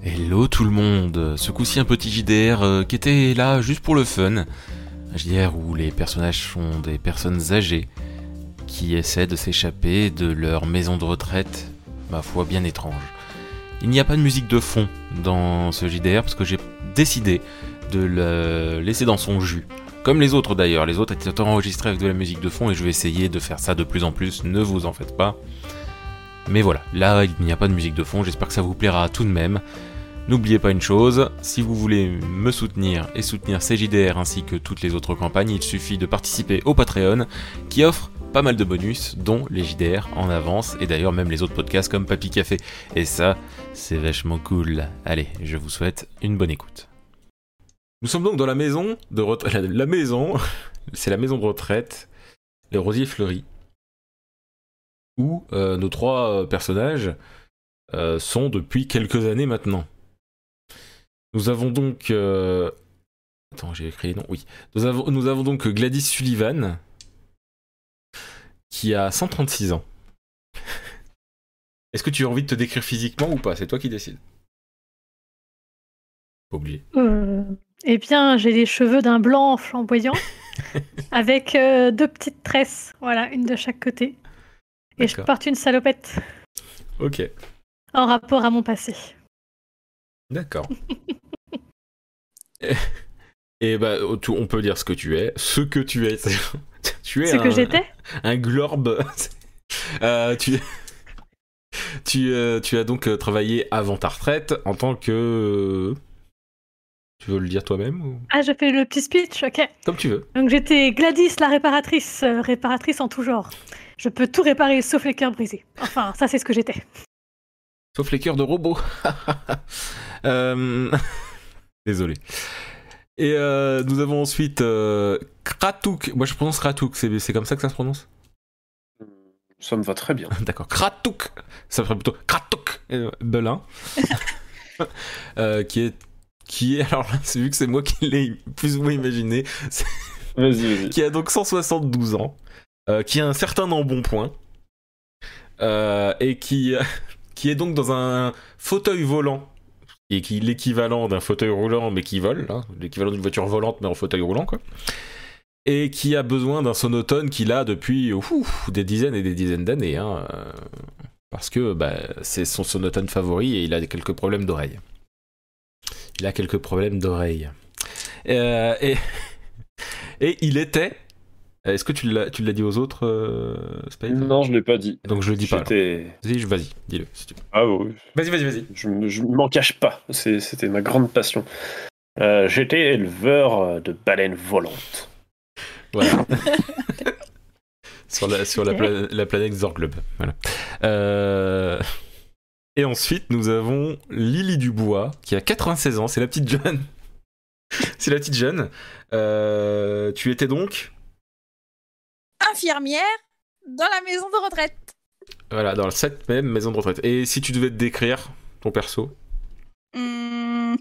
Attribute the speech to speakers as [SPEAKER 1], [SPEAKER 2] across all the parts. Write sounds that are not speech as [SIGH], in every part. [SPEAKER 1] Hello tout le monde, ce coup-ci un petit JDR euh, qui était là juste pour le fun. Un JDR où les personnages sont des personnes âgées qui essaient de s'échapper de leur maison de retraite, ma foi bien étrange. Il n'y a pas de musique de fond dans ce JDR parce que j'ai décidé de le laisser dans son jus. Comme les autres d'ailleurs, les autres étaient enregistrés avec de la musique de fond et je vais essayer de faire ça de plus en plus, ne vous en faites pas. Mais voilà, là il n'y a pas de musique de fond, j'espère que ça vous plaira tout de même. N'oubliez pas une chose, si vous voulez me soutenir et soutenir CJDR ainsi que toutes les autres campagnes, il suffit de participer au Patreon qui offre pas mal de bonus, dont les JDR en avance et d'ailleurs même les autres podcasts comme Papy Café. Et ça, c'est vachement cool. Allez, je vous souhaite une bonne écoute. Nous sommes donc dans la maison de retraite. [LAUGHS] La, la maison, c'est la maison de retraite, les rosiers fleuris, où euh, nos trois euh, personnages euh, sont depuis quelques années maintenant. Nous avons donc. euh, Attends, j'ai écrit non. Oui. Nous avons, nous avons donc Gladys Sullivan, qui a 136 ans. Est-ce que tu as envie de te décrire physiquement ou pas C'est toi qui décides. Pas oublié.
[SPEAKER 2] Euh, eh bien, j'ai les cheveux d'un blanc flamboyant avec euh, deux petites tresses, voilà, une de chaque côté. Et je
[SPEAKER 1] D'accord.
[SPEAKER 2] porte une salopette
[SPEAKER 1] Ok.
[SPEAKER 2] en rapport à mon passé.
[SPEAKER 1] D'accord. et, et bah, tu- on peut dire ce que tu es. Ce que tu es. tu es
[SPEAKER 2] Ce
[SPEAKER 1] un-
[SPEAKER 2] que j'étais
[SPEAKER 1] un glorbe. [LAUGHS] Euh, tu, tu, euh, tu as donc euh, travaillé avant ta retraite en tant que. euh, Tu veux le dire toi-même ou...
[SPEAKER 2] Ah, je fais le petit speech, ok.
[SPEAKER 1] Comme tu veux.
[SPEAKER 2] Donc j'étais Gladys la réparatrice, euh, réparatrice en tout genre. Je peux tout réparer sauf les cœurs brisés. Enfin, ça c'est ce que j'étais.
[SPEAKER 1] Sauf les cœurs de robots. [LAUGHS] Euh, [LAUGHS] Désolé. Et euh, nous avons ensuite euh, Kratouk. Moi je prononce Kratouk, c'est c'est comme ça que ça se prononce
[SPEAKER 3] Ça me va très bien.
[SPEAKER 1] [LAUGHS] D'accord, Kratouk, ça ferait plutôt Kratouk euh,
[SPEAKER 3] [LAUGHS]
[SPEAKER 1] Belin, Euh, qui est qui est alors là, c'est vu que c'est moi qui l'ai plus ou moins imaginé, c'est-
[SPEAKER 3] Vas-y, vas-y.
[SPEAKER 1] qui a donc 172 ans, euh, qui a un certain embonpoint euh, et qui [LAUGHS] qui est donc dans un fauteuil volant et qui est l'équivalent d'un fauteuil roulant mais qui vole, hein, l'équivalent d'une voiture volante mais en fauteuil roulant quoi. Et qui a besoin d'un sonotone qu'il a depuis ouf, des dizaines et des dizaines d'années, hein, euh, parce que bah, c'est son sonotone favori et il a quelques problèmes d'oreille. Il a quelques problèmes d'oreille. Euh, et, [LAUGHS] et il était. Est-ce que tu l'as tu l'as dit aux autres, euh, Spade
[SPEAKER 3] Non, je l'ai pas dit.
[SPEAKER 1] Donc je le dis pas. alors.
[SPEAKER 3] J'étais-
[SPEAKER 1] Vas-y, je- vas-y, dis-le. si tu-
[SPEAKER 3] Ah oui,
[SPEAKER 1] Vas-y, vas-y, vas-y.
[SPEAKER 3] je me- je m'en cache pas. C'est- C'était ma grande passion. Euh, J'étais éleveur de baleines volantes.
[SPEAKER 1] [LAUGHS] Voilà. sur la, sur la, pla- la planète Zorglub. Voilà. Euh, Et ensuite, nous avons Lily Dubois, qui a 96 ans. C'est la petite jeune. [LAUGHS] C'est la petite jeune. Euh, tu étais donc
[SPEAKER 4] infirmière dans la maison de retraite.
[SPEAKER 1] voilà, dans cette même maison de retraite. Et si tu devais te décrire ton perso
[SPEAKER 4] Hmm.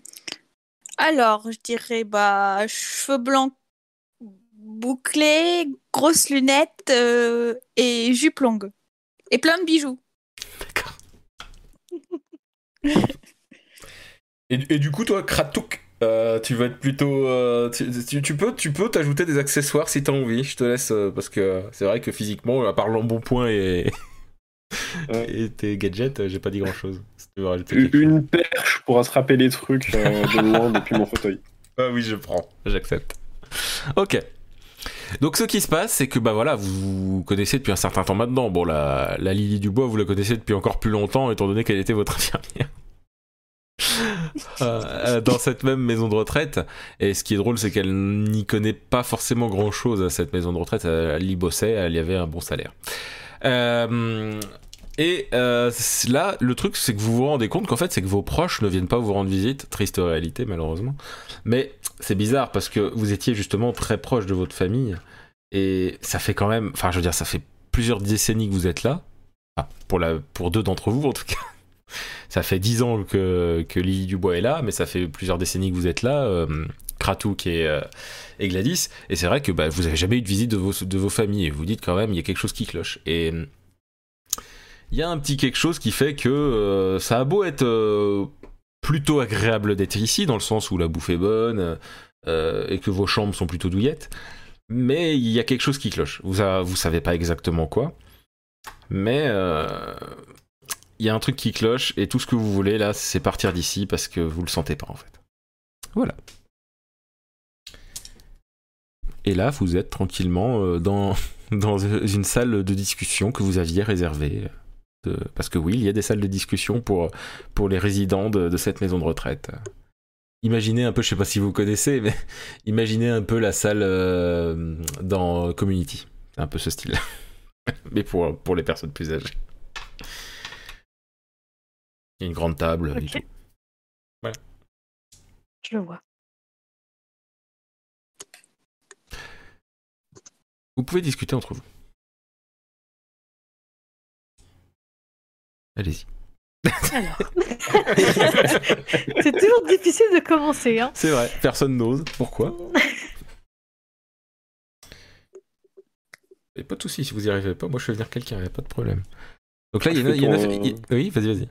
[SPEAKER 4] Alors, je dirais bah cheveux blancs bouclés, grosses lunettes euh, et jupe longue et plein de bijoux.
[SPEAKER 1] et, et du coup, toi, Kratouk, euh, tu vas être plutôt. euh, tu, tu- tu peux, tu peux t'ajouter des accessoires si t'as envie. Je te laisse euh, parce que c'est vrai que physiquement, à part l'embonpoint et,
[SPEAKER 3] Ouais.
[SPEAKER 1] [LAUGHS] et tes gadgets, euh, j'ai pas dit grand chose.
[SPEAKER 3] Une perche pour attraper les trucs euh, de loin depuis mon fauteuil.
[SPEAKER 1] Ah oui, je prends, j'accepte. Ok. Donc ce qui se passe, c'est que bah voilà, vous vous connaissez depuis un certain temps maintenant. Bon, la, la Lily Dubois, vous la connaissez depuis encore plus longtemps, étant donné qu'elle était votre infirmière. Euh, euh, dans cette même maison de retraite. Et ce qui est drôle, c'est qu'elle n'y connaît pas forcément grand-chose à cette maison de retraite. Elle y bossait, elle y avait un bon salaire. Euh, et euh, c- là, le truc, c'est que vous vous rendez compte qu'en fait, c'est que vos proches ne viennent pas vous rendre visite. Triste réalité, malheureusement. Mais c'est bizarre parce que vous étiez justement très proche de votre famille. Et ça fait quand même. Enfin, je veux dire, ça fait plusieurs décennies que vous êtes là. Ah, pour, la, pour deux d'entre vous, en tout cas. [LAUGHS] Ça fait dix ans que, que Lily Dubois est là, mais ça fait plusieurs décennies que vous êtes là. euh, Kratouk et, euh, et Gladys. Et c'est vrai que bah, vous n'avez jamais eu de visite de vos, de vos familles. Et vous dites quand même, il y a quelque chose qui cloche. Et euh, il y a un petit quelque chose qui fait que euh, ça a beau être euh, plutôt agréable d'être ici, dans le sens où la bouffe est bonne euh, et que vos chambres sont plutôt douillettes. Mais il y a quelque chose qui cloche. Vous, a- vous savez pas exactement quoi. Mais euh, il y a un truc qui cloche et tout ce que vous voulez là, c'est partir d'ici parce que vous le sentez pas en fait. Voilà. Et là, vous êtes tranquillement euh, dans, [LAUGHS] dans euh, une salle de discussion que vous aviez réservée. euh, de- Parce que oui, il y a des salles de discussion pour, pour les résidents de, de cette maison de retraite. Imaginez un peu, je sais pas si vous connaissez, mais [LAUGHS] imaginez un peu la salle euh, dans Community. C'est un peu ce style. [LAUGHS] mais pour, pour les personnes plus âgées. Il y a une grande table. et
[SPEAKER 2] Ok.
[SPEAKER 1] tout. Voilà.
[SPEAKER 2] Je le vois.
[SPEAKER 1] Vous pouvez discuter entre vous. Allez-y.
[SPEAKER 2] Alors. C'est toujours difficile de commencer, hein.
[SPEAKER 1] C'est vrai, personne n'ose. Pourquoi Et pas de soucis, si vous y arrivez pas, moi je vais venir quelqu'un, y a pas de problème. Donc là, il y en a. il y en a-
[SPEAKER 3] Pour, euh,
[SPEAKER 1] il- Oui, vas-y, vas-y.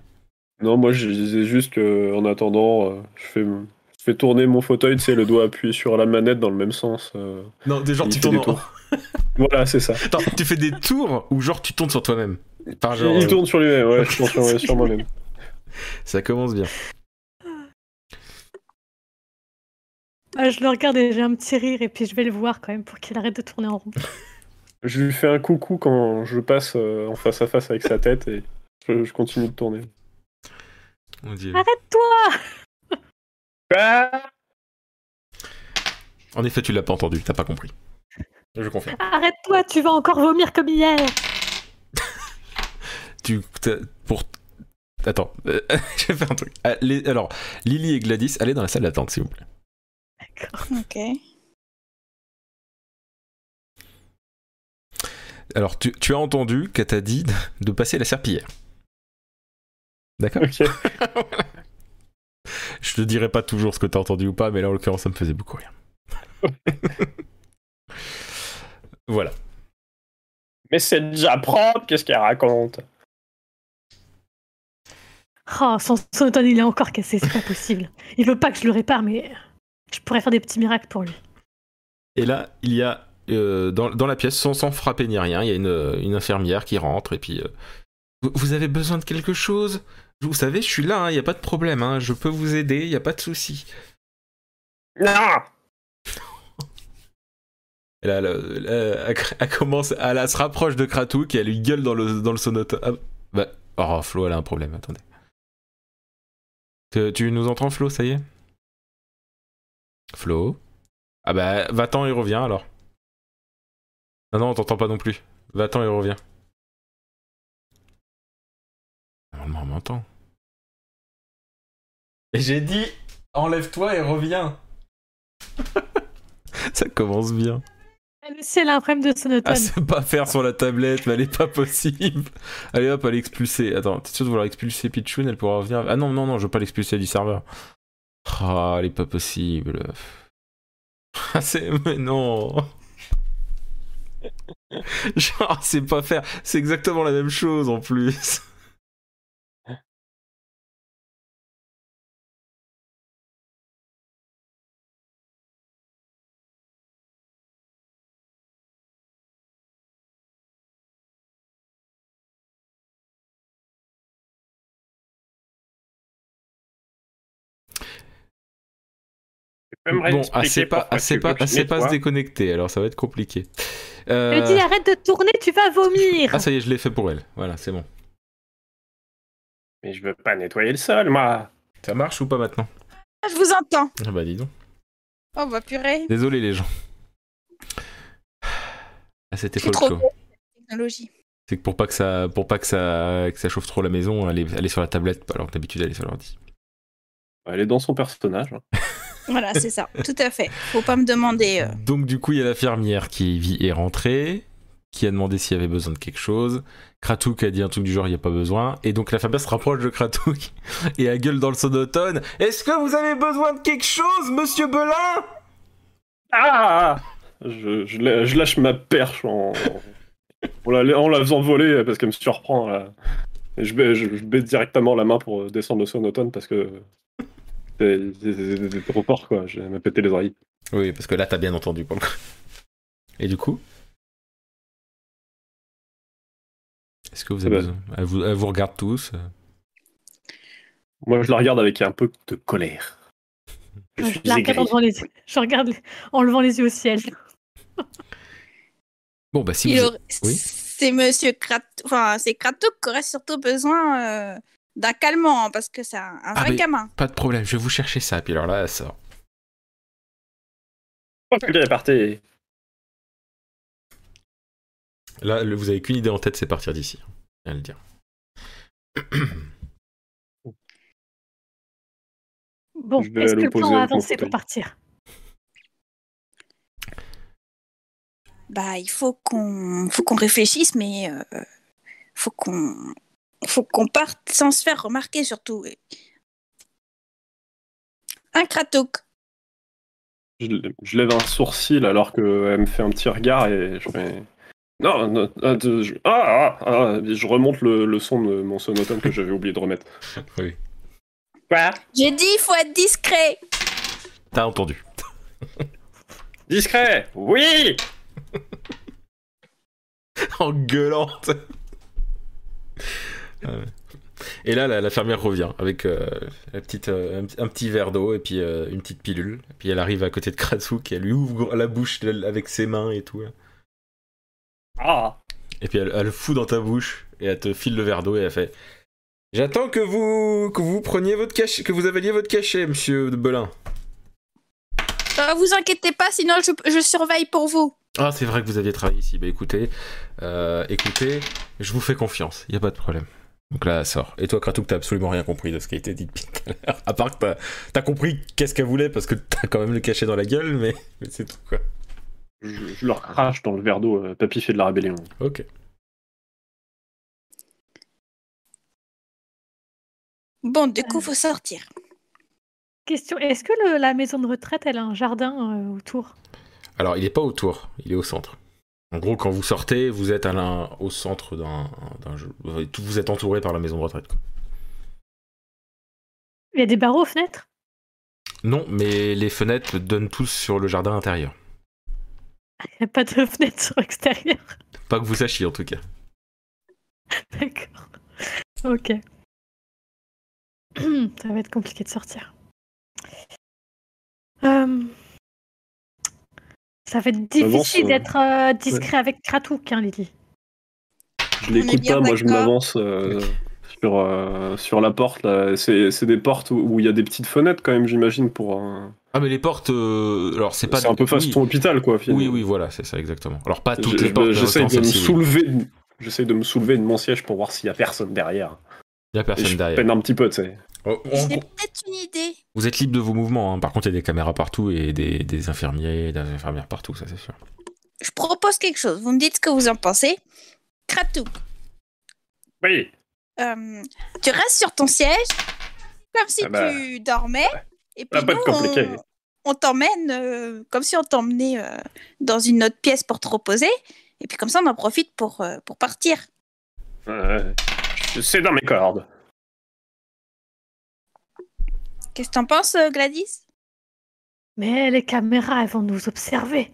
[SPEAKER 3] Non, moi je disais juste que, en attendant, euh, je fais, je fais tourner mon fauteuil, tu sais, le doigt appuyé sur la manette dans le même sens. euh.
[SPEAKER 1] Non, des
[SPEAKER 3] genre, Il tu fait tournes des en- tours. [LAUGHS] Voilà, c'est ça.
[SPEAKER 1] tu fais des tours ou genre tu tournes sur toi-même Par Ah, genre, euh,
[SPEAKER 3] Il tourne sur lui-même, ouais, je tourne sur,
[SPEAKER 1] Ok.
[SPEAKER 3] sur moi-même.
[SPEAKER 1] ça commence bien.
[SPEAKER 2] Ah, je le regarde et j'ai un petit rire et puis je vais le voir quand même pour qu'il arrête de tourner en rond.
[SPEAKER 3] Je lui fais un coucou quand je passe euh, en face à face avec sa tête et je, je continue de tourner.
[SPEAKER 1] Mon Dieu. En effet, tu l'as pas entendu, t'as pas compris. Je confirme.
[SPEAKER 2] Arrête-toi, tu vas encore vomir comme hier.
[SPEAKER 1] Tu, t'as- pour... Attends, euh, [LAUGHS] je vais faire un truc. Allez- alors, Lily et Gladys, allez dans la salle d'attente, s'il vous plaît.
[SPEAKER 2] D'accord.
[SPEAKER 4] Ok.
[SPEAKER 1] Alors, tu, tu as entendu qu'elle t'a dit de- de passer la serpillière. D'accord
[SPEAKER 3] [LAUGHS] Ok.
[SPEAKER 1] Je te dirai pas toujours ce que t'as entendu ou pas, mais là, en l'occurrence, ça me faisait beaucoup rire. voilà.
[SPEAKER 3] Mais c'est déjà propre, qu'est-ce qu'elle raconte
[SPEAKER 2] Oh, son sonotone, il est encore cassé, c'est pas possible. Il veut pas que je le répare, mais je pourrais faire des petits miracles pour lui.
[SPEAKER 1] Et là, il y a euh, dans, dans la pièce, sans, sans frapper ni rien, il y a une, euh, une infirmière qui rentre et puis. euh, vous, vous avez besoin de quelque chose Vous savez, je suis là, il n'y a pas de problème, hein, je peux vous aider, il n'y a pas de souci.
[SPEAKER 3] Non
[SPEAKER 1] Et là, le- le- elle, cr- elle commence, elle, elle se rapproche de Kratouk et elle lui gueule dans le, dans le sonotone. Ah, bah, oh, Flo, elle a un problème, attendez. Tu, tu nous entends, Flo, ça y est Flo Ah bah, va-t'en et reviens alors. Non, non, on t'entend pas non plus. Va-t'en et reviens. Normalement, on m'entend. Et j'ai dit, enlève-toi et reviens. [LAUGHS] ça commence bien.
[SPEAKER 2] Elle aussi, elle Ah, a un problème de sonotone.
[SPEAKER 1] Ah, c'est pas faire sur la tablette, mais elle est pas possible. [LAUGHS] Allez hop, elle est expulsée. Attends, t'es sûr de vouloir expulser Pichoun Elle pourra revenir. Ah non, non, non, je veux pas l'expulser du serveur. Ah, elle est pas possible. [LAUGHS] Ah, c'est. Mais non [LAUGHS] Genre, c'est pas faire. C'est exactement la même chose en plus. Bon, assez pas, assez pas, assez pas se déconnecter, alors ça va être compliqué. Euh,
[SPEAKER 2] Elle dit arrête de tourner, tu vas vomir.
[SPEAKER 1] Ah, ça y est, je l'ai fait pour elle. Voilà, c'est bon.
[SPEAKER 3] Mais je veux pas nettoyer le sol, moi
[SPEAKER 1] Ça marche ou pas maintenant
[SPEAKER 4] Ah, Je vous entends.
[SPEAKER 1] Ah bah dis donc.
[SPEAKER 4] Oh, bah purée.
[SPEAKER 1] Désolé les gens. Ah, c'était
[SPEAKER 4] Je suis
[SPEAKER 1] Folk
[SPEAKER 4] trop
[SPEAKER 1] Show.
[SPEAKER 4] vieille, cette technologie.
[SPEAKER 1] C'est que pour pas que ça, pour pas que ça, que ça chauffe trop la maison, elle est, elle est sur la tablette, alors que d'habitude elle est sur l'ordi.
[SPEAKER 3] Elle est dans son personnage. hein.
[SPEAKER 4] Voilà, c'est ça. Tout à fait. Faut pas me demander. euh,
[SPEAKER 1] Donc du coup, il y a l'infirmière qui vit est rentrée, qui a demandé s'il y avait besoin de quelque chose. Kratouk a dit un truc du genre il n'y a pas besoin, et donc l'infirmière se rapproche de Kratouk [LAUGHS] et a gueule dans le sonotone. Est-ce que vous avez besoin de quelque chose, Monsieur Belin
[SPEAKER 3] Ah je, je la- je lâche ma perche en, en, la, en la faisant voler euh, parce qu'elle euh, me surprend. là. Et je, ba- je, je baisse directement la main pour descendre le sonotone parce que C'est c'est- c'est- c'est trop fort, quoi. Je vais me péter les oreilles.
[SPEAKER 1] Oui, parce que là, t'as bien entendu pour le coup. Et du coup
[SPEAKER 5] Est-ce que vous avez
[SPEAKER 1] Eh ben.
[SPEAKER 3] Bah.
[SPEAKER 5] besoin elle vous, elle vous regarde tous.
[SPEAKER 3] Moi, je la regarde avec un peu de colère. Je
[SPEAKER 2] Je,
[SPEAKER 3] suis
[SPEAKER 2] la regarde en
[SPEAKER 3] aigri.
[SPEAKER 2] levant les yeux. Je regarde les- en levant les yeux au ciel.
[SPEAKER 5] Bon, bah si
[SPEAKER 4] Il
[SPEAKER 5] vous...
[SPEAKER 4] aurait-
[SPEAKER 5] oui.
[SPEAKER 4] C'est Monsieur Krat... enfin, c'est Kratouk qui aurait surtout besoin euh, d'un calmant, hein, parce que c'est un, un
[SPEAKER 5] Ah,
[SPEAKER 4] vrai
[SPEAKER 5] mais-
[SPEAKER 4] gamin.
[SPEAKER 5] Pas de problème, je vais vous chercher ça. Puis alors là, elle sort.
[SPEAKER 3] Oh putain, elle est partie.
[SPEAKER 1] Là, le- vous avez qu'une idée en tête, c'est partir d'ici. hein. À le dire.
[SPEAKER 2] Bon,
[SPEAKER 3] Je vais
[SPEAKER 2] est-ce que le
[SPEAKER 3] l'opposer
[SPEAKER 2] plan a
[SPEAKER 3] au
[SPEAKER 2] avancé
[SPEAKER 3] confronter.
[SPEAKER 2] pour partir
[SPEAKER 4] Bah, il faut qu'on, faut qu'on réfléchisse, mais euh, faut qu'on, faut qu'on parte sans se faire remarquer surtout. Et- Un Kratouk.
[SPEAKER 3] Je, je lève un sourcil alors qu'elle me fait un petit regard et je fais. Non, non, ah, de- je, ah, ah, ah, je remonte le, le son de mon sonotone que j'avais oublié de remettre.
[SPEAKER 1] [LAUGHS] Oui.
[SPEAKER 3] Quoi
[SPEAKER 4] J'ai dit, il faut être discret.
[SPEAKER 1] [COUGHS] T'as entendu.
[SPEAKER 3] Discret Oui
[SPEAKER 1] [LAUGHS] en gueulant. Ah ouais. Et là, la, la fermière revient avec euh, la petite, euh, un, petit- un petit verre d'eau et puis euh, une petite pilule. Puis elle arrive à côté de Krasuk et elle lui ouvre la bouche de- avec ses mains et tout. là.
[SPEAKER 3] Ah
[SPEAKER 1] Et puis elle, elle le fout dans ta bouche et elle te file le verre d'eau et elle fait J'attends que vous, que vous preniez votre cachet, que vous avaliez votre cachet, monsieur de Belin.
[SPEAKER 4] Euh, vous inquiétez pas, sinon je, je surveille pour vous.
[SPEAKER 1] Ah, c'est vrai que vous aviez travaillé ici. Bah écoutez, euh, écoutez, je vous fais confiance, il a pas de problème. Donc là, elle sort. Et toi, Kratouk, t'as absolument rien compris de ce qui a été dit depuis tout à l'heure. À part que t'as- t'as compris qu'est-ce qu'elle voulait parce que t'as quand même le cachet dans la gueule, mais, mais c'est tout quoi.
[SPEAKER 3] je, je leur crache dans le verre d'eau. euh, Papy fait de la rébellion.
[SPEAKER 1] Ok.
[SPEAKER 4] Bon, du coup, faut sortir.
[SPEAKER 2] Question est-ce que le- la maison de retraite, elle a un jardin euh, autour
[SPEAKER 1] Alors, il est pas autour, il est au centre. En gros, quand vous sortez, vous êtes à l'un- au centre d'un d'un jeu. Tout- Vous êtes entouré par la maison de retraite. quoi.
[SPEAKER 2] Il y a des barreaux aux fenêtres
[SPEAKER 1] Non, mais les fenêtres donnent tous sur le jardin intérieur.
[SPEAKER 2] Il n'y a pas de [LAUGHS] fenêtres sur l'extérieur.
[SPEAKER 1] Pas que vous sachiez en tout cas.
[SPEAKER 2] [LAUGHS] D'accord. Ok. [CLEARS THROAT] Ça va être compliqué de sortir. Euh, Ça va être
[SPEAKER 3] Avance,
[SPEAKER 2] difficile
[SPEAKER 3] euh,
[SPEAKER 2] d'être euh, discret avec Kratouk, hein, Lily.
[SPEAKER 3] Je
[SPEAKER 4] On est
[SPEAKER 3] l'écoute pas,
[SPEAKER 4] bien
[SPEAKER 3] moi je
[SPEAKER 4] d'accord.
[SPEAKER 3] m'avance euh, sur, euh, sur la porte. là. C'est c'est des portes où- où il y a des petites fenêtres quand même, j'imagine, pour un.
[SPEAKER 1] Ah, mais les portes. euh, Alors, c'est pas.
[SPEAKER 3] C'est un peu
[SPEAKER 1] oui.
[SPEAKER 3] façon hôpital, quoi, finalement.
[SPEAKER 1] Oui, oui, voilà, c'est ça, exactement. Alors, pas
[SPEAKER 3] Je-
[SPEAKER 1] toutes les
[SPEAKER 3] je-
[SPEAKER 1] portes. mais
[SPEAKER 3] J'essaye
[SPEAKER 1] autant
[SPEAKER 3] de me
[SPEAKER 1] celle-ci, oui.
[SPEAKER 3] soulever. de- J'essaye de me soulever de mon siège pour voir s'il y a personne derrière.
[SPEAKER 1] Il n'y a
[SPEAKER 3] Et
[SPEAKER 1] personne
[SPEAKER 3] je
[SPEAKER 1] derrière.
[SPEAKER 3] peine un petit peu, tu sais.
[SPEAKER 1] Oh, en
[SPEAKER 4] J'ai
[SPEAKER 1] gros,
[SPEAKER 4] peut-être une idée.
[SPEAKER 1] Vous êtes libre de vos mouvements, hein. par contre, il y a des caméras partout et des, des infirmiers, des infirmières partout, ça c'est [LAUGHS] sûr.
[SPEAKER 4] Je propose quelque chose. Vous me dites ce que vous en pensez. Kratouk.
[SPEAKER 3] Oui.
[SPEAKER 4] Euh, tu restes sur ton siège, comme si
[SPEAKER 3] Ah bah.
[SPEAKER 4] tu dormais, et puis
[SPEAKER 3] Ah, pas de
[SPEAKER 4] nous,
[SPEAKER 3] compliqué.
[SPEAKER 4] on, on t'emmène, euh, comme si on t'emmenait euh, dans une autre pièce pour te reposer, et puis comme ça, on en profite pour, euh, pour partir.
[SPEAKER 3] Euh, C'est dans mes cordes.
[SPEAKER 4] Qu'est-ce que t'en penses, euh, Gladys
[SPEAKER 2] Mais les caméras, elles vont nous observer.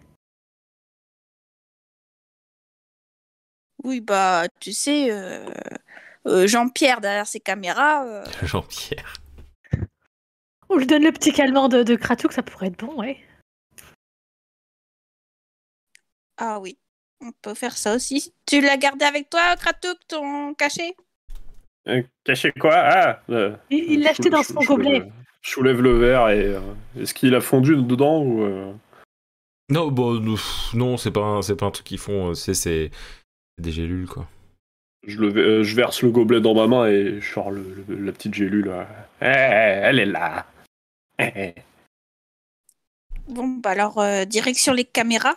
[SPEAKER 4] Oui, bah, tu sais, euh, euh, Jean-Pierre, derrière ses caméras, euh,
[SPEAKER 1] Jean-Pierre.
[SPEAKER 2] On lui donne le petit calmant de, de Kratouk, ça pourrait être bon, ouais.
[SPEAKER 4] ah oui, on peut faire ça aussi. Tu l'as gardé avec toi, Kratouk, ton cachet
[SPEAKER 3] Euh, Cachez quoi Ah euh,
[SPEAKER 2] Il il l'a acheté dans son
[SPEAKER 3] je soulève-
[SPEAKER 2] gobelet.
[SPEAKER 3] Je soulève le verre et. euh, Est-ce qu'il a fondu dedans ou. euh,
[SPEAKER 1] Non, bon, nous- pff, non, c'est pas, un- c'est pas un truc qu'ils font, euh, c'est c'est des gélules, quoi.
[SPEAKER 3] Je, le, euh, je verse le gobelet dans ma main et je sors le- le- la petite gélule. là. Eh, elle est là. Eh, eh.
[SPEAKER 4] Bon, bah alors, euh, direction les caméras.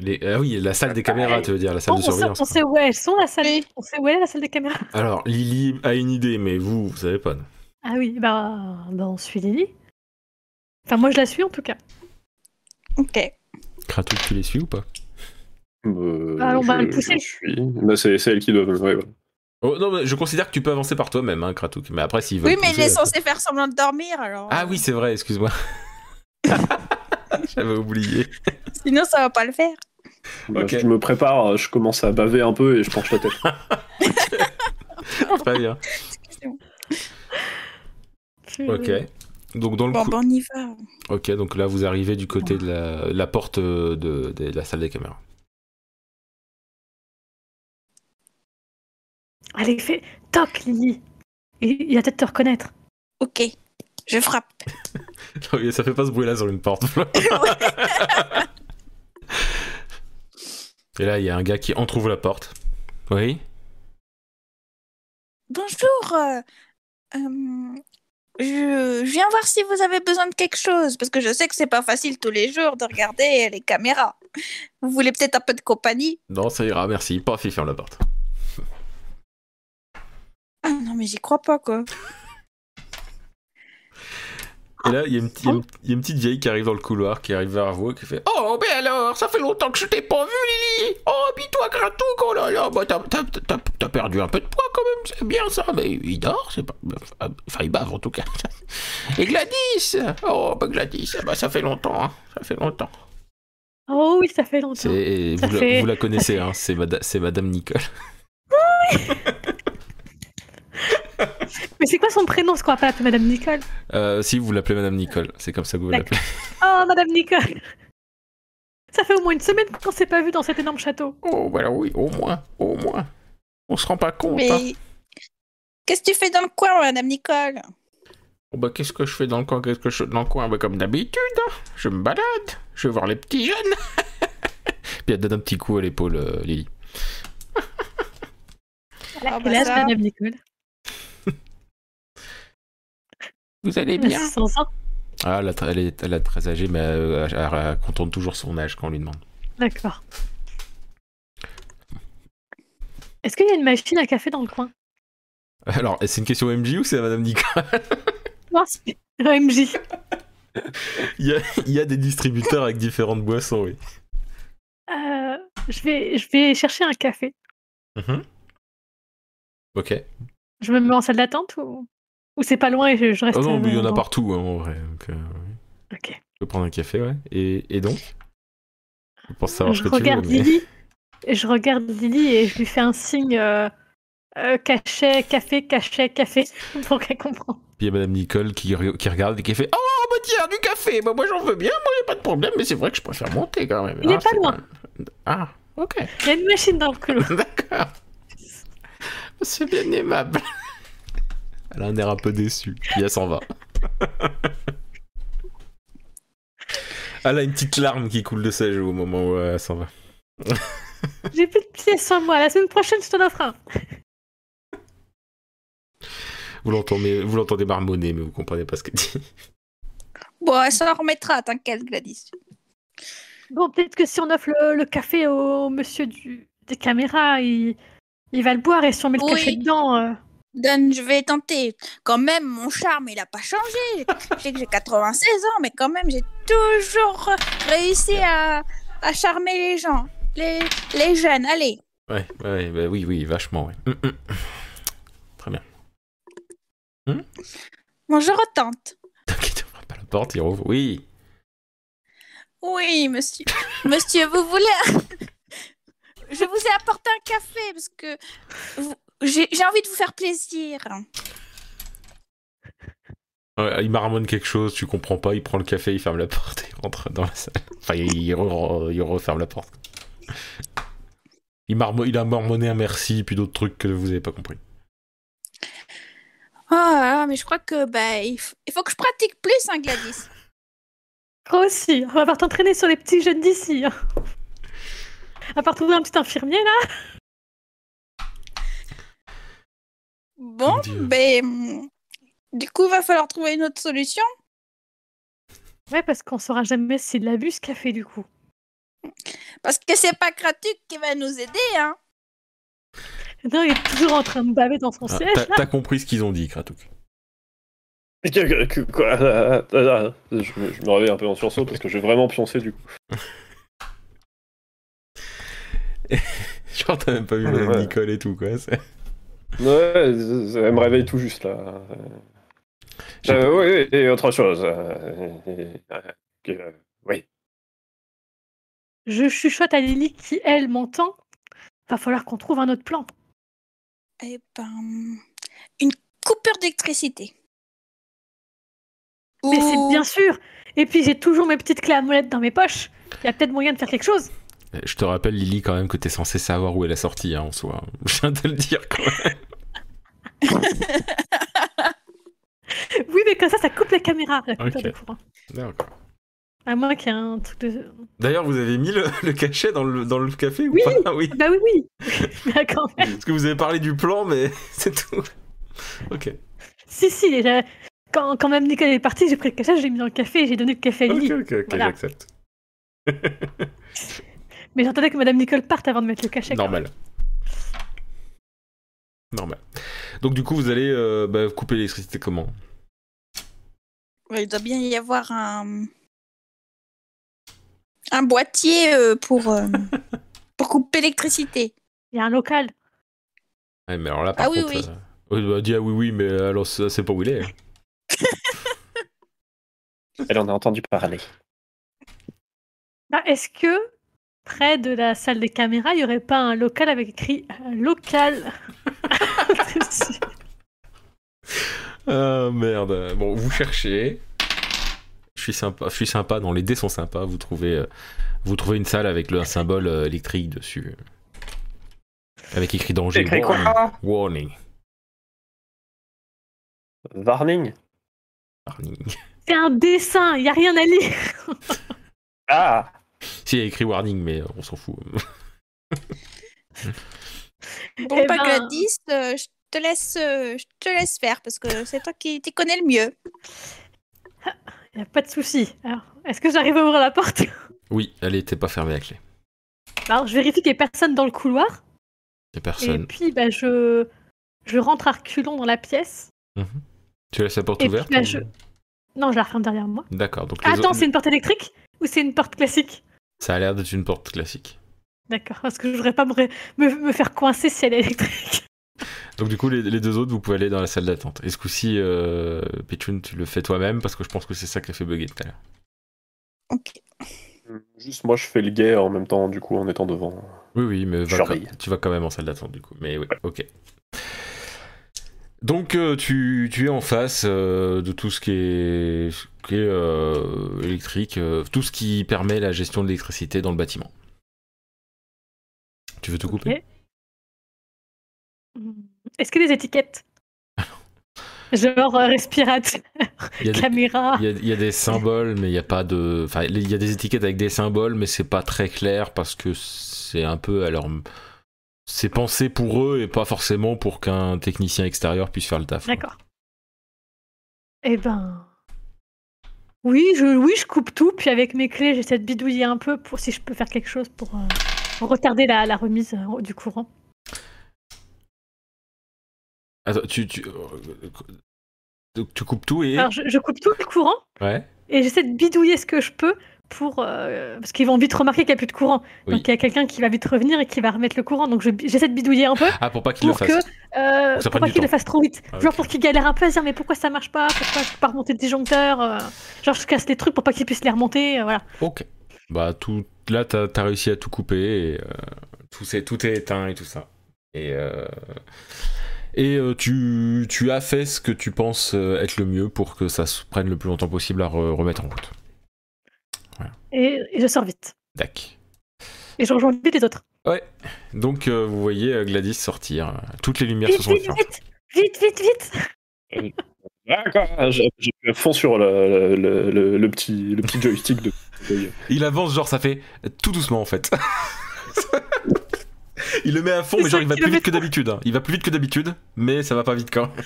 [SPEAKER 1] Les- ah oui, la salle des
[SPEAKER 4] Bah,
[SPEAKER 1] caméras, tu veux dire, la salle
[SPEAKER 2] On,
[SPEAKER 1] de
[SPEAKER 2] on sait,
[SPEAKER 1] surveillance.
[SPEAKER 2] on sait où elles sont, la salle.
[SPEAKER 4] Oui.
[SPEAKER 2] On sait où elle est la salle des caméras.
[SPEAKER 1] quoi. Alors, Lily a une idée, mais vous, vous savez pas. non.
[SPEAKER 2] Ah oui, bah, bah on suit Lily. Enfin, moi je la suis en tout cas.
[SPEAKER 4] Ok.
[SPEAKER 1] Kratouk, tu les suis ou pas
[SPEAKER 3] Euh,
[SPEAKER 2] Ah, on va
[SPEAKER 3] je-
[SPEAKER 2] le pousser.
[SPEAKER 3] je suis- Bah, c'est c'est elle qui doit. ouais, ouais.
[SPEAKER 6] Oh, non, mais je considère que tu peux avancer par toi-même, hein, Kratouk. Mais après, s'il veut.
[SPEAKER 4] Oui, mais il est censé faire semblant de dormir, alors.
[SPEAKER 6] euh, Ah oui, c'est vrai, excuse-moi. [LAUGHS] J'avais oublié.
[SPEAKER 4] Sinon, ça va pas le faire.
[SPEAKER 3] Bah,
[SPEAKER 6] Ok.
[SPEAKER 3] Je me prépare, je commence à baver un peu et je penche la tête.
[SPEAKER 6] Pas bien.
[SPEAKER 2] Puis,
[SPEAKER 6] Ok.
[SPEAKER 2] euh,
[SPEAKER 6] Donc, dans le
[SPEAKER 4] Bon,
[SPEAKER 6] cou-
[SPEAKER 4] ben, on y va.
[SPEAKER 6] Ok, donc là, vous arrivez du côté de la, la porte euh, de, de la salle des caméras. [LAUGHS]
[SPEAKER 2] Allez, fais top, Lily. Il, il va peut-être te reconnaître.
[SPEAKER 4] Ok, je [LAUGHS] frappe.
[SPEAKER 6] Oui, Ça fait pas ce bruit-là sur une porte. [LAUGHS] Et là, il y a un gars qui entrouvre la porte. Oui
[SPEAKER 4] Bonjour. euh, euh, je, je viens voir si vous avez besoin de quelque chose, parce que je sais que c'est pas facile tous les jours de regarder les caméras. Vous voulez peut-être un peu de compagnie
[SPEAKER 6] Non, ça ira, merci. Paf, il ferme la porte.
[SPEAKER 4] Ah non, mais j'y crois pas, quoi.
[SPEAKER 6] Et là, il y, a une petite- il y a
[SPEAKER 2] Hein
[SPEAKER 6] une- il y a une petite vieille qui arrive dans le couloir, qui arrive vers vous, et qui fait Oh, mais alors, ça fait longtemps que je t'ai pas vu, Lily Oh, puis toi, Gratouk, oh là là, bah, t'as- t'as- t'as t'as perdu un peu de poids quand même, c'est bien ça, mais il dort, c'est pas. Enfin, il bave en tout cas. [LAUGHS] Et Gladys Oh, bah, Gladys, ah bah, ça fait longtemps, hein, ça fait longtemps.
[SPEAKER 2] Oh oui, ça fait longtemps.
[SPEAKER 6] C'est-
[SPEAKER 2] Ça
[SPEAKER 6] vous, la-
[SPEAKER 2] fait-
[SPEAKER 6] vous la connaissez, hein, c'est Mada- c'est Madame Nicole.
[SPEAKER 2] Mais c'est quoi son prénom Ce qu'on va pas appeler Madame Nicole.
[SPEAKER 6] Euh, si, vous l'appelez Madame Nicole, c'est comme ça que vous
[SPEAKER 2] D'accord.
[SPEAKER 6] l'appelez.
[SPEAKER 2] Oh, Madame Nicole Ça fait au moins une semaine qu'on s'est pas vu dans cet énorme château.
[SPEAKER 6] Oh, bah, alors oui, au moins, au moins. On se rend pas compte, hein.
[SPEAKER 4] Mais qu'est-ce que tu fais dans le coin, Madame Nicole
[SPEAKER 6] Oh bah qu'est-ce que je fais dans le coin Qu'est-ce que je fais dans le coin Bah comme d'habitude, hein. je me balade, je vais voir les petits jeunes. Puis elle donne un petit coup à l'épaule, euh, Lily.
[SPEAKER 4] Ah,
[SPEAKER 2] Et
[SPEAKER 4] bah,
[SPEAKER 2] là,
[SPEAKER 4] ça.
[SPEAKER 2] Madame Nicole.
[SPEAKER 6] Vous allez
[SPEAKER 2] Elle a
[SPEAKER 6] Eh bien
[SPEAKER 2] 600 ans.
[SPEAKER 6] Ah, elle, a tr- elle est, elle a très âgée, mais euh, elle, elle contourne toujours son âge quand on lui demande.
[SPEAKER 2] D'accord. Est-ce qu'il y a une machine à café dans le coin
[SPEAKER 6] Alors, c'est une question MJ ou c'est à Madame Nicole
[SPEAKER 2] Non, c'est OMJ.
[SPEAKER 6] il y, a, [LAUGHS] il y a des distributeurs avec différentes boissons, oui.
[SPEAKER 2] Euh, je, vais, je vais chercher un café.
[SPEAKER 6] Mhm. Ok.
[SPEAKER 2] Je me mets en salle d'attente ou, ou c'est pas loin et je, je reste.
[SPEAKER 6] Oh non, mais il y en a
[SPEAKER 2] dans-
[SPEAKER 6] partout, hein, en vrai. Donc, euh, oui.
[SPEAKER 2] Ok.
[SPEAKER 6] Tu peux prendre un café, ouais. Et, et donc Je pense savoir ce
[SPEAKER 2] je
[SPEAKER 6] que
[SPEAKER 2] regarde
[SPEAKER 6] tu veux. mais-
[SPEAKER 2] Lily. et Je regarde Lily et je lui fais un signe euh, euh, cachet, café, cachet, café [LAUGHS] pour qu'elle comprenne.
[SPEAKER 6] Puis [LAUGHS] il y a Madame Nicole qui, re- qui regarde et qui fait Oh, bah tiens, du café Bah moi j'en veux bien, moi y'a pas de problème, mais c'est vrai que je préfère monter quand même.
[SPEAKER 2] Il est pas
[SPEAKER 6] c'est
[SPEAKER 2] loin.
[SPEAKER 6] quand même- Ah, ok, [LAUGHS]
[SPEAKER 2] Il y a une machine dans le couloir.
[SPEAKER 6] d'accord. C'est bien aimable. [LAUGHS] Elle a un air un peu déçu. Puis elle s'en va. [LAUGHS] Elle a une petite larme qui coule de sa joue au moment où elle s'en va.
[SPEAKER 2] J'ai plus de pièces sur moi. La semaine prochaine, je te l'offre un.
[SPEAKER 6] Vous l'entendez, vous l'entendez marmonner, mais vous comprenez pas ce qu'elle dit.
[SPEAKER 4] Bon, elle s'en remettra, t'inquiète, Gladys.
[SPEAKER 2] Bon, peut-être que si on offre le, le café au monsieur du, des caméras, il, il va le boire et si on met le
[SPEAKER 4] Oui.
[SPEAKER 2] café dedans. euh,
[SPEAKER 4] Donne, je vais tenter. Quand même, mon charme, il a pas changé. Je sais que j'ai 96 ans, mais quand même, j'ai toujours réussi à, à charmer les gens, les, les jeunes. Allez,
[SPEAKER 6] Ouais, ouais, bah oui, oui, vachement, ouais. Hum, hum. Très bien.
[SPEAKER 4] bon, je retente.
[SPEAKER 6] [LAUGHS] T'inquiète, on pas la porte, il rouvre. Oui,
[SPEAKER 4] Oui, monsieur. Monsieur, vous voulez. un- Je vous ai apporté un café parce que vous- j'ai j'ai envie de vous faire plaisir.
[SPEAKER 6] Ouais, il marmonne quelque chose, tu comprends pas, il prend le café, il ferme la porte et il rentre dans la salle. Enfin, il, il re- il referme la porte. Il, marmo- il a marmonné un merci, puis d'autres trucs que vous avez pas compris.
[SPEAKER 4] Oh là là, mais je crois que bah, il, f- il faut que je pratique plus, hein, Gladys.
[SPEAKER 2] Toi aussi, oh, on va partir t'entraîner sur les petits jeunes d'ici. hein. À part trouver un petit infirmier là.
[SPEAKER 4] Bon,
[SPEAKER 6] Mon Dieu.
[SPEAKER 4] ben. hum, Du coup, va falloir trouver une autre solution.
[SPEAKER 2] Ouais, parce qu'on saura jamais s'il l'abuse ce café du coup.
[SPEAKER 4] Parce que c'est pas Kratuc qui va nous aider, hein.
[SPEAKER 2] Non, il est toujours en train de baver dans son
[SPEAKER 6] Ah,
[SPEAKER 2] siège.
[SPEAKER 6] t'as- T'as compris ce qu'ils ont dit, Kratouk.
[SPEAKER 3] [LAUGHS] Que- que- quoi, euh, euh, euh, Je me, je me réveille un peu en sursaut parce que j'ai vraiment pioncé du coup.
[SPEAKER 6] Genre, t'as même pas vu Madame
[SPEAKER 3] Ouais.
[SPEAKER 6] Euh, Nicole et tout, quoi. c'est-
[SPEAKER 3] Ouais, z- z- elle me réveille tout juste là. Euh,
[SPEAKER 1] J'ai-
[SPEAKER 3] oui, et autre chose. euh, et- euh, que- euh, oui.
[SPEAKER 2] Je chuchote à Lily qui, elle, m'entend. Va falloir qu'on trouve un autre plan.
[SPEAKER 4] Eh ben, une coupure d'électricité.
[SPEAKER 2] Mais c'est
[SPEAKER 4] Ou-
[SPEAKER 2] bien sûr Et puis j'ai toujours mes petites clés à molette dans mes poches. Il y a peut-être moyen de faire quelque chose.
[SPEAKER 6] Euh, Je te rappelle, Lily, quand même, que t'es censé savoir où est la sortie, hein, en soi. [LAUGHS] Je viens de le dire, quand même.
[SPEAKER 2] Oui, mais comme ça, ça coupe la caméra, la coupure
[SPEAKER 6] Ok.
[SPEAKER 2] de courant.
[SPEAKER 6] D'accord.
[SPEAKER 2] À moins qu'il y ait un truc de...
[SPEAKER 6] D'ailleurs, vous avez mis le, le cachet dans le, dans le café ou
[SPEAKER 2] Oui.
[SPEAKER 6] pas Ah Oui.
[SPEAKER 2] Bah oui, oui [LAUGHS] Mais quand même.
[SPEAKER 6] Parce que vous avez parlé du plan, mais [LAUGHS] c'est tout. Ok.
[SPEAKER 2] Si, si, et j'ai- quand, quand même Nicole est partie, j'ai pris le cachet, je l'ai mis dans le café et j'ai donné le café à
[SPEAKER 6] Ok,
[SPEAKER 2] Lily.
[SPEAKER 6] ok, ok,
[SPEAKER 2] Voilà.
[SPEAKER 6] j'accepte.
[SPEAKER 2] Mais j'entendais que Madame Nicole parte avant de mettre le cachet. quand même.
[SPEAKER 6] Normal. Normal. Donc, du coup, vous allez euh, bah, couper l'électricité comment
[SPEAKER 4] Ouais, Il doit bien y avoir un, un boîtier euh,
[SPEAKER 2] [LAUGHS]
[SPEAKER 4] pour, euh, pour couper l'électricité.
[SPEAKER 2] Il y a un local.
[SPEAKER 6] Ouais, Eh, mais alors là, par
[SPEAKER 4] Ah oui,
[SPEAKER 6] contre,
[SPEAKER 4] oui.
[SPEAKER 6] euh, elle m'a dit ah oui, oui, mais alors ça, c'est pas où il est.
[SPEAKER 3] Elle en a entendu parler.
[SPEAKER 2] Ah, Est-ce que près de la salle des caméras, il n'y aurait pas un local avec écrit euh,
[SPEAKER 6] [LAUGHS]
[SPEAKER 2] local [LAUGHS] dessus
[SPEAKER 6] Ah merde. Bon, vous cherchez. Je suis sympa. Je suis sympa. Non, les dés sont sympas. Vous trouvez, euh, vous trouvez une salle avec le, un symbole euh, électrique dessus, avec écrit danger.
[SPEAKER 3] Écrit quoi
[SPEAKER 6] warning. warning.
[SPEAKER 3] Warning
[SPEAKER 6] Warning.
[SPEAKER 2] C'est un dessin, il n'y a rien à lire. [LAUGHS]
[SPEAKER 3] Ah
[SPEAKER 6] si, il y a écrit warning, mais euh, on s'en fout. [LAUGHS]
[SPEAKER 4] Bon,
[SPEAKER 2] Eh
[SPEAKER 4] pas que
[SPEAKER 2] ben.
[SPEAKER 4] la 10, euh, je te laisse, euh, je te laisse faire parce que c'est toi qui t'y connais le mieux.
[SPEAKER 2] Il n'y a pas de souci. Alors, Est-ce que j'arrive à ouvrir la porte [LAUGHS]
[SPEAKER 6] oui, elle était pas fermée à clé.
[SPEAKER 2] Alors, je vérifie qu'il n'y ait personne dans le couloir.
[SPEAKER 6] Y a
[SPEAKER 2] Et
[SPEAKER 6] personne.
[SPEAKER 2] puis, bah, je... je rentre à reculons dans la pièce.
[SPEAKER 6] Mhm. Tu laisses la porte
[SPEAKER 2] Et puis,
[SPEAKER 6] ouverte
[SPEAKER 2] bah,
[SPEAKER 6] ou-
[SPEAKER 2] je- Non, je la referme derrière moi.
[SPEAKER 6] D'accord. Donc les
[SPEAKER 2] Attends,
[SPEAKER 6] autres-
[SPEAKER 2] c'est une porte électrique Ou c'est une porte classique
[SPEAKER 6] ça a l'air d'être une porte classique.
[SPEAKER 2] D'accord, parce que je voudrais pas me, ré- me- me faire coincer si elle est électrique. [LAUGHS]
[SPEAKER 6] Donc du coup, les, les deux autres, vous pouvez aller dans la salle d'attente. Et ce coup-ci, euh, Pichun, tu le fais toi-même parce que je pense que c'est ça qui a fait bugger tout à l'heure.
[SPEAKER 4] Ok.
[SPEAKER 3] Juste moi je fais le guet en même temps du coup en étant devant.
[SPEAKER 6] Oui, oui, mais va-
[SPEAKER 3] Surveille.
[SPEAKER 6] tu vas quand même en salle d'attente du coup. Mais oui, ok. Donc euh, tu, tu es en face euh, de tout ce qui est, ce qui est, euh, électrique, euh, tout ce qui permet la gestion de l'électricité dans le bâtiment. Tu veux tout couper
[SPEAKER 2] Ok. Hmm. Est-ce qu'il y a des
[SPEAKER 6] [LAUGHS]
[SPEAKER 2] étiquettes Genre euh, respirateur,
[SPEAKER 6] Il y a des-
[SPEAKER 2] caméra.
[SPEAKER 6] Il y, a, il y a des symboles, mais il n'y a pas de. Enfin, il y a des étiquettes avec des symboles, mais c'est pas très clair parce que c'est un peu. Alors, c'est pensé pour eux et pas forcément pour qu'un technicien extérieur puisse faire le taf. quoi.
[SPEAKER 2] D'accord. Eh ben. Oui je, oui, je coupe tout, puis avec mes clés, j'essaie de bidouiller un peu pour si je peux faire quelque chose pour euh, retarder la, la remise euh, du courant.
[SPEAKER 6] Attends, tu, tu, donc, tu coupes tout et.
[SPEAKER 2] Alors, je- je coupe tout le courant,
[SPEAKER 6] Ouais.
[SPEAKER 2] et j'essaie de bidouiller ce que je peux pour euh, parce qu'ils vont vite remarquer qu'il n'y a plus de courant.
[SPEAKER 6] Oui.
[SPEAKER 2] Donc il y a quelqu'un qui va vite revenir et qui va remettre le courant. Donc je- j'essaie de bidouiller un peu
[SPEAKER 6] Ah, pour pas qu'il le
[SPEAKER 2] pour que
[SPEAKER 6] fasse.
[SPEAKER 2] euh,
[SPEAKER 6] Pour que ça
[SPEAKER 2] pour
[SPEAKER 6] prenne
[SPEAKER 2] pas
[SPEAKER 6] du
[SPEAKER 2] qu'il le
[SPEAKER 6] temps.
[SPEAKER 2] fasse trop vite.
[SPEAKER 6] Ah,
[SPEAKER 2] Genre
[SPEAKER 6] ok.
[SPEAKER 2] pour qu'il galère un peu à se dire mais pourquoi ça marche pas Pourquoi je peux pas remonter le disjoncteur euh, Genre je casse les trucs pour pas qu'il puisse les remonter. euh, voilà.
[SPEAKER 6] Ok. Bah, tout, là, t'as as réussi à tout couper et euh, tout, est, tout est éteint et tout ça. Et, euh, et euh, tu, tu as fait ce que tu penses euh, être le mieux pour que ça se prenne le plus longtemps possible à re- remettre en route.
[SPEAKER 2] Et, et je sors vite.
[SPEAKER 6] Dac.
[SPEAKER 2] Et je rejoins vite les autres.
[SPEAKER 6] Donc, euh, vous voyez euh, Gladys sortir. Toutes les lumières se
[SPEAKER 2] Vite [LAUGHS]
[SPEAKER 6] sont
[SPEAKER 2] vite
[SPEAKER 6] éteintes.
[SPEAKER 2] vite vite vite vite.
[SPEAKER 3] D'accord, Ah, je, je fais fond sur le, le- le- le petit, le petit joystick de.
[SPEAKER 6] Il avance, genre, ça fait tout doucement en fait. il le met à fond, mais genre, il va plus vite que d'habitude. hein. Il va plus vite que d'habitude, mais ça va pas vite quand [LAUGHS] même.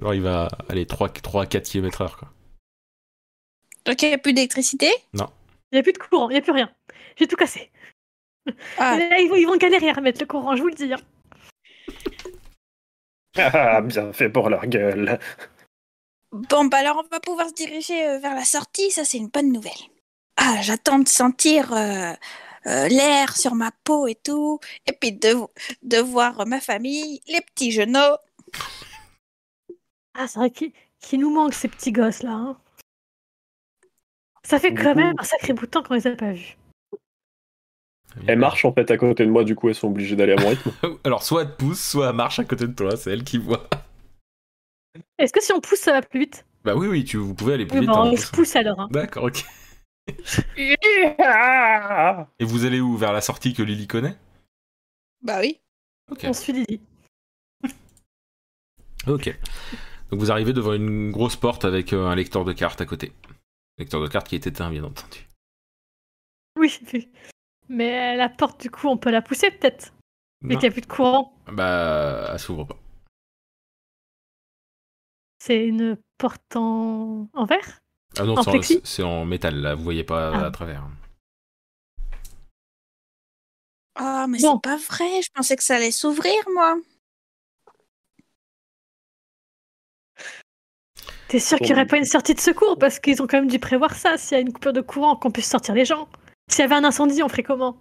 [SPEAKER 6] Genre, il va aller 3, 3 4 km heure quoi.
[SPEAKER 4] Donc il n'y a plus d'électricité.
[SPEAKER 2] Il y a plus de courant, il y a plus rien. J'ai tout cassé.
[SPEAKER 4] Ah.
[SPEAKER 2] Et là, ils vont, ils vont galérer à remettre le courant, je vous le dis. hein.
[SPEAKER 3] [LAUGHS] Ah, bien fait pour leur gueule.
[SPEAKER 4] Bon, bah alors on va pouvoir se diriger euh, vers la sortie. Ça, c'est une bonne nouvelle. Ah, j'attends de sentir euh, euh, l'air sur ma peau et tout. Et puis de, de voir ma famille, les petits genoux.
[SPEAKER 2] Ah, c'est vrai qu'il qu'il nous manque ces petits gosses là. hein. Ça fait
[SPEAKER 3] Du
[SPEAKER 2] quand
[SPEAKER 3] coup-
[SPEAKER 2] même un sacré bout de temps qu'on les a pas vus.
[SPEAKER 3] Elle marche en fait à côté de moi, du coup elles sont obligées d'aller à mon [LAUGHS] rythme.
[SPEAKER 6] Alors, soit elle te pousse, soit elle marche à côté de toi, c'est elle qui voit.
[SPEAKER 2] Est-ce que si on pousse, ça va plus vite
[SPEAKER 6] Bah oui, oui, tu, vous pouvez aller plus
[SPEAKER 2] Oui,
[SPEAKER 6] vite.
[SPEAKER 2] bon,
[SPEAKER 6] en
[SPEAKER 2] je
[SPEAKER 6] poussant.
[SPEAKER 2] pousse alors. hein.
[SPEAKER 6] D'accord, ok.
[SPEAKER 3] Ah
[SPEAKER 6] Et vous allez où Vers la sortie que Lily connaît
[SPEAKER 4] Bah oui.
[SPEAKER 6] Ok.
[SPEAKER 2] On suit Lily.
[SPEAKER 6] Ok. Donc vous arrivez devant une grosse porte avec euh, un lecteur de cartes à côté. Lecteur de cartes qui est éteint, bien entendu.
[SPEAKER 2] Oui, [LAUGHS] oui. Mais la porte, du coup, on peut la pousser peut-être. Mais
[SPEAKER 6] Non.
[SPEAKER 2] qu'il n'y a plus de courant.
[SPEAKER 6] Bah, elle s'ouvre pas.
[SPEAKER 2] C'est une porte en, en verre
[SPEAKER 6] Ah non,
[SPEAKER 2] En
[SPEAKER 6] c'est en-
[SPEAKER 2] plexi
[SPEAKER 6] c'est en, métal, là, vous voyez pas
[SPEAKER 2] Ah.
[SPEAKER 6] à travers.
[SPEAKER 4] Ah, mais
[SPEAKER 2] Bon.
[SPEAKER 4] c'est pas vrai. Je pensais que ça allait s'ouvrir, moi.
[SPEAKER 2] T'es sûr
[SPEAKER 3] Bon,
[SPEAKER 2] qu'il n'y aurait
[SPEAKER 3] oui.
[SPEAKER 2] pas une sortie de secours Parce qu'ils ont quand même dû prévoir ça. S'il y a une coupure de courant, qu'on puisse sortir les gens. S'il y avait un incendie, on ferait comment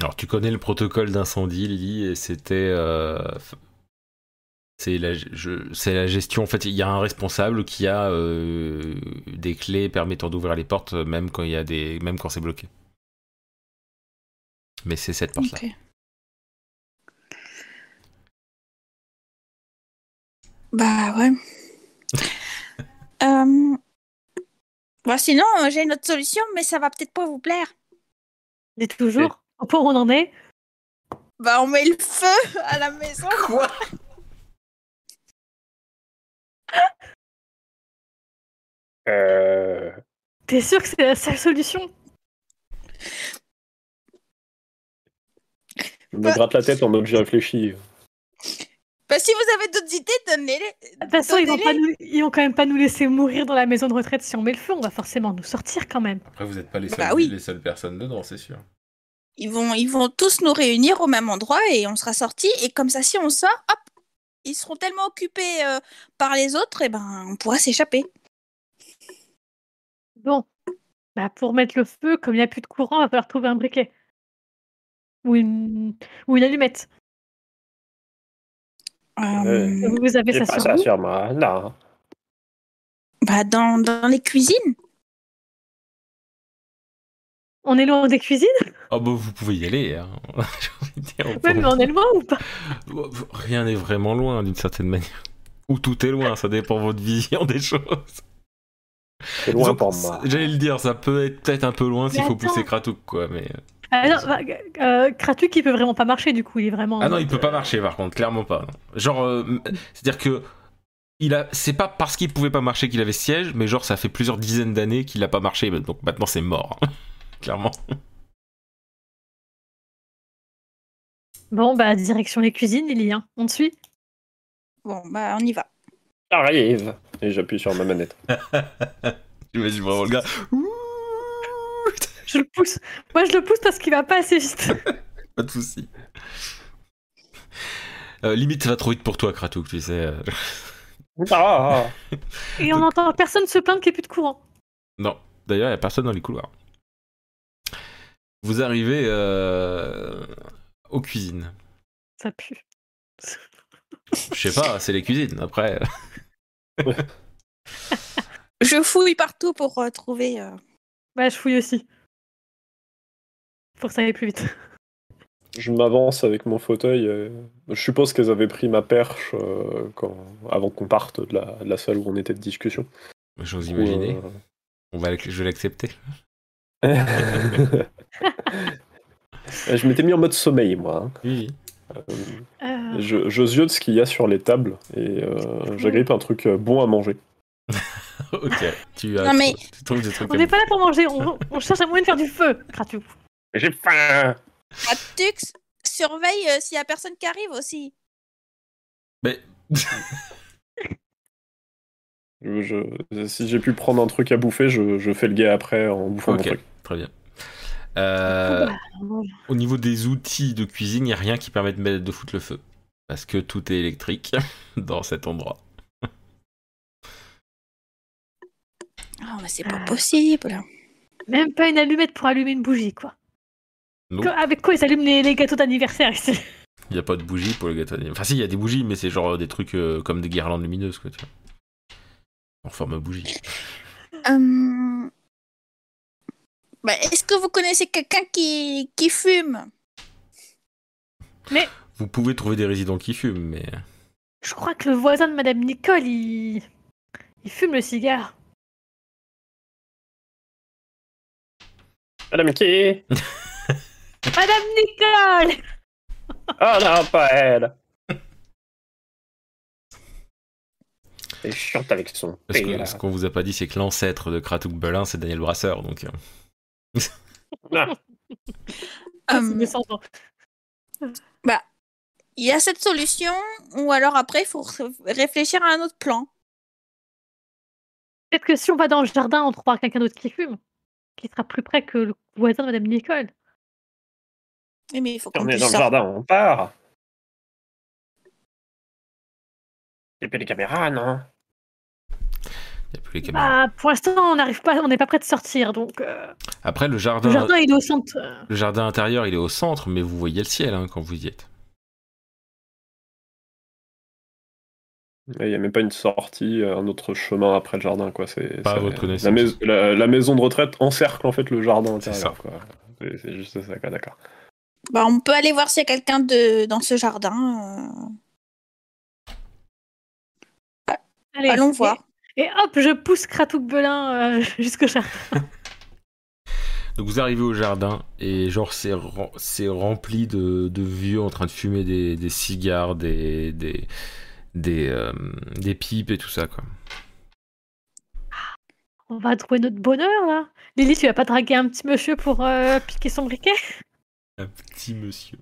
[SPEAKER 6] Alors tu connais le protocole d'incendie, Lily, et c'était... euh, f- c'est la, je- c'est la gestion, en fait, il y a un responsable qui a euh, des clés permettant d'ouvrir les portes, euh, même quand il y a des, même quand c'est bloqué. Mais c'est cette porte-là.
[SPEAKER 4] Ok. Bah
[SPEAKER 2] [LAUGHS]
[SPEAKER 4] ouais. Euh, bah, sinon, euh, j'ai une autre solution, mais ça va peut-être pas vous plaire.
[SPEAKER 2] On est toujours au point où on en est.
[SPEAKER 4] Bah on met le feu à la maison.
[SPEAKER 6] Quoi
[SPEAKER 3] Euh,
[SPEAKER 2] T'es sûr que c'est la seule solution
[SPEAKER 3] Je me gratte la tête en mode j'y réfléchis.
[SPEAKER 4] Bah si vous avez d'autres idées, donnez-les.
[SPEAKER 2] De toute façon, ils vont,
[SPEAKER 4] Donnez-les.
[SPEAKER 2] pas nous- ils vont quand même pas nous laisser mourir dans la maison de retraite si on met le feu. On va forcément nous sortir quand même.
[SPEAKER 6] Après, vous n'êtes pas les
[SPEAKER 4] Bah seuls- oui.
[SPEAKER 6] les seules personnes dedans, c'est sûr.
[SPEAKER 4] Ils vont, ils vont tous nous réunir au même endroit et on sera sortis. Et comme ça, si on sort, hop, ils seront tellement occupés euh, par les autres, et ben on pourra s'échapper.
[SPEAKER 2] Bon, bah pour mettre le feu, comme il n'y a plus de courant, va falloir trouver un briquet. Ou une, ou une allumette.
[SPEAKER 4] Euh,
[SPEAKER 2] Vous avez
[SPEAKER 3] J'ai
[SPEAKER 2] ça
[SPEAKER 3] pas
[SPEAKER 2] sur
[SPEAKER 3] ça
[SPEAKER 2] vous
[SPEAKER 3] sur moi, là.
[SPEAKER 4] Bah dans, dans les cuisines.
[SPEAKER 2] On est loin des cuisines
[SPEAKER 6] Oh bah vous pouvez y aller, hein. [LAUGHS] J'ai envie de dire, on
[SPEAKER 2] Ouais, mais on est loin ou pas
[SPEAKER 6] peut- Rien n'est vraiment loin d'une certaine manière. Ou tout est loin, ça dépend de votre vision des choses.
[SPEAKER 3] C'est loin
[SPEAKER 6] Disons que
[SPEAKER 3] pour
[SPEAKER 6] c-
[SPEAKER 3] moi.
[SPEAKER 6] J'allais le dire, ça peut être peut-être un peu loin s'il
[SPEAKER 2] Mais
[SPEAKER 6] faut
[SPEAKER 2] attends.
[SPEAKER 6] pousser Kratouk, quoi. Mais...
[SPEAKER 2] ah, non, bah, euh, Kratuc, il peut vraiment pas marcher du coup. Il est vraiment.
[SPEAKER 6] Ah non, il peut pas marcher par contre, clairement pas. non. Genre, euh, m- c'est-à-dire que il a, c'est pas parce qu'il pouvait pas marcher qu'il avait ce siège, mais genre ça fait plusieurs dizaines d'années qu'il a pas marché, donc maintenant c'est mort, hein. [LAUGHS] clairement.
[SPEAKER 2] Bon, bah direction les cuisines, il y a. On te suit
[SPEAKER 4] Bon, bah on y va.
[SPEAKER 3] J'arrive Et j'appuie sur ma manette.
[SPEAKER 6] J'imagine vraiment le gars. Ouh,
[SPEAKER 2] Je le pousse. Moi, je le pousse parce qu'il va pas assez
[SPEAKER 6] [LAUGHS]
[SPEAKER 2] vite.
[SPEAKER 6] Pas de soucis. Euh, limite, ça va trop vite pour toi, Kratouk, tu sais. euh.
[SPEAKER 3] Ah
[SPEAKER 2] Et on entend personne se plaindre qu'il n'y ait plus de courant.
[SPEAKER 6] Non, d'ailleurs, il n'y a personne dans les couloirs. Vous arrivez euh, aux cuisines.
[SPEAKER 2] Ça pue.
[SPEAKER 6] Je sais pas, c'est les cuisines. Après, euh,
[SPEAKER 4] Je fouille partout pour euh, trouver. euh,
[SPEAKER 2] Bah, je fouille aussi. Faut que ça aille plus vite.
[SPEAKER 3] Je m'avance avec mon fauteuil. euh, Je suppose qu'elles avaient pris ma perche euh, quand... avant qu'on parte de la... de la salle où on était de discussion.
[SPEAKER 6] j'ose imaginer. On va, l'ac- je vais l'accepter.
[SPEAKER 3] Euh, [LAUGHS] je m'étais mis en mode sommeil, moi.
[SPEAKER 6] Oui.
[SPEAKER 3] hein.
[SPEAKER 2] Euh,
[SPEAKER 3] Je, je ziote ce qu'il y a sur les tables et euh, j'agrippe un truc euh, bon à manger.
[SPEAKER 6] [LAUGHS] ok. Tu, as-
[SPEAKER 4] Non, mais-
[SPEAKER 6] tu trouves des trucs.
[SPEAKER 2] On n'est pas là pour manger. On, on cherche un moyen de faire du feu. Kratuc.
[SPEAKER 3] J'ai faim
[SPEAKER 4] Atux, Ah, surveille euh, s'il y a personne qui arrive aussi.
[SPEAKER 6] Mais
[SPEAKER 3] Je- Si j'ai pu prendre un truc à bouffer, je, je fais le gars après en bouffant
[SPEAKER 6] Ok.
[SPEAKER 3] mon truc.
[SPEAKER 6] très bien. Euh,
[SPEAKER 2] Bah, on-
[SPEAKER 6] au niveau des outils de cuisine, il n'y a rien qui permet de, mettre- de foutre le feu. Parce que tout est électrique [LAUGHS] dans cet endroit.
[SPEAKER 4] Oh, mais c'est pas possible. Ah,
[SPEAKER 2] Ah. Même pas une allumette pour allumer une bougie, quoi.
[SPEAKER 6] Non.
[SPEAKER 2] Qu- Avec quoi ils allument les, les gâteaux d'anniversaire ici
[SPEAKER 6] Il n'y a pas de bougies pour le gâteau d'anniversaire. Enfin, si, il y a des bougies, mais c'est genre des trucs euh, comme des guirlandes lumineuses, quoi, tu vois. En forme bougie.
[SPEAKER 4] Hum. Bah, Est-ce que vous connaissez quelqu'un qui, qui fume
[SPEAKER 6] Vous pouvez trouver des résidents qui fument, mais.
[SPEAKER 2] Je crois que le voisin de Madame Nicole, il, il fume le cigare.
[SPEAKER 3] Madame [LAUGHS] qui
[SPEAKER 2] Madame Nicole
[SPEAKER 3] Ah non, pas [LAUGHS] elle C'est chiant avec son
[SPEAKER 6] Parce
[SPEAKER 3] pays,
[SPEAKER 6] que
[SPEAKER 3] là.
[SPEAKER 6] ce qu'on vous a pas dit, c'est que l'ancêtre de Kratouk Belin, c'est Daniel Brasseur, donc. euh,
[SPEAKER 2] Ah, c'est
[SPEAKER 4] Hum,
[SPEAKER 2] descendant.
[SPEAKER 4] Il y a cette solution, ou alors après, il faut re- réfléchir à un autre plan.
[SPEAKER 2] Peut-être que si on va dans le jardin, on trouvera quelqu'un d'autre qui fume, qui sera plus près que le voisin de Madame Nicole.
[SPEAKER 4] Oui, mais il faut qu'on
[SPEAKER 3] On est
[SPEAKER 4] puisse
[SPEAKER 3] dans le
[SPEAKER 4] sortir.
[SPEAKER 3] jardin, on part Et puis les caméras, non
[SPEAKER 6] Il y a plus les caméras.
[SPEAKER 2] Bah, pour l'instant, on n'arrive pas, on n'est pas prêt de sortir, donc euh,
[SPEAKER 6] Après, le jardin,
[SPEAKER 2] le jardin il est au centre. euh,
[SPEAKER 6] le jardin intérieur, il est au centre, mais vous voyez le ciel hein, quand vous y êtes.
[SPEAKER 3] Il n'y a même pas une sortie, euh, un autre chemin après le jardin, quoi. C'est,
[SPEAKER 6] Pas à
[SPEAKER 3] c'est-
[SPEAKER 6] votre connaissance.
[SPEAKER 3] La, mais- la- la maison de retraite encercle en fait le jardin
[SPEAKER 6] C'est
[SPEAKER 3] intérieur, quoi. C'est, c'est juste ça, quoi, d'accord.
[SPEAKER 4] Bah, on peut aller voir s'il y a quelqu'un de... dans ce jardin. euh.
[SPEAKER 2] allez,
[SPEAKER 4] Allons
[SPEAKER 2] et-
[SPEAKER 4] voir.
[SPEAKER 2] Et hop, je pousse Kratouk Belin euh, [LAUGHS] jusqu'au jardin.
[SPEAKER 6] Donc vous arrivez au jardin et genre c'est rem- c'est rempli de, de vieux en train de fumer des, des cigares, des des des, euh, des pipes et tout ça quoi.
[SPEAKER 2] On va trouver notre bonheur là. Lily, tu vas pas draguer un petit monsieur pour euh, piquer son briquet
[SPEAKER 6] Un petit monsieur.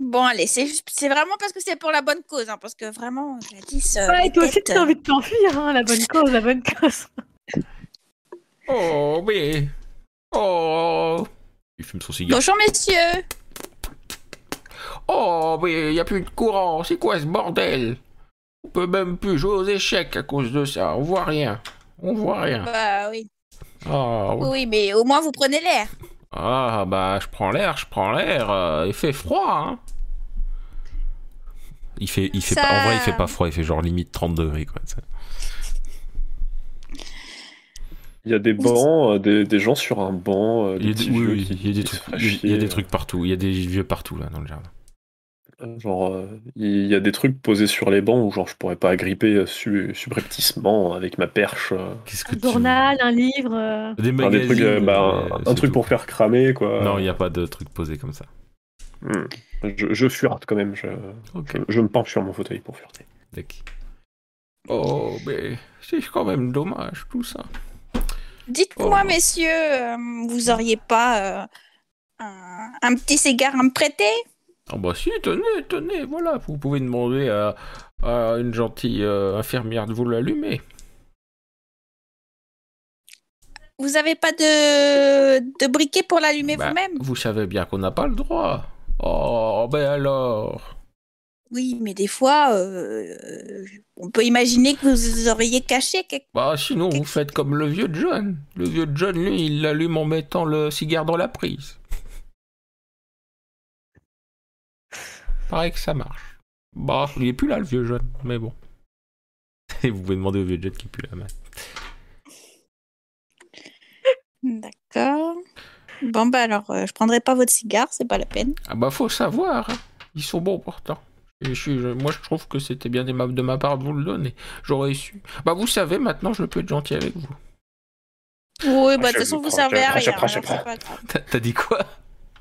[SPEAKER 4] Bon, allez, c'est c'est vraiment parce que c'est pour la bonne cause, hein, parce que vraiment, je l'ai dit, ça.
[SPEAKER 2] Ouais, toi aussi, t'as envie de t'enfuir, hein, la bonne cause, la bonne cause.
[SPEAKER 6] Oh mais oh. Il fume son cigare.
[SPEAKER 4] euh. Bonjour, messieurs.
[SPEAKER 6] Oh mais il y a plus de courant, c'est quoi ce bordel On peut même plus jouer aux échecs à cause de ça. On voit rien. On voit rien.
[SPEAKER 4] Bah oui.
[SPEAKER 6] Ah
[SPEAKER 4] oui, oui, mais au moins vous prenez l'air.
[SPEAKER 6] Ah bah je prends l'air, je prends l'air. euh, il fait froid. Hein il fait, il fait
[SPEAKER 4] Ça-
[SPEAKER 6] pas- en vrai il fait pas froid, il fait genre limite 30 degrés quoi. ça.
[SPEAKER 3] Il y a des
[SPEAKER 4] Oui.
[SPEAKER 3] bancs, euh, des, des gens sur un banc, euh,
[SPEAKER 6] Il y
[SPEAKER 3] des
[SPEAKER 6] a des,
[SPEAKER 3] petits
[SPEAKER 6] [LAUGHS] oui,
[SPEAKER 3] vieux
[SPEAKER 6] oui,
[SPEAKER 3] qui-
[SPEAKER 6] il y a des
[SPEAKER 3] qui se
[SPEAKER 6] trucs,
[SPEAKER 3] feraient
[SPEAKER 6] il y a
[SPEAKER 3] chier.
[SPEAKER 6] des trucs partout, il y a des vieux partout là dans le jardin.
[SPEAKER 3] Genre, euh, il y a des trucs posés sur les bancs où genre je pourrais pas agripper euh, su- subrepticement avec ma perche. euh.
[SPEAKER 6] Qu'est-ce que
[SPEAKER 2] Un
[SPEAKER 6] tu-
[SPEAKER 2] journal, un livre. euh,
[SPEAKER 6] Des
[SPEAKER 3] Enfin,
[SPEAKER 6] magazines.
[SPEAKER 3] des trucs, euh, bah, un-
[SPEAKER 6] mais
[SPEAKER 3] un,
[SPEAKER 6] c'est
[SPEAKER 3] truc
[SPEAKER 6] tout.
[SPEAKER 3] pour faire cramer, quoi.
[SPEAKER 6] Non, il n'y a pas de truc posé comme ça.
[SPEAKER 3] Hmm. Je, je fuirte quand même, je,
[SPEAKER 6] Ok.
[SPEAKER 3] je, je me penche sur mon fauteuil pour fuirter.
[SPEAKER 6] Oh mais c'est quand même dommage tout ça.
[SPEAKER 4] Dites-moi,
[SPEAKER 6] Oh.
[SPEAKER 4] messieurs, euh, vous auriez pas euh, un, un petit cigare à me prêter
[SPEAKER 6] Ah bah si, tenez, tenez, voilà, vous pouvez demander à, à une gentille euh, infirmière de vous l'allumer.
[SPEAKER 4] Vous avez pas de, de briquet pour l'allumer
[SPEAKER 6] Bah,
[SPEAKER 4] vous-même
[SPEAKER 6] Vous savez bien qu'on n'a pas le droit. Oh, ben alors.
[SPEAKER 4] Oui, mais des fois, euh, on peut imaginer que vous auriez caché quelque
[SPEAKER 6] Bah, sinon, vous faites comme le vieux John. Le vieux John, lui, il l'allume en mettant le cigare dans la prise. Pareil que ça marche. Bah, il est plus là, le vieux John, mais bon. Et vous pouvez demander au vieux John qui est plus là, maintenant.
[SPEAKER 4] Hmm, D'accord. Bon, bah alors, euh, je prendrai pas votre cigare, c'est pas la peine.
[SPEAKER 6] Ah bah, faut savoir, hein. Ils sont bons, pourtant. Et je suis- je- moi, je trouve que c'était bien aimable de ma part de vous le donner. J'aurais su. Bah, vous savez, maintenant, je peux être gentil avec vous.
[SPEAKER 4] Oui, bah de
[SPEAKER 3] Ah, je
[SPEAKER 4] toute façon,
[SPEAKER 3] prends,
[SPEAKER 4] vous servez
[SPEAKER 3] je
[SPEAKER 4] à
[SPEAKER 3] prends,
[SPEAKER 4] rien.
[SPEAKER 3] je prends, je
[SPEAKER 4] alors
[SPEAKER 3] prends.
[SPEAKER 4] c'est pas grave.
[SPEAKER 6] T'as- T'as dit quoi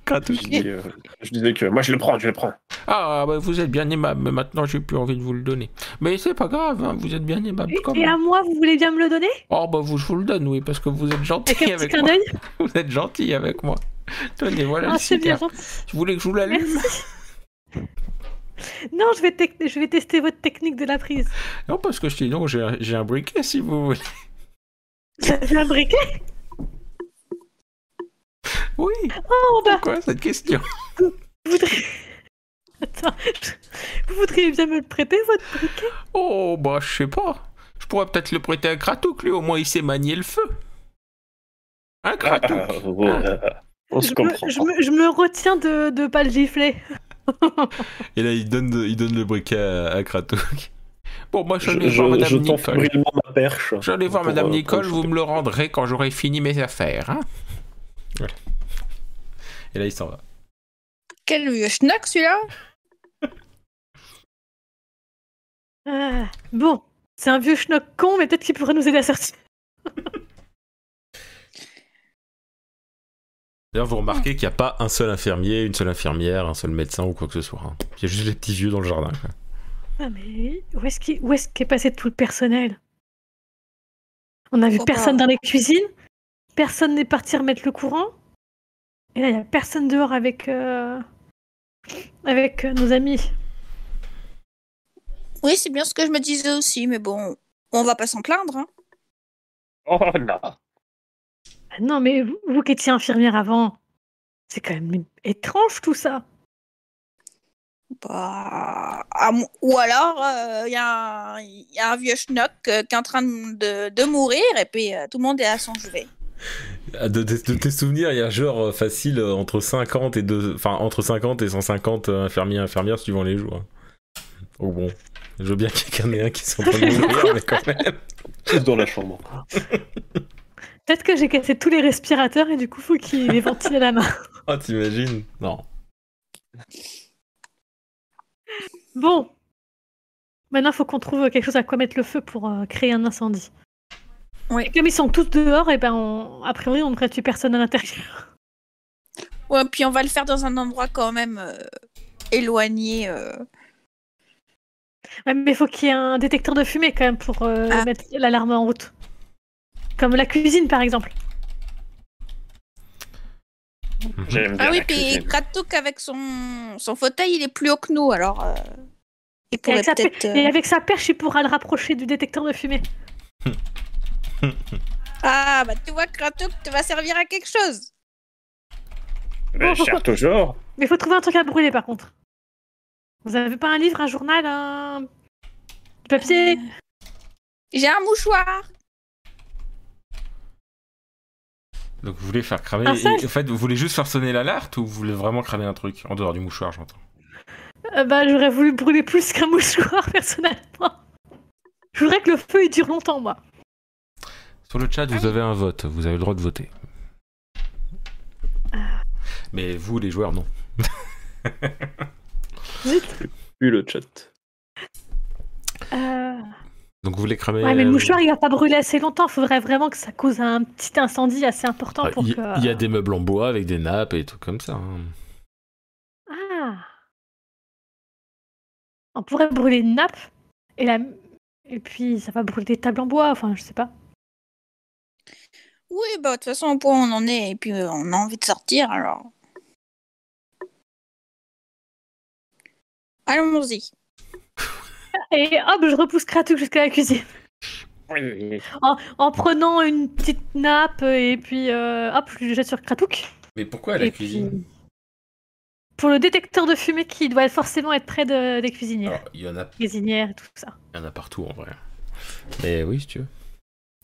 [SPEAKER 3] Je, dis, euh, je disais que moi je le prends, je le prends.
[SPEAKER 6] Ah, bah, vous êtes bien aimable, mais maintenant j'ai plus envie de vous le donner. Mais c'est pas grave, hein, vous êtes bien aimable quand
[SPEAKER 2] Et, et à
[SPEAKER 6] même.
[SPEAKER 2] moi, vous voulez bien me le donner
[SPEAKER 6] Oh, bah, vous, je vous le donne, oui, parce que vous êtes
[SPEAKER 2] Avec un
[SPEAKER 6] gentil
[SPEAKER 2] petit
[SPEAKER 6] avec
[SPEAKER 2] clin
[SPEAKER 6] moi.
[SPEAKER 2] d'œil
[SPEAKER 6] [LAUGHS] Vous êtes gentil avec moi. Tenez, voilà
[SPEAKER 2] Ah,
[SPEAKER 6] le
[SPEAKER 2] c'est bien
[SPEAKER 6] cigare.
[SPEAKER 2] gentil.
[SPEAKER 6] Je voulais que je vous l'allume.
[SPEAKER 2] Merci. Non, je vais, tec- je vais tester votre technique de la prise.
[SPEAKER 6] Non, parce que sinon, j'ai un- j'ai un briquet si vous voulez. [LAUGHS]
[SPEAKER 2] Vous avez un briquet
[SPEAKER 6] Oui,
[SPEAKER 2] Oh, bah,
[SPEAKER 6] pourquoi cette question
[SPEAKER 2] vous voudriez... Attends, je- vous voudriez bien me le prêter, votre briquet
[SPEAKER 6] Oh, bah, je sais pas. Je pourrais peut-être le prêter à Kratouk, lui, au moins il sait manier le feu. Hein, Kratouk
[SPEAKER 3] Ah, oh, euh, On se
[SPEAKER 2] je, me,
[SPEAKER 3] comprend.
[SPEAKER 2] je me- je me retiens de ne pas le gifler.
[SPEAKER 1] [LAUGHS] Et là, il donne, il donne le briquet à, à Kratouk. Bon, moi, je
[SPEAKER 3] Je,
[SPEAKER 1] vais voir
[SPEAKER 3] je, je
[SPEAKER 1] Madame
[SPEAKER 3] tente
[SPEAKER 1] Nicole.
[SPEAKER 3] brièvement ma perche.
[SPEAKER 1] Je vais aller voir
[SPEAKER 3] pour,
[SPEAKER 1] Madame
[SPEAKER 3] euh,
[SPEAKER 1] Nicole,
[SPEAKER 3] pour
[SPEAKER 1] vous me le rendrez quand j'aurai fini mes affaires. Hein Et là, il s'en va.
[SPEAKER 4] Quel vieux schnock celui-là
[SPEAKER 2] Ah, bon, c'est un vieux schnock con, mais peut-être qu'il pourrait nous aider à sortir.
[SPEAKER 1] D'ailleurs, vous remarquez qu'il n'y a pas un seul infirmier, une seule infirmière, un seul médecin ou quoi que ce soit. hein. Il y a juste les petits vieux dans le jardin. quoi.
[SPEAKER 2] Ah, mais oui, où est-ce qu'il- où est-ce qu'est passé tout le personnel On n'a vu
[SPEAKER 4] Oh,
[SPEAKER 2] personne
[SPEAKER 4] bah.
[SPEAKER 2] dans les cuisines, personne n'est parti remettre le courant, et là, il n'y a personne dehors avec, euh, avec euh, nos amis.
[SPEAKER 4] Oui, c'est bien ce que je me disais aussi, mais bon, on va pas s'en plaindre. Hein.
[SPEAKER 3] Oh là
[SPEAKER 2] Ah non, mais vous, vous qui étiez infirmière avant, c'est quand même étrange tout ça.
[SPEAKER 4] Bah, à mo- ou alors, euh, il y, a un- y a un vieux schnock euh, qui est en train de, de- de mourir et puis euh, tout le monde est à son chevet.
[SPEAKER 6] Ah, De, de- de tes souvenirs, il y a genre euh, facile euh, entre 50 et deux- enfin entre 50 et 150 euh, infirmiers et infirmières suivant les jours. Oh bon, je veux bien qu'il y en ait un qui soit en train de mourir, mais quand même. [LAUGHS]
[SPEAKER 3] Tous dans la chambre.
[SPEAKER 2] Peut-être que j'ai cassé tous les respirateurs et du coup, faut qu'il les ventile à la
[SPEAKER 4] [LAUGHS]
[SPEAKER 2] main.
[SPEAKER 6] Ah, t'imagines Non.
[SPEAKER 2] Bon, maintenant, faut qu'on trouve quelque chose à quoi mettre le feu pour euh, créer un incendie.
[SPEAKER 4] Ouais.
[SPEAKER 2] Et comme ils sont tous dehors, et ben, on- a priori, on ne pourrait tuer personne à l'intérieur. [LAUGHS]
[SPEAKER 4] Ouais, puis on va le faire dans un endroit quand même euh, éloigné. euh.
[SPEAKER 2] Ouais, mais faut qu'il y ait un détecteur de fumée quand même pour euh,
[SPEAKER 4] Ah.
[SPEAKER 2] mettre l'alarme en route. Comme la cuisine, par exemple.
[SPEAKER 3] J'aime bien
[SPEAKER 4] Ah oui,
[SPEAKER 3] la
[SPEAKER 4] puis
[SPEAKER 3] cuisine.
[SPEAKER 4] Kratouk avec son, son fauteuil, il est plus haut que nous, alors euh, il
[SPEAKER 2] Et
[SPEAKER 4] pourrait
[SPEAKER 2] avec, sa per-
[SPEAKER 4] peut-être... euh,
[SPEAKER 2] et avec sa perche, il pourra le rapprocher du détecteur de fumée.
[SPEAKER 4] Ah, bah tu vois, Kratouk, tu vas servir à quelque chose.
[SPEAKER 3] Mais je cherche toujours.
[SPEAKER 2] Mais faut trouver un truc à brûler par contre. Vous avez pas un livre, un journal, un. du papier
[SPEAKER 4] J'ai un mouchoir.
[SPEAKER 6] Donc vous voulez faire cramer.
[SPEAKER 2] Un seul
[SPEAKER 6] et- en fait, vous voulez juste faire sonner l'alerte ou vous voulez vraiment cramer un truc En dehors du mouchoir, j'entends.
[SPEAKER 2] Euh, Bah, j'aurais voulu brûler plus qu'un [LAUGHS] mouchoir, personnellement. Je voudrais que le feu il dure longtemps, moi.
[SPEAKER 1] Sur le chat, vous avez un vote. Vous avez le droit de voter.
[SPEAKER 6] Mais vous, les joueurs, non.
[SPEAKER 3] Puis le chat.
[SPEAKER 2] Euh,
[SPEAKER 1] Donc vous voulez cramer.
[SPEAKER 2] Ouais, mais
[SPEAKER 1] euh,
[SPEAKER 2] le mouchoir il va pas brûler assez longtemps. Faudrait vraiment que ça cause un petit incendie assez important
[SPEAKER 1] Ah,
[SPEAKER 2] pour
[SPEAKER 1] Il y,
[SPEAKER 2] que.
[SPEAKER 1] il y a des meubles en bois avec des nappes et des trucs comme ça. hein.
[SPEAKER 2] Ah On pourrait brûler une nappe et la. Et puis ça va brûler des tables en bois, enfin je sais pas.
[SPEAKER 4] Oui, bah de toute façon, au point où on en est, et puis euh, on a envie de sortir, alors... Allons-y.
[SPEAKER 2] Et hop, je repousse Kratouk jusqu'à la cuisine.
[SPEAKER 3] Oui.
[SPEAKER 2] En, en prenant une petite nappe et puis euh, hop, je le jette sur Kratouk.
[SPEAKER 6] Mais pourquoi
[SPEAKER 2] Et puis, Pour le détecteur de fumée qui doit forcément être près de- des cuisinières.
[SPEAKER 6] Alors, il y, en a,
[SPEAKER 2] Cuisinières et tout ça.
[SPEAKER 6] il y en a partout en vrai. Mais oui, si tu veux.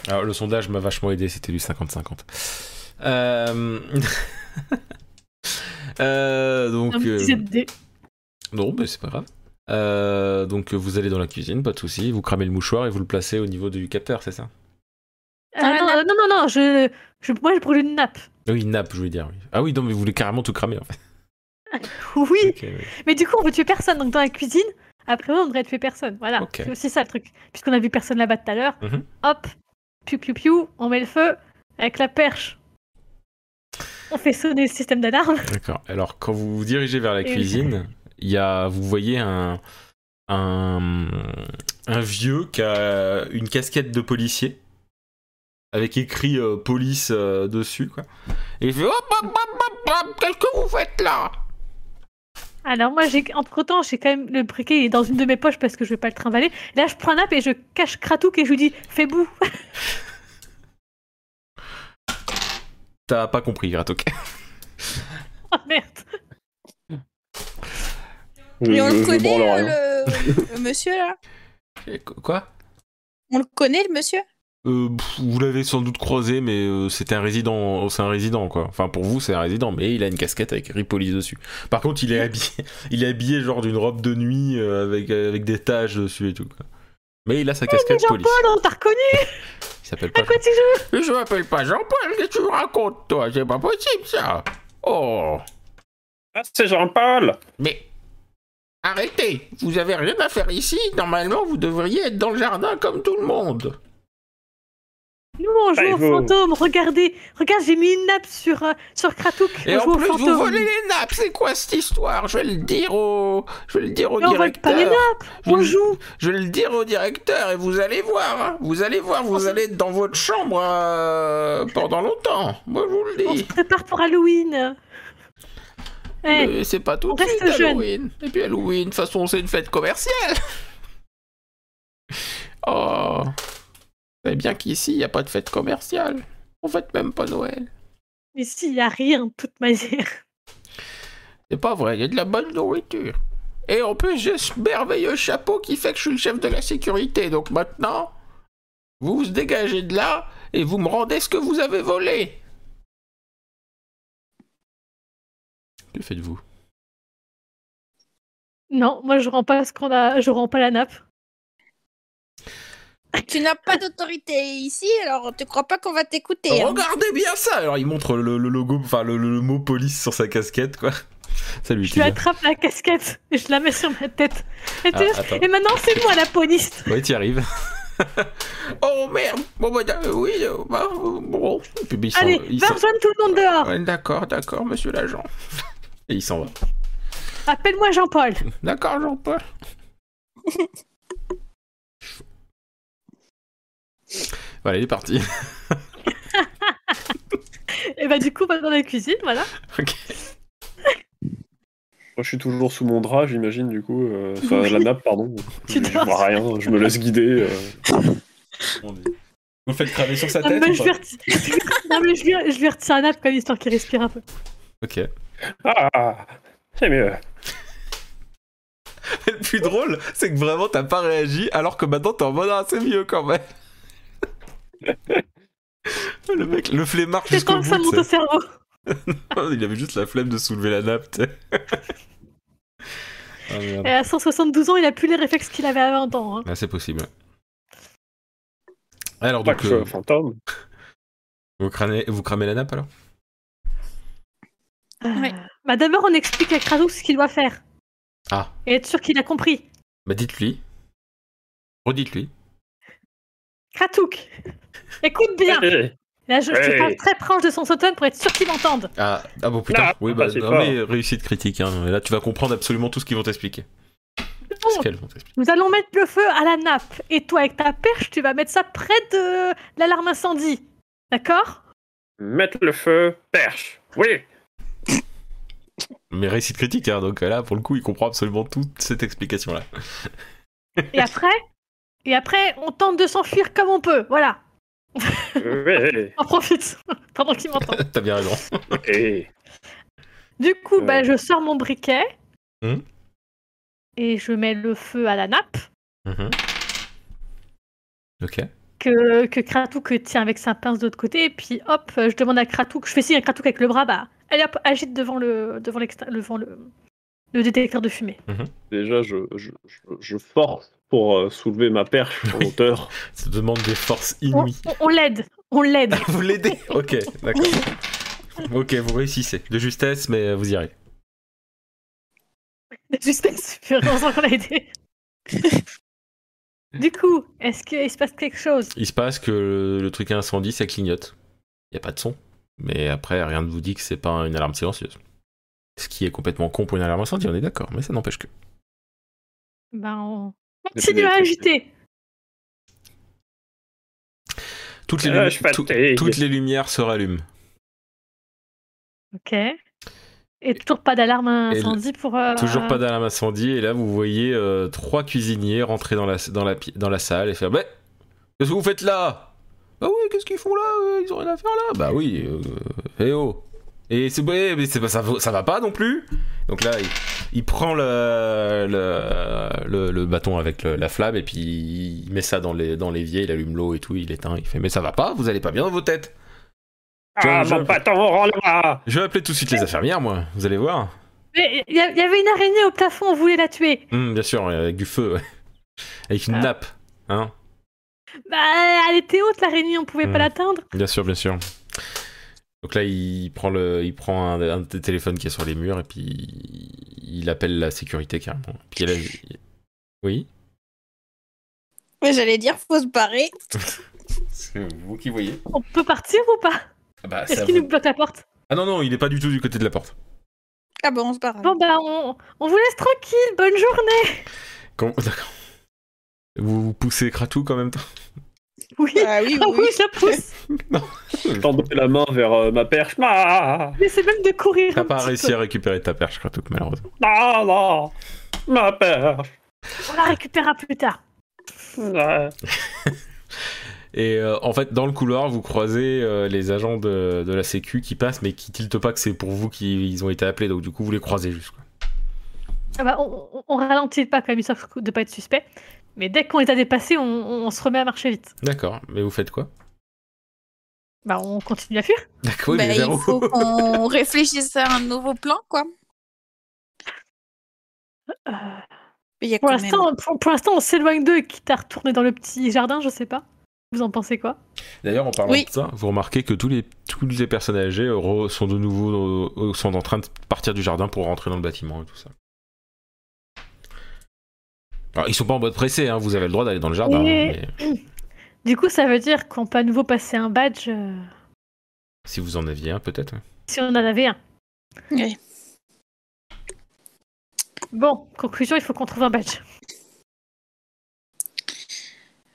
[SPEAKER 6] Alors le sondage m'a vachement aidé, c'était du 50-50. Euh... [LAUGHS] euh, donc.
[SPEAKER 2] Un
[SPEAKER 6] euh,
[SPEAKER 2] petit jet de dés.
[SPEAKER 6] Non, mais c'est pas grave. Euh, donc vous allez dans la cuisine, pas de souci. Vous cramez le mouchoir et vous le placez au niveau du capteur, c'est ça
[SPEAKER 2] Euh,
[SPEAKER 4] la
[SPEAKER 2] non,
[SPEAKER 4] nappe.
[SPEAKER 2] euh, non, non, non, je, je- moi je brûle une nappe.
[SPEAKER 6] Ah Oui, nappe, je voulais dire. oui. Ah oui, non, mais vous voulez carrément tout cramer
[SPEAKER 2] [LAUGHS]
[SPEAKER 6] en fait.
[SPEAKER 2] Oui,
[SPEAKER 6] Ok, oui.
[SPEAKER 2] mais du coup on veut tuer personne. Donc dans la cuisine, après on devrait tuer personne. Voilà,
[SPEAKER 6] Ok.
[SPEAKER 2] c'est aussi ça le truc. Puisqu'on a vu personne là-bas tout à l'heure,
[SPEAKER 6] Mhm.
[SPEAKER 2] hop, piou piou piou, on met le feu avec la perche. On fait sonner le système d'alarme. [LAUGHS]
[SPEAKER 6] D'accord. Alors, quand vous vous dirigez vers la
[SPEAKER 2] Et-
[SPEAKER 6] cuisine, il y a, vous voyez un, un, un vieux qui a une casquette de policier avec écrit euh, police euh, dessus, quoi. Et il fait hop, hop, hop, hop, hop, qu'est-ce que vous faites là
[SPEAKER 2] Alors moi, j'ai entre temps, j'ai quand même le briquet il est dans une de mes poches parce que je vais pas le trimballer. Là, je prends un app et je cache Kratouk et je lui dis fais [LAUGHS] bout.
[SPEAKER 6] T'as pas compris, Gratok.
[SPEAKER 2] Oh merde.
[SPEAKER 3] Je,
[SPEAKER 4] Mais on
[SPEAKER 3] je-
[SPEAKER 4] le
[SPEAKER 3] je
[SPEAKER 4] connaît,
[SPEAKER 3] branle rien.
[SPEAKER 4] euh, le... le monsieur, là
[SPEAKER 6] Qu- Quoi
[SPEAKER 4] On le connaît, le monsieur
[SPEAKER 6] euh, pff, vous l'avez sans doute croisé, mais euh, c'est un résident, c'est un résident quoi. Enfin pour vous c'est un résident, mais il a une casquette avec Ripolis dessus. Par contre il est habillé, [LAUGHS] il est habillé genre d'une robe de nuit euh, avec avec des taches dessus et tout. quoi. Mais il a sa casquette police. Ah.
[SPEAKER 2] Jean-Paul, on t'a reconnu
[SPEAKER 6] Il s'appelle
[SPEAKER 2] À
[SPEAKER 6] pas.
[SPEAKER 2] quoi tu joues
[SPEAKER 6] Je m'appelle pas Jean-Paul, qu'est-ce que tu racontes toi C'est pas possible ça. Oh.
[SPEAKER 3] Ah, c'est Jean-Paul
[SPEAKER 6] Mais arrêtez, vous avez rien à faire ici. Normalement, vous devriez être dans le jardin comme tout le monde.
[SPEAKER 2] Nous, on joue
[SPEAKER 3] Allez,
[SPEAKER 2] au
[SPEAKER 3] vous-
[SPEAKER 2] fantôme. Regardez, regarde, j'ai mis une nappe sur, euh, sur Kratouk.
[SPEAKER 6] Et
[SPEAKER 2] on
[SPEAKER 6] en
[SPEAKER 2] joue au
[SPEAKER 6] plus, vous
[SPEAKER 2] fantôme.
[SPEAKER 6] volez les nappes. C'est quoi cette histoire Je vais le dire au, je vais le dire au
[SPEAKER 2] Mais on vole pas
[SPEAKER 6] directeur.
[SPEAKER 2] les nappes, on
[SPEAKER 6] Je-
[SPEAKER 2] joue.
[SPEAKER 6] Je vais le dire au directeur et vous allez voir. hein. Vous allez voir.
[SPEAKER 2] Ah,
[SPEAKER 6] Vous allez être dans votre chambre euh, pendant longtemps. Moi, je vous le
[SPEAKER 2] On se
[SPEAKER 6] dis.
[SPEAKER 2] prépare pour Halloween. Eh,
[SPEAKER 6] Euh, C'est pas tout
[SPEAKER 2] on
[SPEAKER 6] de suite
[SPEAKER 2] reste jeune.
[SPEAKER 6] Halloween. Et puis Halloween, de toute façon, c'est une fête commerciale. [LAUGHS] oh. C'est bien qu'ici, il n'y a pas de fête commerciale. On fête même pas Noël.
[SPEAKER 2] mais si, il n'y a rien de toute manière.
[SPEAKER 6] C'est pas vrai, il y a de la bonne nourriture. Et en plus, j'ai ce merveilleux chapeau qui fait que je suis le chef de la sécurité. Donc maintenant, vous vous dégagez de là et vous me rendez ce que vous avez volé. Que faites-vous
[SPEAKER 2] Non, moi, je rends pas ce qu'on a. Je rends pas la nappe.
[SPEAKER 4] Tu n'as pas d'autorité ici, alors te crois pas qu'on va t'écouter. hein.
[SPEAKER 6] Regardez bien ça Alors il montre le, le logo, enfin le, le- le mot police sur sa casquette, quoi. Ça lui
[SPEAKER 2] Je lui
[SPEAKER 6] tient.
[SPEAKER 2] attrape la casquette et je la mets sur ma tête. Et, tu-
[SPEAKER 6] Ah, attends.
[SPEAKER 2] et maintenant, c'est moi la poniste.
[SPEAKER 6] Ouais, t'y arrives. [LAUGHS] oh merde Bon, bah, euh, oui, euh, bah, euh, bon. Et puis, bah, il s'en-
[SPEAKER 2] Allez,
[SPEAKER 6] il
[SPEAKER 2] va
[SPEAKER 6] s'en-
[SPEAKER 2] rejoindre tout le monde dehors.
[SPEAKER 6] Ouais, d'accord, d'accord, monsieur l'agent. [LAUGHS] Et il s'en va.
[SPEAKER 2] Appelle-moi Jean-Paul.
[SPEAKER 6] D'accord, Jean-Paul. [LAUGHS] voilà, il est parti.
[SPEAKER 2] Et bah, du coup, va dans la cuisine, voilà.
[SPEAKER 3] Moi, je suis toujours sous mon drap, j'imagine, du coup.
[SPEAKER 4] [LAUGHS]
[SPEAKER 3] euh, Enfin,
[SPEAKER 2] Oui.
[SPEAKER 3] la nappe, pardon.
[SPEAKER 2] Tu
[SPEAKER 3] Je je
[SPEAKER 2] dors.
[SPEAKER 3] vois rien, je me laisse guider. euh.
[SPEAKER 6] Vous le faites cramer sur sa
[SPEAKER 2] Non, mais Ah, je lui reti- Non, mais je lui- je lui retire la nappe, comme histoire qu'il respire un peu.
[SPEAKER 6] Ok.
[SPEAKER 3] Ah, Ah, c'est mieux.
[SPEAKER 6] Le plus drôle, c'est que vraiment t'as pas réagi alors que maintenant t'es en mode ah c'est mieux quand même. le mec, le flemmard
[SPEAKER 2] C'est
[SPEAKER 6] jusqu'au
[SPEAKER 2] quand
[SPEAKER 6] bout.
[SPEAKER 2] que ça monte au
[SPEAKER 6] tu
[SPEAKER 2] cerveau.
[SPEAKER 6] sais. Il avait juste la flemme de soulever la nappe. tu sais. ah merde.
[SPEAKER 2] Et à 172 ans, il a plus les réflexes qu'il avait à 20 ans. hein.
[SPEAKER 6] Ah, c'est possible. Alors
[SPEAKER 3] Pas
[SPEAKER 6] donc,
[SPEAKER 3] que
[SPEAKER 6] euh,
[SPEAKER 3] euh, fantôme.
[SPEAKER 6] vous, cramez, vous cramez la nappe alors
[SPEAKER 2] Euh,
[SPEAKER 4] Ouais.
[SPEAKER 2] Bah, d'abord, on explique à Kratos ce qu'il doit faire.
[SPEAKER 6] Ah.
[SPEAKER 2] Et être sûr qu'il a compris.
[SPEAKER 6] Bah dites-lui. Redites-lui.
[SPEAKER 2] Kratouk, écoute bien.
[SPEAKER 3] Eh,
[SPEAKER 2] Là, je, je
[SPEAKER 3] Hey.
[SPEAKER 2] parle très proche de son sautone pour être sûr qu'il m'entende.
[SPEAKER 6] Ah, ah bon putain,
[SPEAKER 3] Non,
[SPEAKER 6] oui bah
[SPEAKER 3] bah, c'est
[SPEAKER 6] non,
[SPEAKER 3] pas.
[SPEAKER 6] mais réussite critique, hein. là tu vas comprendre absolument tout ce qu'ils vont t'expliquer.
[SPEAKER 2] Oh.
[SPEAKER 6] Ce qu'elles vont t'expliquer.
[SPEAKER 2] Nous allons mettre le feu à la nappe. Et toi, avec ta perche, tu vas mettre ça près de l'alarme incendie. D'accord
[SPEAKER 3] Mettre le feu, perche. Oui.
[SPEAKER 6] Mais réussite critique, hein, donc là pour le coup il comprend absolument toute cette explication là.
[SPEAKER 2] Et après Et après, on tente de s'enfuir comme on peut. Voilà.
[SPEAKER 4] [LAUGHS]
[SPEAKER 3] oui.
[SPEAKER 2] On profite. [LAUGHS] Pendant qu'il m'entend.
[SPEAKER 6] [LAUGHS] T'as bien raison.
[SPEAKER 3] Eh.
[SPEAKER 2] Du coup, bah,
[SPEAKER 3] Euh.
[SPEAKER 2] je sors mon briquet.
[SPEAKER 6] Hmm.
[SPEAKER 2] Et je mets le feu à la nappe
[SPEAKER 6] Mhm. Ok.
[SPEAKER 2] que, que Kratouk tient avec sa pince de l'autre côté. Et puis hop, je demande à Kratouk, je fais signe à Kratouk avec le bras, bah, allez hop, agite devant le, devant l'extin- devant le, le détecteur de fumée.
[SPEAKER 3] Déjà, je, je, je, je force pour euh, soulever ma perche en hauteur.
[SPEAKER 6] Ça demande des forces
[SPEAKER 2] On-
[SPEAKER 6] inouïes.
[SPEAKER 2] on- on l'aide, on l'aide.
[SPEAKER 6] vous l'aidez [LAUGHS] Ok, d'accord. Ok, vous réussissez. De justesse, mais vous y arrivez.
[SPEAKER 2] Justesse, heureusement qu'on l'a aidé. du coup, est-ce qu'il se passe quelque chose
[SPEAKER 6] Il se passe que le, le truc à incendie, ça clignote. Il n'y a pas de son. Mais après, rien ne vous dit que c'est pas une alarme silencieuse. Ce qui est complètement con pour une alarme incendie, on est d'accord, mais ça n'empêche que.
[SPEAKER 2] Ben, on
[SPEAKER 3] Mais
[SPEAKER 2] continue à
[SPEAKER 3] mais-
[SPEAKER 2] agiter.
[SPEAKER 6] Toutes les,
[SPEAKER 3] Ah,
[SPEAKER 6] lumi-
[SPEAKER 3] je suis pas
[SPEAKER 6] tout-
[SPEAKER 3] terrible.
[SPEAKER 6] toutes les lumières se rallument.
[SPEAKER 2] Ok. Et toujours pas d'alarme à
[SPEAKER 6] Et le-
[SPEAKER 2] incendie pour. euh,
[SPEAKER 6] Toujours pas d'alarme incendie, et là vous voyez euh, trois cuisiniers rentrer dans la, dans la, pi- dans la salle et faire Mais qu'est-ce que vous faites là Bah oui, qu'est-ce qu'ils font là Euh, Ils ont rien à faire là Bah oui, euh, eh oh Et c'est ouais, mais c'est pas- ça, vaut- ça va pas non plus Donc là, il, il prend le, le, le- le bâton avec le- la flamme et puis il met ça dans les dans l'évier, il allume l'eau et tout, il éteint, il fait mais ça va pas, vous allez pas bien dans vos têtes.
[SPEAKER 3] Ah,
[SPEAKER 6] Je-
[SPEAKER 3] mon bâton, rends-le-moi
[SPEAKER 6] Je vais appeler tout de suite les infirmières, moi. Vous allez voir.
[SPEAKER 2] Mais il y, a- il y avait une araignée au plafond, on voulait la tuer.
[SPEAKER 6] Hum, bien sûr, avec du feu, ouais. avec une
[SPEAKER 2] Ah.
[SPEAKER 6] nappe, hein.
[SPEAKER 2] Bah, elle était haute l'araignée, on pouvait
[SPEAKER 6] Hmm.
[SPEAKER 2] pas l'atteindre.
[SPEAKER 6] Bien sûr, bien sûr. Donc là, il prend, le, il prend un, un des téléphones qui est sur les murs et puis il appelle la sécurité carrément. Puis elle a- Oui
[SPEAKER 4] Mais j'allais dire, faut se barrer.
[SPEAKER 6] C'est vous qui voyez.
[SPEAKER 2] On peut partir ou pas
[SPEAKER 6] Bah,
[SPEAKER 2] Est-ce qu'il nous bloque la porte
[SPEAKER 6] Ah non, non, il est pas du tout du côté de la porte.
[SPEAKER 4] Ah bah on se barre.
[SPEAKER 2] Bon bah, on, on vous laisse tranquille, bonne journée.
[SPEAKER 6] Com- [LAUGHS] D'accord. Vous, vous poussez Kratuk en même temps
[SPEAKER 2] Oui,
[SPEAKER 4] Ah oui,
[SPEAKER 2] [LAUGHS] ah
[SPEAKER 4] oui,
[SPEAKER 2] oui, je la
[SPEAKER 4] [LAUGHS]
[SPEAKER 2] pousse.
[SPEAKER 3] Tendez la main vers euh, ma perche. Ah,
[SPEAKER 2] Mais c'est même de courir.
[SPEAKER 6] T'as
[SPEAKER 2] un
[SPEAKER 6] pas
[SPEAKER 2] petit
[SPEAKER 6] réussi à récupérer ta perche, Kratuk, malheureusement.
[SPEAKER 3] non, non, ma perche.
[SPEAKER 2] peu. On la récupérera plus tard.
[SPEAKER 3] Ah.
[SPEAKER 6] Et euh, en fait, dans le couloir, vous croisez euh, les agents de, de la Sécu qui passent, mais qui tiltent pas que c'est pour vous qu'ils ont été appelés, donc du coup, vous les croisez juste. quoi.
[SPEAKER 2] Ah bah, on, on- on ralentit pas quand même, histoire de pas être suspect. Mais dès qu'on les a dépassés, on, on- on se remet à marcher vite.
[SPEAKER 6] D'accord, mais vous faites quoi
[SPEAKER 2] Bah, on continue à fuir.
[SPEAKER 6] D'accord,
[SPEAKER 4] Bah,
[SPEAKER 6] mais vers où
[SPEAKER 4] il
[SPEAKER 6] [LAUGHS]
[SPEAKER 4] faut qu'on réfléchisse à un nouveau plan, quoi.
[SPEAKER 2] Euh,
[SPEAKER 4] Mais il y a
[SPEAKER 2] pour
[SPEAKER 4] quand même-
[SPEAKER 2] l'instant, pour, pour l'instant, on s'éloigne d'eux, quitte à retourner dans le petit jardin, je sais pas. Vous en pensez quoi
[SPEAKER 6] D'ailleurs, en parlant
[SPEAKER 4] Oui.
[SPEAKER 6] de ça, vous remarquez que tous les, tous les personnes âgées euh, re- sont de nouveau euh, sont en train de partir du jardin pour rentrer dans le bâtiment et tout ça. Alors, ils sont pas en mode pressé, hein, vous avez le droit d'aller dans le jardin.
[SPEAKER 2] Et-
[SPEAKER 6] hein, mais
[SPEAKER 2] Du coup, ça veut dire qu'on peut à nouveau passer un badge euh,
[SPEAKER 6] si vous en aviez un, peut-être. hein. ouais.
[SPEAKER 2] si on en avait un.
[SPEAKER 4] Ouais.
[SPEAKER 2] Bon, conclusion, il faut qu'on trouve un badge.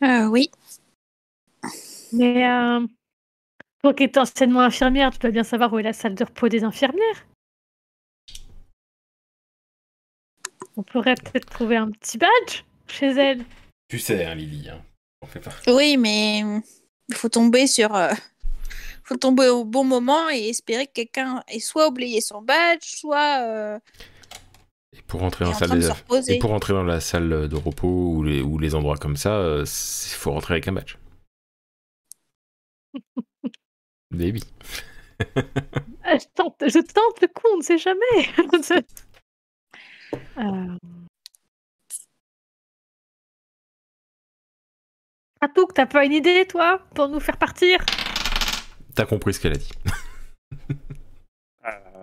[SPEAKER 4] Euh, oui.
[SPEAKER 2] Mais euh, toi qui es anciennement infirmière, tu dois bien savoir où est la salle de repos des infirmières. On pourrait peut-être trouver un petit badge chez elle.
[SPEAKER 6] Tu sais, hein, Lily. hein, on fait pas.
[SPEAKER 4] Oui, mais il faut tomber sur. euh, faut tomber au bon moment et espérer que quelqu'un ait soit oublié son badge, soit euh,
[SPEAKER 6] Et pour rentrer
[SPEAKER 4] est
[SPEAKER 6] dans
[SPEAKER 4] en
[SPEAKER 6] la salle
[SPEAKER 4] train de
[SPEAKER 6] des
[SPEAKER 4] se
[SPEAKER 6] et
[SPEAKER 4] reposer.
[SPEAKER 6] pour rentrer dans la salle de repos ou les, ou les endroits comme ça, il faut rentrer avec
[SPEAKER 4] [LAUGHS]
[SPEAKER 6] un badge. Baby.
[SPEAKER 2] Ah, Je tente, je tente le coup, on ne sait jamais. [LAUGHS] euh... Kratouk, t'as pas une idée, toi, pour nous faire partir
[SPEAKER 6] T'as compris ce qu'elle a dit.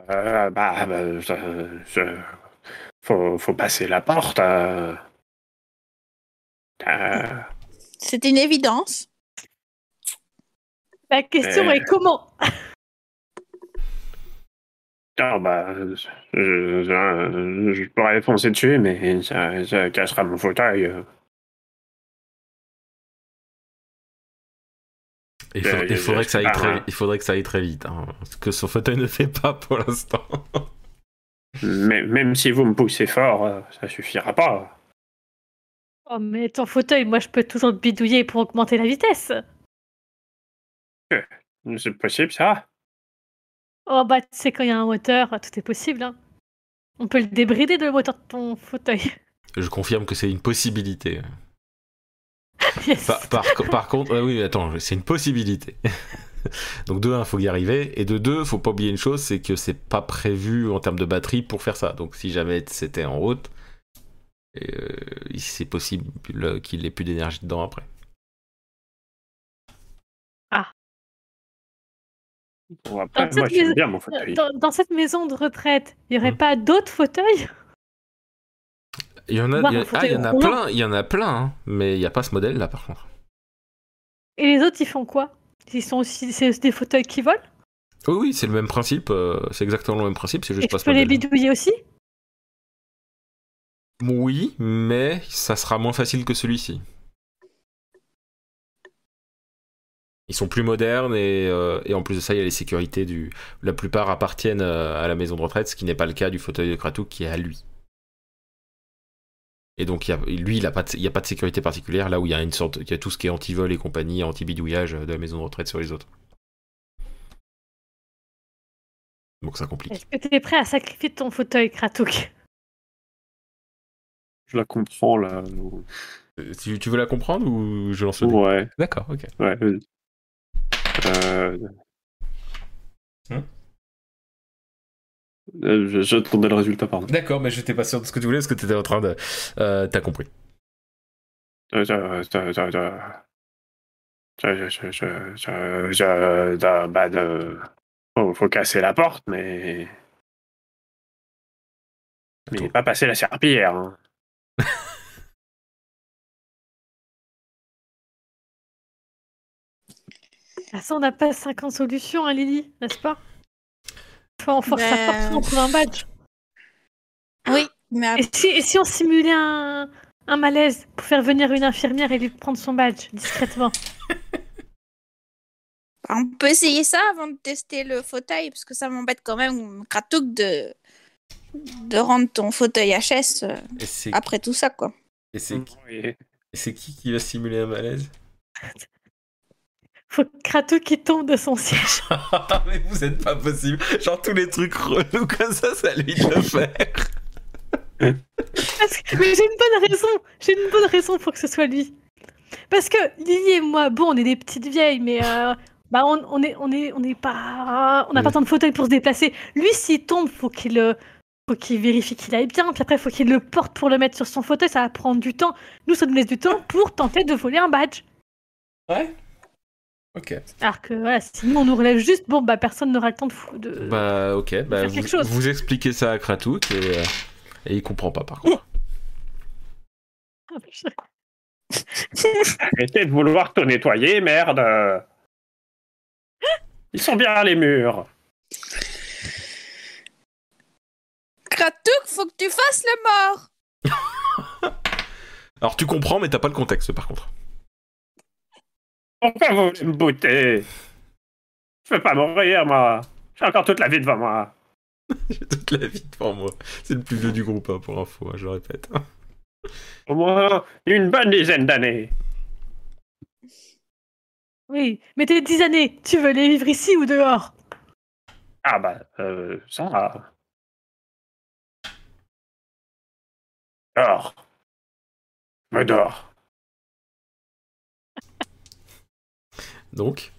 [SPEAKER 3] Euh, bah, bah, je- je- faut, faut passer la porte. euh. Euh,
[SPEAKER 4] c'est une évidence.
[SPEAKER 2] La question
[SPEAKER 3] Euh.
[SPEAKER 2] est comment
[SPEAKER 3] non, bah, je, je, je- je pourrais foncer dessus, mais ça, ça cassera mon fauteuil. euh.
[SPEAKER 6] Et Il, faudrait-
[SPEAKER 3] Euh,
[SPEAKER 6] il faudrait que ça aille
[SPEAKER 3] ah,
[SPEAKER 6] très,
[SPEAKER 3] ouais.
[SPEAKER 6] il faudrait que ça aille très vite. hein. Ce que son fauteuil ne fait pas pour l'instant.
[SPEAKER 3] Mais- même si vous me poussez fort, euh, ça suffira pas.
[SPEAKER 2] Oh, mais ton fauteuil, moi, je peux toujours te bidouiller pour augmenter la vitesse.
[SPEAKER 3] C'est possible, ça
[SPEAKER 2] Oh, bah, tu sais, quand il y a un moteur, tout est possible. hein. On peut le débrider de le moteur de ton fauteuil. [LAUGHS]
[SPEAKER 6] Je confirme que c'est une possibilité.
[SPEAKER 2] Yes.
[SPEAKER 6] Par, par co- par contre, ah oui, attends, c'est une possibilité. [LAUGHS] Donc de un, faut y arriver, et de deux, faut pas oublier une chose, c'est que c'est pas prévu en termes de batterie pour faire ça. Donc si jamais c'était en route, euh, c'est possible qu'il ait plus d'énergie dedans après.
[SPEAKER 3] Bon, après,
[SPEAKER 2] Dans
[SPEAKER 3] moi,
[SPEAKER 2] cette
[SPEAKER 3] j'aime
[SPEAKER 2] maison-
[SPEAKER 3] bien mon fauteuil.
[SPEAKER 2] Dans, dans cette maison de retraite, il n'y aurait
[SPEAKER 6] Hmm.
[SPEAKER 2] pas d'autres fauteuils
[SPEAKER 6] Il y en a,
[SPEAKER 2] Voir
[SPEAKER 6] il y
[SPEAKER 2] un
[SPEAKER 6] a- ah, il y
[SPEAKER 2] fauteuil
[SPEAKER 6] en a
[SPEAKER 2] roulant.
[SPEAKER 6] plein, il y en a plein, hein, mais il y a pas ce modèle là par contre.
[SPEAKER 2] Et les autres, ils font quoi Ils sont aussi c'est aussi des fauteuils qui volent
[SPEAKER 6] Oui, oui, c'est le même principe, euh, c'est exactement le même principe, c'est
[SPEAKER 2] Et
[SPEAKER 6] juste pas
[SPEAKER 2] tu
[SPEAKER 6] ce
[SPEAKER 2] peux les
[SPEAKER 6] modèle.
[SPEAKER 2] bidouiller aussi
[SPEAKER 6] Oui, mais ça sera moins facile que celui-ci. Ils sont plus modernes et, euh, et en plus de ça, il y a les sécurités du. La plupart appartiennent euh, à la maison de retraite, ce qui n'est pas le cas du fauteuil de Kratou qui est à lui. Et donc, il y a- lui, il n'y a, pas de- il y a pas de sécurité particulière là où il y a une sorte. Il y a tout ce qui est anti-vol et compagnie, anti-bidouillage de la maison de retraite sur les autres. Donc ça complique.
[SPEAKER 2] Est-ce que tu es prêt à sacrifier ton fauteuil, Kratouk
[SPEAKER 3] Je la comprends là.
[SPEAKER 6] Euh, Tu, tu veux la comprendre ou je lance le dé
[SPEAKER 3] Ouais,
[SPEAKER 6] D'accord, ok.
[SPEAKER 3] ouais, vas-y. Euh...
[SPEAKER 6] Hein
[SPEAKER 3] Euh, je- J'attendais le résultat, pardon.
[SPEAKER 6] D'accord, mais j'étais pas sûr de ce que tu voulais parce que t'étais en train de. euh, T'as compris.
[SPEAKER 3] Euh, euh, euh, euh, euh, je- je- je- je- je- je- euh, bah, de- Faut, faut casser la porte, mais. Mais
[SPEAKER 6] Attends.
[SPEAKER 3] pas passer la serpillière. hein.
[SPEAKER 2] De toute façon, on n'a pas 50 solutions, hein, Lily, n'est-ce pas Soit on force
[SPEAKER 4] Ben,
[SPEAKER 2] la porte, soit on trouve un badge.
[SPEAKER 4] Oui, mais
[SPEAKER 2] Et
[SPEAKER 4] après,
[SPEAKER 2] si, et si on simulait un, un malaise pour faire venir une infirmière et lui prendre son badge discrètement
[SPEAKER 4] on peut essayer ça avant de tester le fauteuil, parce que ça m'embête quand même, Kratouk, de... de rendre ton fauteuil HS euh,
[SPEAKER 6] Et c'est
[SPEAKER 2] Ah.
[SPEAKER 4] après tout ça, quoi.
[SPEAKER 6] et c'est-
[SPEAKER 3] Et-
[SPEAKER 6] et c'est qui qui va simuler un malaise
[SPEAKER 2] Faut que Kratouk qui tombe de son siège.
[SPEAKER 6] [LAUGHS]
[SPEAKER 2] [LAUGHS]
[SPEAKER 6] Ah, mais vous êtes pas possible. Genre tous les trucs relous comme ça, ça lui [LAUGHS] de faire.
[SPEAKER 2] Parce que- Mais j'ai une bonne raison J'ai une bonne raison pour que ce soit lui. Parce que Lily et moi, bon, on est des petites vieilles, mais euh, bah on, on est, on est, on est pas, on n'a pas
[SPEAKER 6] Oui.
[SPEAKER 2] tant de fauteuils pour se déplacer. Lui, s'il tombe, faut qu'il, euh, faut qu'il vérifie qu'il aille bien. Puis après, faut qu'il le porte pour le mettre sur son fauteuil. Ça va prendre du temps. Nous, ça nous laisse du temps pour tenter de voler un badge.
[SPEAKER 6] Ouais. Ok.
[SPEAKER 2] Alors que voilà, sinon on nous relève juste, bon, bah personne n'aura le temps de, fou- de- [LAUGHS]
[SPEAKER 6] Bah ok. Bah,
[SPEAKER 2] faire
[SPEAKER 6] vous,
[SPEAKER 2] quelque chose.
[SPEAKER 6] vous expliquez ça à Kratouk et, euh, et il comprend pas par contre.
[SPEAKER 2] Ah,
[SPEAKER 3] Arrêtez de vouloir tout nettoyer,
[SPEAKER 6] [LAUGHS]
[SPEAKER 3] merde Ils sont bien les murs
[SPEAKER 4] Kratouk, faut que tu fasses le mort
[SPEAKER 6] Alors tu comprends mais t'as pas le contexte par contre.
[SPEAKER 3] Pourquoi vous voulez me bouter Je veux pas mourir, moi J'ai encore toute la vie devant moi
[SPEAKER 6] J'ai toute la vie devant moi. C'est le plus vieux du groupe hein, pour info, hein, je le répète.
[SPEAKER 3] Au moins une bonne dizaine d'années
[SPEAKER 2] Oui, mais t'es 10 années, tu veux les vivre ici ou dehors
[SPEAKER 3] Ah bah, euh, ça va. Alors, me dors.
[SPEAKER 6] Donc,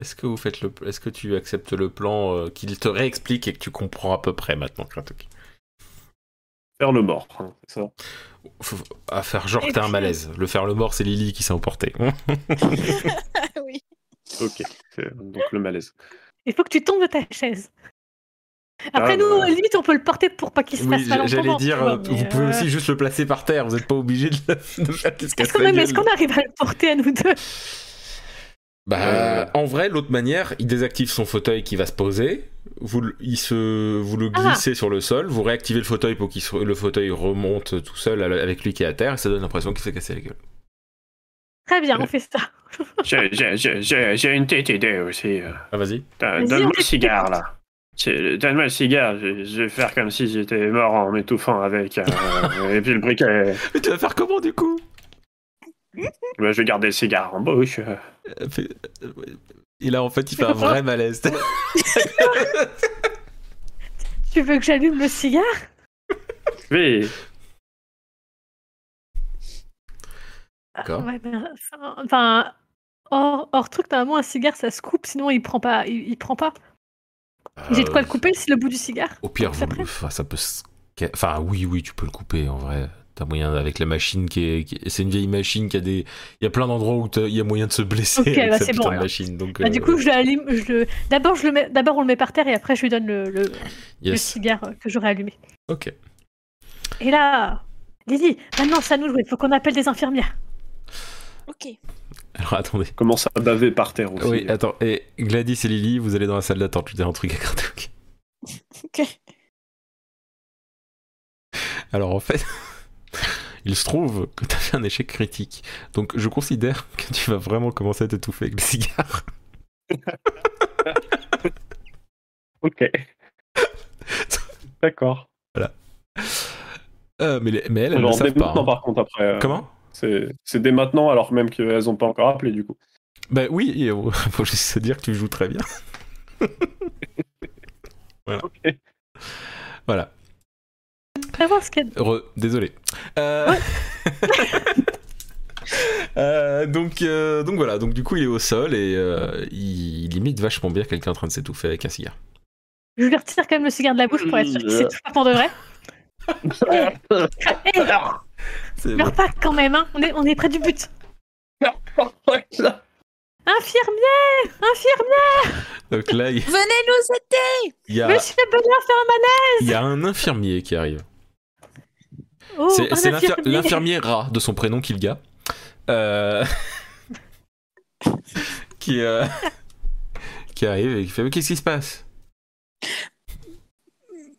[SPEAKER 6] est-ce que vous faites le, est-ce que tu acceptes le plan euh, qu'il te réexplique et que tu comprends à peu près maintenant, Kratouk
[SPEAKER 3] Faire le mort, hein, c'est ça.
[SPEAKER 6] Faut- faut- À faire genre que
[SPEAKER 2] Et
[SPEAKER 6] t'as un
[SPEAKER 2] puis-
[SPEAKER 6] malaise. Le faire le mort, c'est Lily qui s'est emportée. [LAUGHS]
[SPEAKER 4] Ah Oui.
[SPEAKER 3] Ok, c'est- euh, donc le malaise.
[SPEAKER 2] Il faut que tu tombes de ta chaise. Après,
[SPEAKER 3] Ah,
[SPEAKER 2] nous,
[SPEAKER 3] bah.
[SPEAKER 2] limite, on peut le porter pour pas qu'il se
[SPEAKER 6] Oui,
[SPEAKER 2] fasse mal en
[SPEAKER 6] j'allais
[SPEAKER 2] tombant, tu
[SPEAKER 6] dire,
[SPEAKER 2] vois,
[SPEAKER 6] euh,
[SPEAKER 2] mais,
[SPEAKER 6] vous pouvez
[SPEAKER 2] euh,
[SPEAKER 6] aussi juste le placer par terre, vous n'êtes pas obligé de, le- [LAUGHS] de faire qu'il se casse
[SPEAKER 2] Est-ce qu'on
[SPEAKER 6] la
[SPEAKER 2] est-ce
[SPEAKER 6] gueule.
[SPEAKER 2] qu'on arrive à le porter à nous deux Euh,
[SPEAKER 6] Bah, en vrai, l'autre manière, il désactive son fauteuil qui va se poser, vous, le- il se, vous le
[SPEAKER 2] Ah.
[SPEAKER 6] glissez sur le sol, vous réactivez le fauteuil pour que le fauteuil remonte tout seul à- avec lui qui est à terre, et ça donne l'impression qu'il s'est cassé la gueule.
[SPEAKER 2] Très bien, on fait ça.
[SPEAKER 6] [LAUGHS]
[SPEAKER 3] J'ai- J'ai j'ai- j'ai- j'ai une petite idée aussi. euh.
[SPEAKER 6] Ah, vas-y.
[SPEAKER 3] Donne-
[SPEAKER 2] Vas-y, on
[SPEAKER 3] Donne-moi le
[SPEAKER 2] t'écoute.
[SPEAKER 3] cigare, là. C'est- Donne-moi le cigare, je, je vais faire comme si j'étais mort en m'étouffant avec. euh, [LAUGHS] et puis le briquet.
[SPEAKER 6] Mais tu vas faire comment du coup
[SPEAKER 3] Bah, je vais garder le cigare en bouche. euh.
[SPEAKER 6] Euh, fait- euh, ouais. Et là, en fait, il fait un
[SPEAKER 2] Mais comment
[SPEAKER 6] vrai malaise.
[SPEAKER 2] Tu veux que j'allume le cigare
[SPEAKER 3] Oui,
[SPEAKER 6] D'accord.
[SPEAKER 2] Ouais, mais, enfin, enfin, hors, hors truc, normalement, un cigare, ça se coupe, sinon il prend pas. Il, il prend pas.
[SPEAKER 6] Ah,
[SPEAKER 2] J'ai de quoi le couper, c'est le bout du cigare.
[SPEAKER 6] Au pire, vous,
[SPEAKER 2] Ça prend.
[SPEAKER 6] enfin, ça peut. se ca- Enfin, oui, oui, tu peux le couper en vrai. T'as moyen avec la machine qui est. qui- C'est une vieille machine qui a des. Il y a plein d'endroits où t'as- il y a moyen de se blesser
[SPEAKER 2] Ok,
[SPEAKER 6] avec
[SPEAKER 2] bah,
[SPEAKER 6] cette
[SPEAKER 2] c'est bon,
[SPEAKER 6] putain de
[SPEAKER 2] alors.
[SPEAKER 6] machine. Donc,
[SPEAKER 2] Bah,
[SPEAKER 6] euh,
[SPEAKER 2] du coup, je l'allume. je le- D'abord, je le mets... D'abord, on le met par terre et après, je lui donne le, le- le
[SPEAKER 6] yes.
[SPEAKER 2] cigare euh, que j'aurais allumé.
[SPEAKER 6] Ok.
[SPEAKER 2] Et là, Lily, maintenant, ça nous joue. Il faut qu'on appelle des infirmières.
[SPEAKER 4] Ok.
[SPEAKER 6] Alors, attendez.
[SPEAKER 3] commence à baver par terre aussi.
[SPEAKER 6] Oui, attends. Et Gladys et Lily, vous allez dans la salle d'attente. Je vous dis un truc à Kratouk.
[SPEAKER 4] Ok.
[SPEAKER 6] Alors, en fait. [LAUGHS] Il se trouve que t'as fait un échec critique. Donc, je considère que tu vas vraiment commencer à t'étouffer avec les cigares.
[SPEAKER 3] Ok. [LAUGHS] D'accord.
[SPEAKER 6] Euh, mais, les- mais elles, elles ne
[SPEAKER 3] Genre,
[SPEAKER 6] le
[SPEAKER 3] dès
[SPEAKER 6] savent pas.
[SPEAKER 3] maintenant,
[SPEAKER 6] hein.
[SPEAKER 3] par contre, après. euh,
[SPEAKER 6] Comment
[SPEAKER 3] C'est c'est dès maintenant, alors même qu'elles n'ont pas encore appelé, du coup.
[SPEAKER 6] [LAUGHS] Bah oui, et, euh, faut juste se dire que tu joues très bien.
[SPEAKER 3] [LAUGHS] Ok.
[SPEAKER 6] Voilà.
[SPEAKER 2] Très voir ce qu'il y a de-
[SPEAKER 6] Heureux, désolé. Euh, [LAUGHS] euh, donc, euh, donc voilà, donc du coup il est au sol et euh, il, il imite vachement bien quelqu'un en train de s'étouffer avec un cigare.
[SPEAKER 2] Je lui retire quand même le cigare de la bouche pour être sûr qu'il
[SPEAKER 6] Euh.
[SPEAKER 2] s'étouffe pas pour de vrai. Eh,
[SPEAKER 6] C'est
[SPEAKER 2] meurs pas quand même, hein. on, est, on est près du but. Infirmière Infirmière
[SPEAKER 6] Donc là, il
[SPEAKER 4] Venez nous aider
[SPEAKER 6] il y a,
[SPEAKER 2] Monsieur Bonheur fait un malade
[SPEAKER 6] il y a un infirmier qui arrive.
[SPEAKER 2] Oh,
[SPEAKER 6] C'est
[SPEAKER 2] un
[SPEAKER 6] c'est l'infir-
[SPEAKER 2] infirmier.
[SPEAKER 6] l'infirmier rat de son prénom qu'il gars. Euh, qui, euh, qui arrive et qui fait Mais Qu'est-ce qui se passe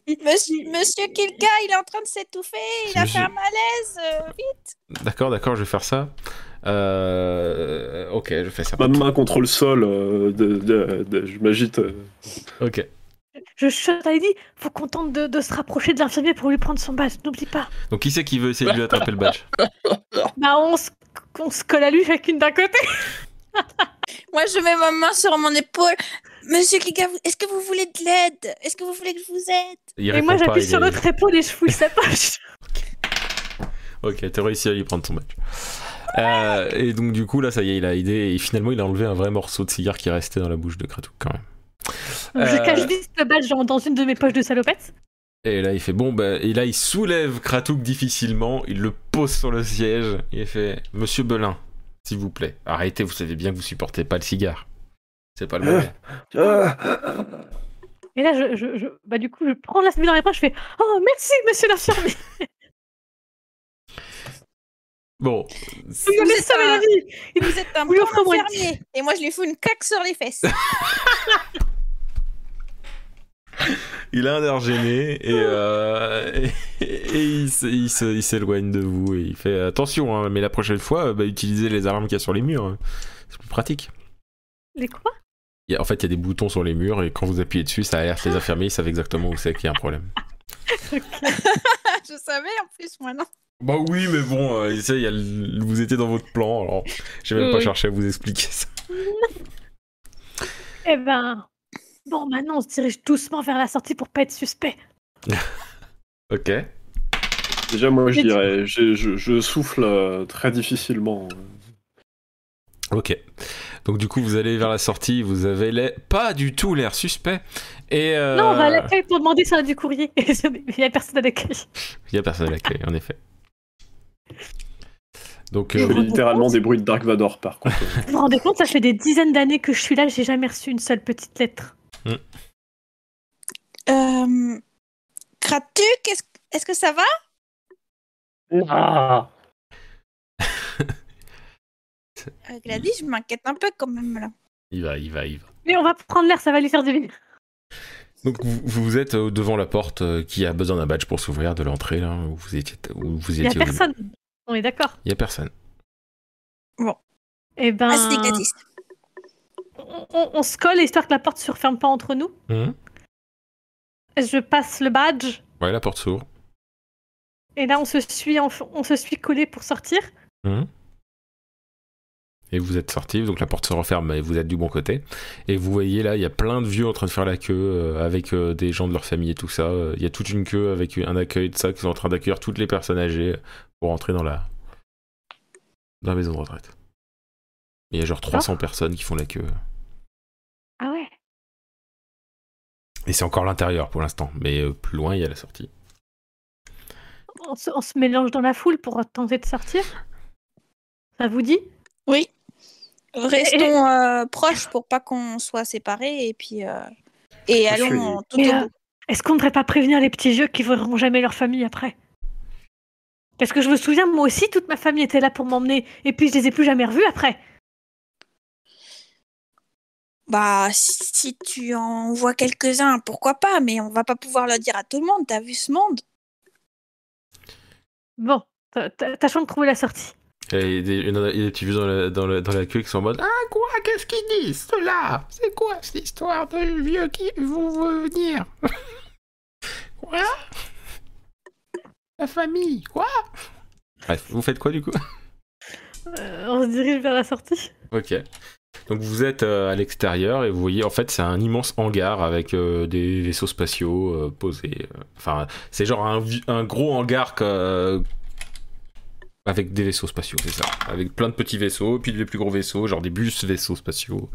[SPEAKER 4] Monsieur, Monsieur Kilka, il est en train de s'étouffer, il a
[SPEAKER 6] Monsieur-
[SPEAKER 4] fait un malaise. euh, oui.
[SPEAKER 6] D'accord, d'accord, je vais faire ça. Euh, ok, je fais ça.
[SPEAKER 3] Ma main contre le sol, euh, de- de- de- je m'agite. euh,
[SPEAKER 6] Ok.
[SPEAKER 2] Je chante à Eddie, faut qu'on tente de, de se rapprocher de l'infirmier pour lui prendre son badge, n'oublie pas.
[SPEAKER 6] Donc qui c'est qui veut essayer de lui attraper le badge Oh.
[SPEAKER 2] Bah on se, on se colle à lui chacune d'un côté.
[SPEAKER 4] Moi, je mets ma main sur mon épaule. Monsieur Kilka, vous- est-ce que vous voulez de l'aide Est-ce que vous voulez que je vous aide
[SPEAKER 6] Il
[SPEAKER 2] et
[SPEAKER 6] répond
[SPEAKER 2] moi
[SPEAKER 6] pas,
[SPEAKER 2] j'appuie
[SPEAKER 6] il
[SPEAKER 2] sur
[SPEAKER 6] est-
[SPEAKER 2] l'autre épaule et je fouille sa
[SPEAKER 6] [LAUGHS]
[SPEAKER 2] poche.
[SPEAKER 6] Ok, t'as réussi à lui prendre son badge. Euh, et donc du coup là ça y est il a aidé et finalement il a enlevé un vrai morceau de cigare qui restait dans la bouche de Kratouk quand même.
[SPEAKER 2] Je
[SPEAKER 6] Euh.
[SPEAKER 2] cache vite le badge dans- dans une de mes poches de salopette.
[SPEAKER 6] Et là il fait bon bah et là il soulève Kratouk difficilement, il le pose sur le siège et il fait Monsieur Belin s'il vous plaît arrêtez vous savez bien que vous supportez pas le cigare. C'est pas le moment.
[SPEAKER 2] Ah.
[SPEAKER 3] Ah,
[SPEAKER 2] Et là, je, je- je- bah, du coup, je prends la semelle dans les bras, je fais Oh, merci, monsieur
[SPEAKER 4] [LAUGHS]
[SPEAKER 2] l'infirmier,
[SPEAKER 6] Bon
[SPEAKER 2] vous nous avez
[SPEAKER 4] êtes
[SPEAKER 2] sauvé
[SPEAKER 4] un-
[SPEAKER 2] la vie
[SPEAKER 4] Vous êtes un
[SPEAKER 2] Oui,
[SPEAKER 4] bon
[SPEAKER 2] offrez-moi une
[SPEAKER 4] infirmier. Et moi, je lui fous une claque sur les fesses. Ah,
[SPEAKER 6] Il a un air gêné
[SPEAKER 2] Ah.
[SPEAKER 6] et, euh, et- et il se- il se- il s'éloigne de vous et il fait attention, hein, mais la prochaine fois, euh, bah, utilisez les alarmes qu'il y a sur les murs. hein. C'est plus pratique.
[SPEAKER 2] Les quoi
[SPEAKER 6] Il y a- en fait, il y a des boutons sur les murs et quand vous appuyez dessus, ça alerte les infirmiers, ils savent exactement où c'est qu'il y a un problème.
[SPEAKER 4] je savais en plus, moi, non
[SPEAKER 6] Bah oui, mais bon, euh, ça, il y a le- vous étiez dans votre plan, alors j'ai
[SPEAKER 2] Mm.
[SPEAKER 6] même pas
[SPEAKER 4] Oui.
[SPEAKER 6] cherché à vous expliquer ça.
[SPEAKER 2] Eh ben. Bon, maintenant, on se dirige doucement vers la sortie pour pas être suspect.
[SPEAKER 6] Ok.
[SPEAKER 3] Déjà, moi, je
[SPEAKER 2] Et tu-
[SPEAKER 3] dirais, je, je- je souffle euh, très difficilement.
[SPEAKER 6] Ok. Donc du coup, vous allez vers la sortie, vous avez les... pas du tout l'air suspect. Et euh,
[SPEAKER 2] Non, bah, on va à l'accueil pour demander si on a du courrier. [LAUGHS] Il y a personne à l'accueil.
[SPEAKER 6] Il n'y a personne à l'accueil, en effet. Donc,
[SPEAKER 3] Je
[SPEAKER 6] [LAUGHS] euh,
[SPEAKER 3] fais
[SPEAKER 2] Oui.
[SPEAKER 3] littéralement des bruits de Dark Vador, par contre.
[SPEAKER 2] Vous vous rendez compte, ça fait des dizaines d'années que je suis là, j'ai jamais reçu une seule petite lettre.
[SPEAKER 4] Euh. Kratuk, est-ce est-ce que ça va
[SPEAKER 3] Ah
[SPEAKER 4] Euh, Gladys, je m'inquiète un peu quand même, là.
[SPEAKER 6] il va, il va, il va.
[SPEAKER 2] Mais on va prendre l'air, ça va lui faire du bien.
[SPEAKER 6] Donc, vous, vous êtes euh, devant la porte euh, qui a besoin d'un badge pour s'ouvrir de l'entrée, là, où vous étiez. Où vous
[SPEAKER 2] Il y a
[SPEAKER 6] étiez au début.
[SPEAKER 2] personne. On est d'accord.
[SPEAKER 6] Il y a personne.
[SPEAKER 2] Eh ben.
[SPEAKER 4] Ah, c'était Gladys.
[SPEAKER 2] on, on- on se colle histoire que la porte se referme pas entre nous.
[SPEAKER 6] Mhm.
[SPEAKER 2] Je passe le badge
[SPEAKER 6] Ouais, la porte s'ouvre.
[SPEAKER 2] et là on se suit, en- on se suit collé pour sortir.
[SPEAKER 6] Et vous êtes sorti, donc la porte se referme et vous êtes du bon côté. Et vous voyez là, il y a plein de vieux en train de faire la queue euh, avec euh, des gens de leur famille et tout ça. Euh, Il y a toute une queue avec un accueil de ça qui sont en train d'accueillir toutes les personnes âgées pour entrer dans la, dans la maison de retraite. Il y a genre 300 personnes qui font la queue.
[SPEAKER 2] Ah ouais.
[SPEAKER 6] Et c'est encore l'intérieur pour l'instant, mais euh, plus loin, il y a la sortie.
[SPEAKER 2] On se, on se mélange dans la foule pour tenter de sortir. Ça vous dit
[SPEAKER 4] Restons euh, proches pour pas qu'on soit séparés et puis. euh, Et
[SPEAKER 3] Je
[SPEAKER 4] allons
[SPEAKER 3] suis-
[SPEAKER 4] en tout au
[SPEAKER 2] Mais,
[SPEAKER 4] bout.
[SPEAKER 2] euh, Est-ce qu'on ne devrait pas prévenir les petits vieux qui verront jamais leur famille après Parce que je me souviens moi aussi, toute ma famille était là pour m'emmener et puis je les ai plus jamais revus après.
[SPEAKER 4] Bah, si si tu en vois quelques-uns, pourquoi pas, mais on va pas pouvoir le dire à tout le monde. T'as vu ce monde
[SPEAKER 2] Bon, tâ- tâ- tâchons de trouver la sortie.
[SPEAKER 6] Et il y a des, il y en a- il y a des petits vieux dans la, dans, la, dans la queue qui sont en mode Ah, quoi Qu'est-ce qu'ils disent, ceux-là C'est quoi cette histoire de vieux qui vont venir [LAUGHS] Quoi La famille, quoi ah, Bref, vous faites quoi du coup
[SPEAKER 2] Euh, on se dirige vers la sortie.
[SPEAKER 6] Ok. Donc vous êtes euh, à l'extérieur et vous voyez en fait c'est un immense hangar avec euh, des vaisseaux spatiaux euh, posés. Enfin c'est genre un, vi- un gros hangar que- avec des vaisseaux spatiaux, c'est ça. Avec plein de petits vaisseaux, puis des plus gros vaisseaux, genre des bus vaisseaux spatiaux.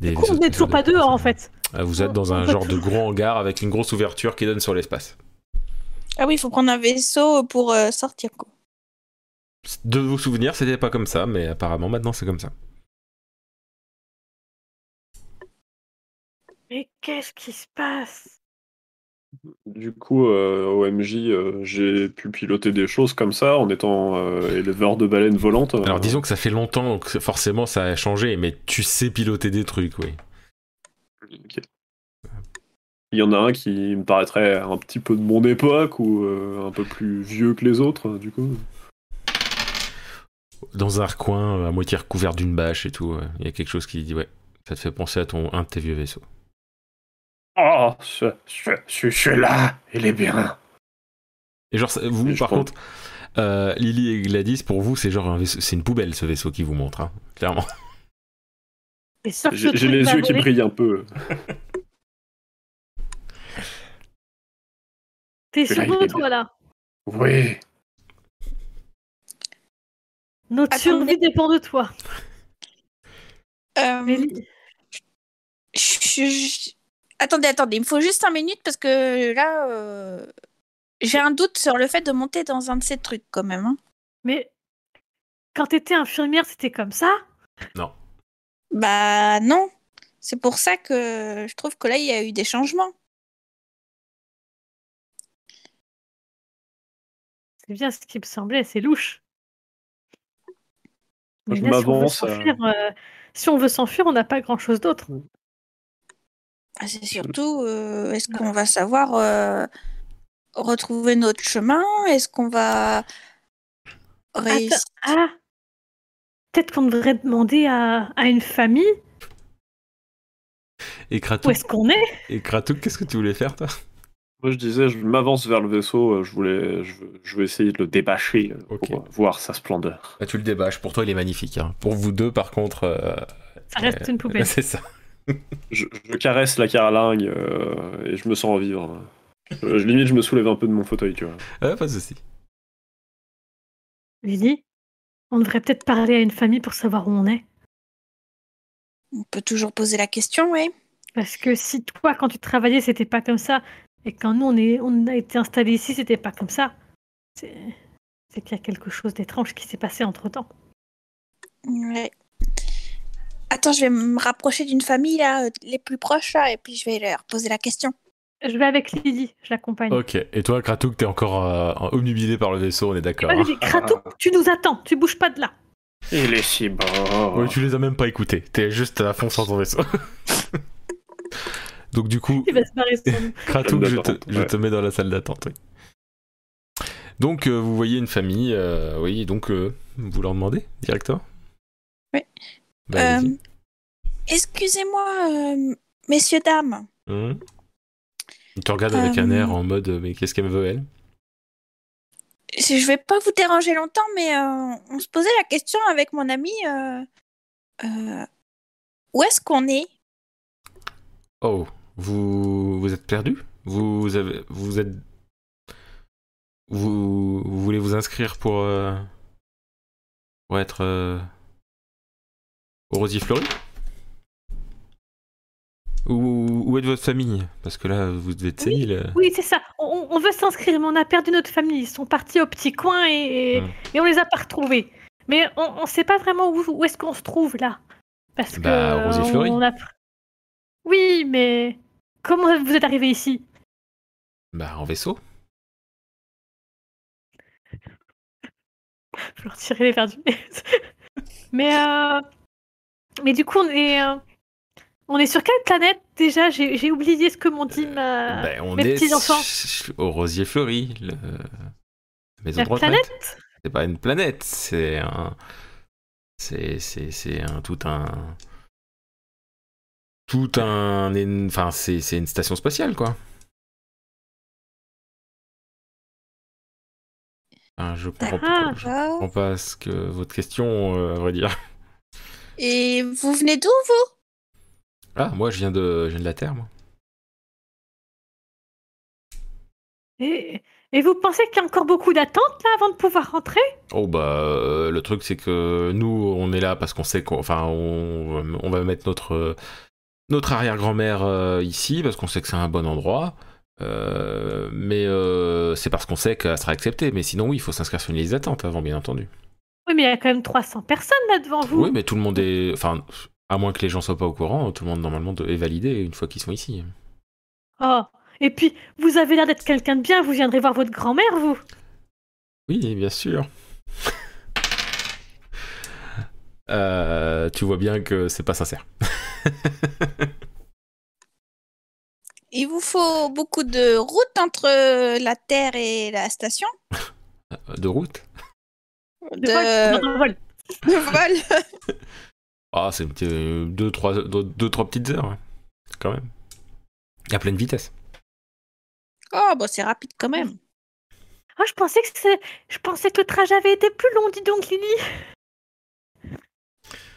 [SPEAKER 6] Des
[SPEAKER 2] Du coup, on
[SPEAKER 6] vaisseaux
[SPEAKER 2] n'est toujours pas
[SPEAKER 6] spatiaux de-
[SPEAKER 2] dehors en fait.
[SPEAKER 6] Euh, Vous êtes dans
[SPEAKER 2] On
[SPEAKER 6] un
[SPEAKER 2] peut
[SPEAKER 6] genre
[SPEAKER 2] [LAUGHS]
[SPEAKER 6] de
[SPEAKER 2] tout-
[SPEAKER 6] gros hangar avec une grosse ouverture qui donne sur l'espace.
[SPEAKER 4] Ah oui, il faut prendre un vaisseau pour euh, sortir. Quoi.
[SPEAKER 6] De vos souvenirs, c'était pas comme ça, mais apparemment maintenant c'est comme ça.
[SPEAKER 2] Mais qu'est-ce qui se passe
[SPEAKER 3] Du coup, euh, au MJ, euh, j'ai pu piloter des choses comme ça en étant euh, éleveur de baleines volantes. euh.
[SPEAKER 6] Alors disons que ça fait longtemps, donc forcément ça a changé, mais tu sais piloter des trucs, oui.
[SPEAKER 3] Ok. Il y en a un qui me paraîtrait un petit peu de mon époque ou euh, un peu plus vieux que les autres, du coup.
[SPEAKER 6] Dans un recoin, euh, à moitié recouvert d'une bâche et tout, euh, il y a quelque chose qui dit ouais, ça te fait penser à ton un de tes vieux vaisseaux.
[SPEAKER 3] Oh, je, je, je- je suis là, il est bien.
[SPEAKER 6] Et genre ça- vous,
[SPEAKER 3] Oui, je
[SPEAKER 6] par
[SPEAKER 3] crois.
[SPEAKER 6] contre, euh, Lily et Gladys, pour vous, c'est genre un vaisseau- c'est une poubelle ce vaisseau qui vous montre, hein, clairement.
[SPEAKER 2] Mais sauf que ce
[SPEAKER 3] J'ai j'ai
[SPEAKER 2] truc bah
[SPEAKER 3] les
[SPEAKER 2] m'a
[SPEAKER 3] yeux qui
[SPEAKER 2] volé.
[SPEAKER 3] brillent un peu.
[SPEAKER 2] T'es
[SPEAKER 3] Celui-là,
[SPEAKER 2] sur
[SPEAKER 3] il est
[SPEAKER 2] nous,
[SPEAKER 3] bien.
[SPEAKER 2] toi là.
[SPEAKER 3] Oui.
[SPEAKER 2] Notre
[SPEAKER 4] Attendez.
[SPEAKER 2] survie dépend de toi.
[SPEAKER 4] Euh,
[SPEAKER 2] Mais li-
[SPEAKER 4] je- je- je- Attendez, attendez, il me faut juste un minute parce que là, euh, j'ai un doute sur le fait de monter dans un de ces trucs quand même. hein.
[SPEAKER 2] mais quand t'étais infirmière, c'était comme ça
[SPEAKER 4] Bah non, c'est pour ça que je trouve que là, il y a eu des changements.
[SPEAKER 2] C'est bien ce qui me semblait, c'est louche.
[SPEAKER 3] Je
[SPEAKER 2] là, si on veut
[SPEAKER 3] m'avance,
[SPEAKER 2] s'enfuir, euh, si on veut s'enfuir, on n'a pas grand-chose d'autre.
[SPEAKER 4] Ah, c'est surtout, euh, est-ce qu'on va savoir euh, retrouver notre chemin Est-ce qu'on va réussir
[SPEAKER 2] Ah Peut-être qu'on devrait demander à, à une famille
[SPEAKER 6] [LAUGHS] Et
[SPEAKER 2] où
[SPEAKER 6] Kratouk,
[SPEAKER 2] est-ce qu'on est.
[SPEAKER 6] et Kratouk, qu'est-ce que tu voulais faire toi
[SPEAKER 3] Moi, je disais, je m'avance vers le vaisseau, euh, je voulais, je, veux- je veux essayer de le débâcher euh,
[SPEAKER 6] Ok.
[SPEAKER 3] pour euh, voir sa splendeur.
[SPEAKER 6] Bah, tu le débâches. Pour toi, il est magnifique. hein. Pour vous deux, par contre, euh,
[SPEAKER 2] Ça reste
[SPEAKER 6] euh,
[SPEAKER 2] une poubelle.
[SPEAKER 6] [LAUGHS] C'est ça.
[SPEAKER 3] Je, je caresse la carlingue euh, et je me sens revivre. Je, je- limite, je me soulève un peu de mon fauteuil, tu vois.
[SPEAKER 6] Ah, pas de souci.
[SPEAKER 2] Lily, on devrait peut-être parler à une famille pour savoir où on est.
[SPEAKER 4] On peut toujours poser la question, oui.
[SPEAKER 2] Parce que si toi, quand tu travaillais, c'était pas comme ça, et quand nous, on, est, on a été installés ici, c'était pas comme ça, c'est c'est qu'il y a quelque chose d'étrange qui s'est passé entre-temps.
[SPEAKER 4] Ouais. Attends, je vais me rapprocher d'une famille là, euh, les plus proches là, et puis je vais leur poser la question.
[SPEAKER 2] Je vais avec Lily, je l'accompagne.
[SPEAKER 6] Ok. Et toi, Kratouk, t'es encore euh, omnubilé par le vaisseau, on est d'accord.
[SPEAKER 2] Moi,
[SPEAKER 6] hein.
[SPEAKER 2] je dis,
[SPEAKER 6] [LAUGHS]
[SPEAKER 2] Kratos, tu nous attends, tu bouges pas de là.
[SPEAKER 3] Il est si beau.
[SPEAKER 6] Ouais, tu les as même pas écoutés. T'es juste à fond sur ton vaisseau. Donc du coup,
[SPEAKER 2] Il va se barrer sans
[SPEAKER 6] [LAUGHS]
[SPEAKER 2] nous.
[SPEAKER 6] Kratouk, je, te,
[SPEAKER 3] D'attente,
[SPEAKER 6] je
[SPEAKER 3] ouais.
[SPEAKER 6] te mets dans la salle d'attente. oui. Donc euh, vous voyez une famille, euh, oui, donc euh, vous leur demandez directement
[SPEAKER 4] Oui.
[SPEAKER 6] Bah,
[SPEAKER 4] Euh,
[SPEAKER 6] allez-y.
[SPEAKER 4] Excusez-moi, euh, messieurs, dames.
[SPEAKER 6] Hum. Ils te regardent avec un
[SPEAKER 4] euh,
[SPEAKER 6] air en mode mais qu'est-ce qu'elle veut elle
[SPEAKER 4] Je je vais pas vous déranger longtemps, mais euh, on se posait la question avec mon ami. euh, euh, où est-ce qu'on est
[SPEAKER 6] Oh, vous vous êtes perdu Vous avez vous êtes vous, vous voulez vous inscrire pour euh, pour être euh, au Rosifleury Où, où est votre famille Parce que là vous devez être sénile. euh.
[SPEAKER 2] Oui, c'est ça, on, on veut s'inscrire, mais on a perdu notre famille. Ils sont partis au petit coin et, et,
[SPEAKER 6] Hmm.
[SPEAKER 2] et on les a pas retrouvés. Mais on, on sait pas vraiment où, où est-ce qu'on se trouve là. Parce que.
[SPEAKER 6] Bah,
[SPEAKER 2] euh,
[SPEAKER 6] Rosy-Fleury.
[SPEAKER 2] on a... Oui, mais. Comment vous êtes arrivé ici
[SPEAKER 6] Bah en vaisseau.
[SPEAKER 2] Je leur tirer les verres du nez. [LAUGHS] Mais, euh, mais du coup, on est, euh, on est sur quelle planète déjà J'ai j'ai oublié ce que m'ont dit ma...
[SPEAKER 6] Ben, on
[SPEAKER 2] Ah, mes
[SPEAKER 6] est
[SPEAKER 2] petits-enfants.
[SPEAKER 6] ch- au Rosier Fleuri, le... maison
[SPEAKER 2] la
[SPEAKER 6] de retraite.
[SPEAKER 2] planète.
[SPEAKER 6] C'est pas une planète, c'est un. C'est, c'est, c'est un tout un. Tout un. une- Enfin, c'est, c'est une station spatiale, quoi. Enfin, je comprends pas.
[SPEAKER 2] Ah,
[SPEAKER 6] Je
[SPEAKER 4] Ah,
[SPEAKER 6] Ah, comprends pas ce que votre question, euh, à vrai dire.
[SPEAKER 4] Et vous venez d'où, vous
[SPEAKER 6] Ah, moi, je viens de, je viens de la Terre, moi.
[SPEAKER 2] Et, et vous pensez qu'il y a encore beaucoup d'attentes là avant de pouvoir rentrer
[SPEAKER 6] Oh bah euh, le truc c'est que nous on est là parce qu'on sait qu'on enfin on, on va mettre notre euh, notre arrière-grand-mère euh, ici parce qu'on sait que c'est un bon endroit Euh, mais euh, c'est parce qu'on sait qu'elle sera acceptée mais sinon oui il faut s'inscrire sur une liste d'attente avant bien entendu.
[SPEAKER 2] Oui, mais il y a quand même 300 personnes là devant vous.
[SPEAKER 6] Oui mais tout le monde est enfin à moins que les gens soient pas au courant tout le monde normalement de- est validé une fois qu'ils sont ici.
[SPEAKER 2] Oh. Et puis, vous avez l'air d'être quelqu'un de bien, vous viendrez voir votre grand-mère, vous.
[SPEAKER 6] Oui, bien sûr. Euh, tu vois bien que c'est pas sincère.
[SPEAKER 4] Il vous faut beaucoup de route entre euh, la Terre et la station
[SPEAKER 6] De route
[SPEAKER 2] De vol,
[SPEAKER 4] De,
[SPEAKER 2] non, de vol.
[SPEAKER 4] [LAUGHS] de vol
[SPEAKER 6] Ah, c'est 2-3 deux, trois, deux, deux, trois petites heures, ouais. quand même. À pleine vitesse.
[SPEAKER 4] Oh, bon, c'est rapide quand même.
[SPEAKER 2] Ah, je pensais que c'est... je pensais que le trajet avait été plus long, dis donc, Lily.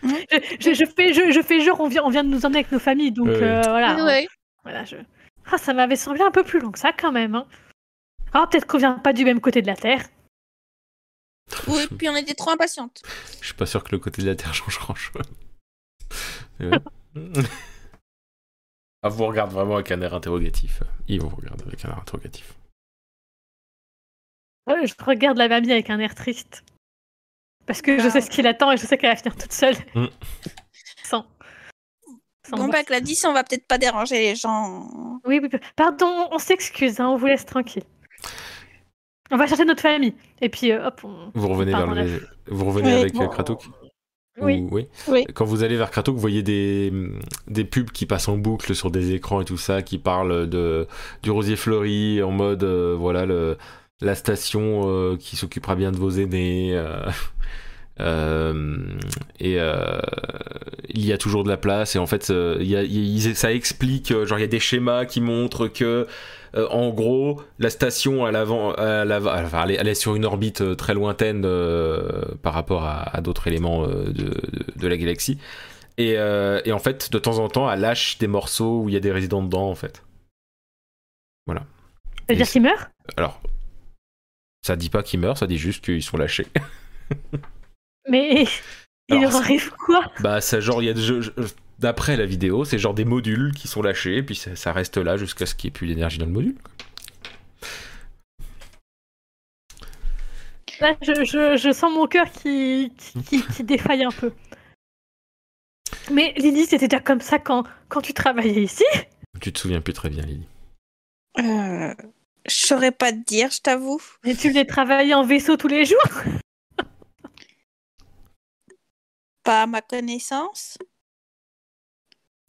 [SPEAKER 4] Ouais.
[SPEAKER 2] Je, je- je fais, je, je fais genre, on vient, on vient de nous emmener avec nos familles, donc
[SPEAKER 6] Ouais.
[SPEAKER 2] euh, voilà.
[SPEAKER 4] Ouais.
[SPEAKER 2] Voilà, je- Ah, ça m'avait semblé un peu plus long que ça quand même. hein. Ah, peut-être qu'on vient pas du même côté de la Terre.
[SPEAKER 4] Oui, puis on était trop impatientes.
[SPEAKER 6] Je suis pas sûr que le côté de la Terre [LAUGHS] change grand-chose. Mais ouais. [LAUGHS] ah, vous regarde vraiment avec un air interrogatif. Il vous regarde avec un air interrogatif.
[SPEAKER 2] Euh, Je regarde la mamie avec un air triste. Parce que je
[SPEAKER 4] Ah.
[SPEAKER 2] sais ce qu'il attend et je sais qu'elle va finir toute seule.
[SPEAKER 6] Mm.
[SPEAKER 2] [LAUGHS] Sans. Sans
[SPEAKER 4] Bon,
[SPEAKER 2] moi.
[SPEAKER 4] bah, avec la 10, on va peut-être pas déranger les gens.
[SPEAKER 2] Oui, oui, oui. pardon, on s'excuse, hein, on vous laisse tranquille. On va chercher notre famille. Et puis, euh, hop, on...
[SPEAKER 6] Vous revenez, vers
[SPEAKER 2] Pardon,
[SPEAKER 6] le- vous revenez
[SPEAKER 4] Oui.
[SPEAKER 6] avec euh, Kratouk
[SPEAKER 2] Oui.
[SPEAKER 6] Ou- oui.
[SPEAKER 4] Oui.
[SPEAKER 6] Quand vous allez vers Kratouk, vous voyez des, des pubs qui passent en boucle sur des écrans et tout ça, qui parlent de, du rosier fleuri en mode euh, voilà le, la station euh, qui s'occupera bien de vos aînés. euh, [LAUGHS] euh, et euh, il y a toujours de la place et en fait euh, il y a- il- ils- ça explique euh, genre il y a des schémas qui montrent que euh, en gros la station à l'avant à l'avant- enfin, elle, est- elle est sur une orbite euh, très lointaine euh, par rapport à, à d'autres éléments euh, de, de- de la galaxie et, euh, et en fait de temps en temps elle lâche des morceaux où il y a des résidents dedans en fait
[SPEAKER 2] ça veut dire
[SPEAKER 6] Et-
[SPEAKER 2] qu'il meurt
[SPEAKER 6] alors ça dit pas qu'ils meurent ça dit juste qu'ils sont lâchés [LAUGHS]
[SPEAKER 2] Mais [LAUGHS] il
[SPEAKER 6] Alors,
[SPEAKER 2] leur
[SPEAKER 6] c'est-
[SPEAKER 2] arrive quoi
[SPEAKER 6] Bah, ça, genre, il y a des jeux- je- D'après la vidéo, c'est genre des modules qui sont lâchés, puis ça, ça reste là jusqu'à ce qu'il n'y ait plus d'énergie dans le module.
[SPEAKER 2] Là, je, je- je sens mon cœur qui, qui, qui-
[SPEAKER 6] Mm.
[SPEAKER 2] qui défaille un peu. Mais Lily, c'était déjà comme ça quand, quand tu travaillais ici
[SPEAKER 6] Tu te souviens plus très bien, Lily.
[SPEAKER 4] Euh, je saurais pas te dire, je t'avoue.
[SPEAKER 2] Et tu venais travailler en vaisseau tous les jours
[SPEAKER 4] Pas à ma connaissance.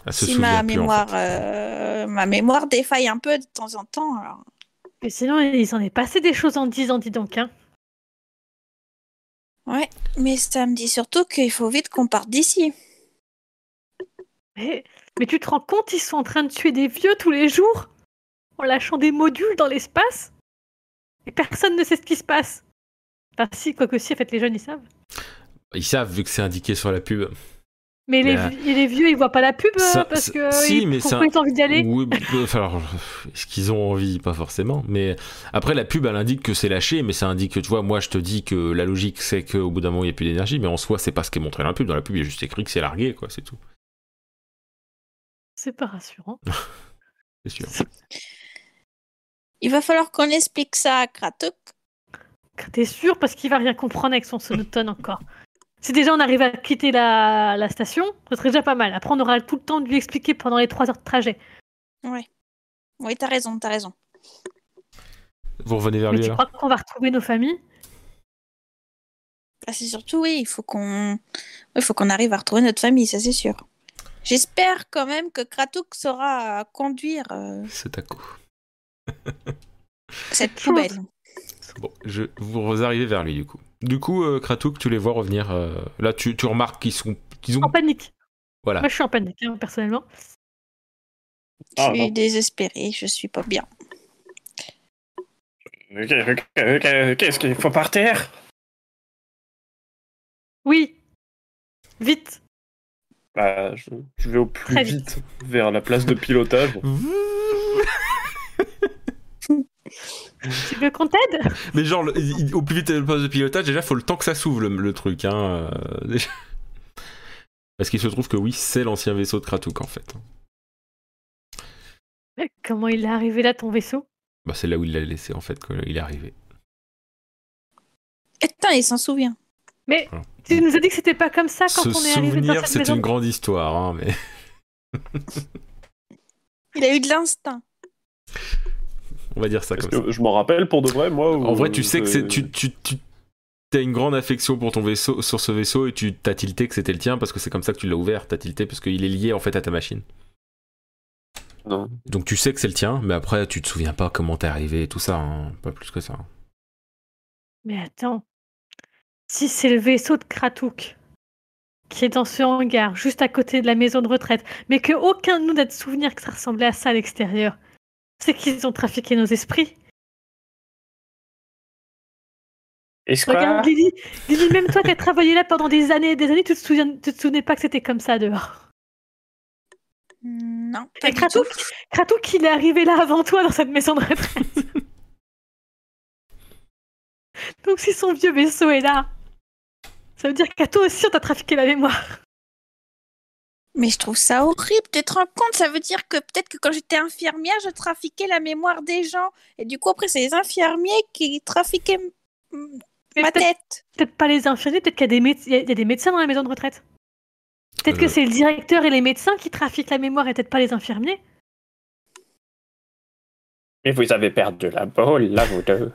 [SPEAKER 6] Elle se
[SPEAKER 4] Si
[SPEAKER 6] souvient
[SPEAKER 4] ma
[SPEAKER 6] plus, en
[SPEAKER 4] mémoire,
[SPEAKER 6] fait.
[SPEAKER 4] euh, ma mémoire défaille un peu de temps en temps. alors.
[SPEAKER 2] Mais sinon, il s'en est passé des choses en 10 ans, dis donc. Hein.
[SPEAKER 4] Mais ça me dit surtout qu'il faut vite qu'on parte d'ici.
[SPEAKER 2] Mais, mais tu te rends compte, ils sont en train de tuer des vieux tous les jours en lâchant des modules dans l'espace et personne ne sait ce qui se passe. Enfin, si, quoique si, en fait, les jeunes, ils savent.
[SPEAKER 6] Ils savent, vu que c'est indiqué sur la pub.
[SPEAKER 2] Mais les,
[SPEAKER 6] Bah,
[SPEAKER 2] vi- et les vieux, ils voient pas la pub euh,
[SPEAKER 6] ça-
[SPEAKER 2] parce
[SPEAKER 6] ça-
[SPEAKER 2] que
[SPEAKER 6] si,
[SPEAKER 2] ils,
[SPEAKER 6] mais
[SPEAKER 2] pourquoi
[SPEAKER 6] ça-
[SPEAKER 2] ils ont envie d'y aller
[SPEAKER 6] Oui, bah, enfin, alors, est-ce qu'ils ont envie Pas forcément. Mais après, la pub, elle indique que c'est lâché, mais ça indique que, tu vois, moi, je te dis que la logique, c'est qu'au bout d'un moment, il n'y a plus d'énergie, mais en soi, c'est pas ce qui est montré dans la pub. Dans la pub, il y a juste écrit que c'est largué, quoi, c'est tout.
[SPEAKER 2] C'est pas rassurant.
[SPEAKER 6] C'est sûr.
[SPEAKER 4] Il va falloir qu'on explique ça à Kratok.
[SPEAKER 2] T'es sûr parce qu'il va rien comprendre avec son sonotone encore. Si déjà on arrive à quitter la, la station, ce serait déjà pas mal. Après, on aura tout le temps de lui expliquer pendant les 3 heures de trajet.
[SPEAKER 4] Oui, t'as raison, t'as raison.
[SPEAKER 6] Vous revenez vers
[SPEAKER 2] Mais
[SPEAKER 6] lui,
[SPEAKER 2] tu
[SPEAKER 6] alors
[SPEAKER 2] crois qu'on va retrouver nos familles
[SPEAKER 4] Ah, c'est surtout, oui, il faut qu'on il faut qu'on arrive à retrouver notre famille, ça c'est sûr. J'espère quand même que Kratouk saura euh, conduire euh,
[SPEAKER 6] C'est à coup.
[SPEAKER 2] [LAUGHS]
[SPEAKER 4] cette
[SPEAKER 2] chose.
[SPEAKER 4] poubelle.
[SPEAKER 6] Bon, je, vous arrivez vers lui du coup. Du coup, euh, Kratouk, tu les vois revenir. euh, là, tu, tu remarques qu'ils sont. qu'ils
[SPEAKER 2] [LAUGHS]
[SPEAKER 6] ont-
[SPEAKER 2] En panique.
[SPEAKER 6] Voilà.
[SPEAKER 2] Moi, je suis en panique, hein, personnellement.
[SPEAKER 4] Je
[SPEAKER 3] Ah,
[SPEAKER 4] suis
[SPEAKER 3] non.
[SPEAKER 4] désespérée, je suis pas bien.
[SPEAKER 3] Ok, ok, ok, ok, est-ce qu'il faut partir
[SPEAKER 2] Oui. Vite.
[SPEAKER 3] Bah, je, je vais au plus
[SPEAKER 2] Très
[SPEAKER 3] vite.
[SPEAKER 2] vite.
[SPEAKER 3] vers la place de pilotage.
[SPEAKER 2] Tu veux qu'on t'aide [LAUGHS]
[SPEAKER 6] Mais genre, le- il- au plus vite le poste de pilotage, déjà, faut le temps que ça s'ouvre le, le truc. Hein, euh, [LAUGHS] déjà. Parce qu'il se trouve que oui, c'est l'ancien vaisseau de Kratouk en fait.
[SPEAKER 2] Comment il est arrivé là, ton vaisseau
[SPEAKER 6] Bah, c'est là où il l'a laissé en fait, qu'il est arrivé.
[SPEAKER 4] Et Putain, il s'en souvient.
[SPEAKER 2] Mais
[SPEAKER 6] Voilà.
[SPEAKER 2] tu nous as dit que c'était pas comme ça Ah, quand
[SPEAKER 6] Ce
[SPEAKER 2] on est arrivé dans
[SPEAKER 6] souvenir,
[SPEAKER 2] cette
[SPEAKER 6] c'est
[SPEAKER 2] maison.
[SPEAKER 6] une grande histoire, hein, mais. [LAUGHS]
[SPEAKER 4] Il a eu de l'instinct.
[SPEAKER 6] On va dire ça
[SPEAKER 3] Est-ce
[SPEAKER 6] comme ça.
[SPEAKER 3] que je m'en rappelle pour de vrai, moi ou-
[SPEAKER 6] En vrai, tu sais que c'est,
[SPEAKER 3] euh,
[SPEAKER 6] tu, tu, tu as une grande affection pour ton vaisseau, sur ce vaisseau, et tu t'as tilté que c'était le tien parce que c'est comme ça que tu l'as ouvert. T'as tilté parce qu'il est lié en fait à ta machine.
[SPEAKER 3] Non.
[SPEAKER 6] Donc tu sais que c'est le tien, mais après tu te souviens pas comment t'es arrivé et tout ça, hein, pas plus que ça.
[SPEAKER 2] Mais attends, si c'est le vaisseau de Kratouk qui est dans ce hangar, juste à côté de la maison de retraite, mais que aucun de nous n'a de souvenir que ça ressemblait à ça à l'extérieur, c'est qu'ils ont trafiqué nos esprits.
[SPEAKER 3] Est-ce
[SPEAKER 2] Regarde Lily, Lily, même toi qui as travaillé là pendant des années et des années, tu te souviens, tu te souvenais pas que c'était comme ça dehors.
[SPEAKER 4] Hmm, Non.
[SPEAKER 2] Et Kratouk, Kratouk, il est arrivé là avant toi dans cette maison de retraite. [LAUGHS] Donc si son vieux vaisseau est là, ça veut dire qu'à toi aussi on t'a trafiqué la mémoire.
[SPEAKER 4] Mais je trouve ça horrible. Tu te rends compte Ça veut dire que peut-être que quand j'étais infirmière, je trafiquais la mémoire des gens. Et du coup, après, c'est les infirmiers qui trafiquaient m- m-
[SPEAKER 2] Mais
[SPEAKER 4] ma
[SPEAKER 2] peut-être-
[SPEAKER 4] tête.
[SPEAKER 2] Peut-être pas les infirmiers, peut-être qu'il y, a des méde- il y a- il y a des médecins dans la maison de retraite. Peut-être
[SPEAKER 6] Euh.
[SPEAKER 2] que c'est le directeur et les médecins qui trafiquent la mémoire et peut-être pas les infirmiers.
[SPEAKER 3] Et vous avez perdu la balle, là, vous deux.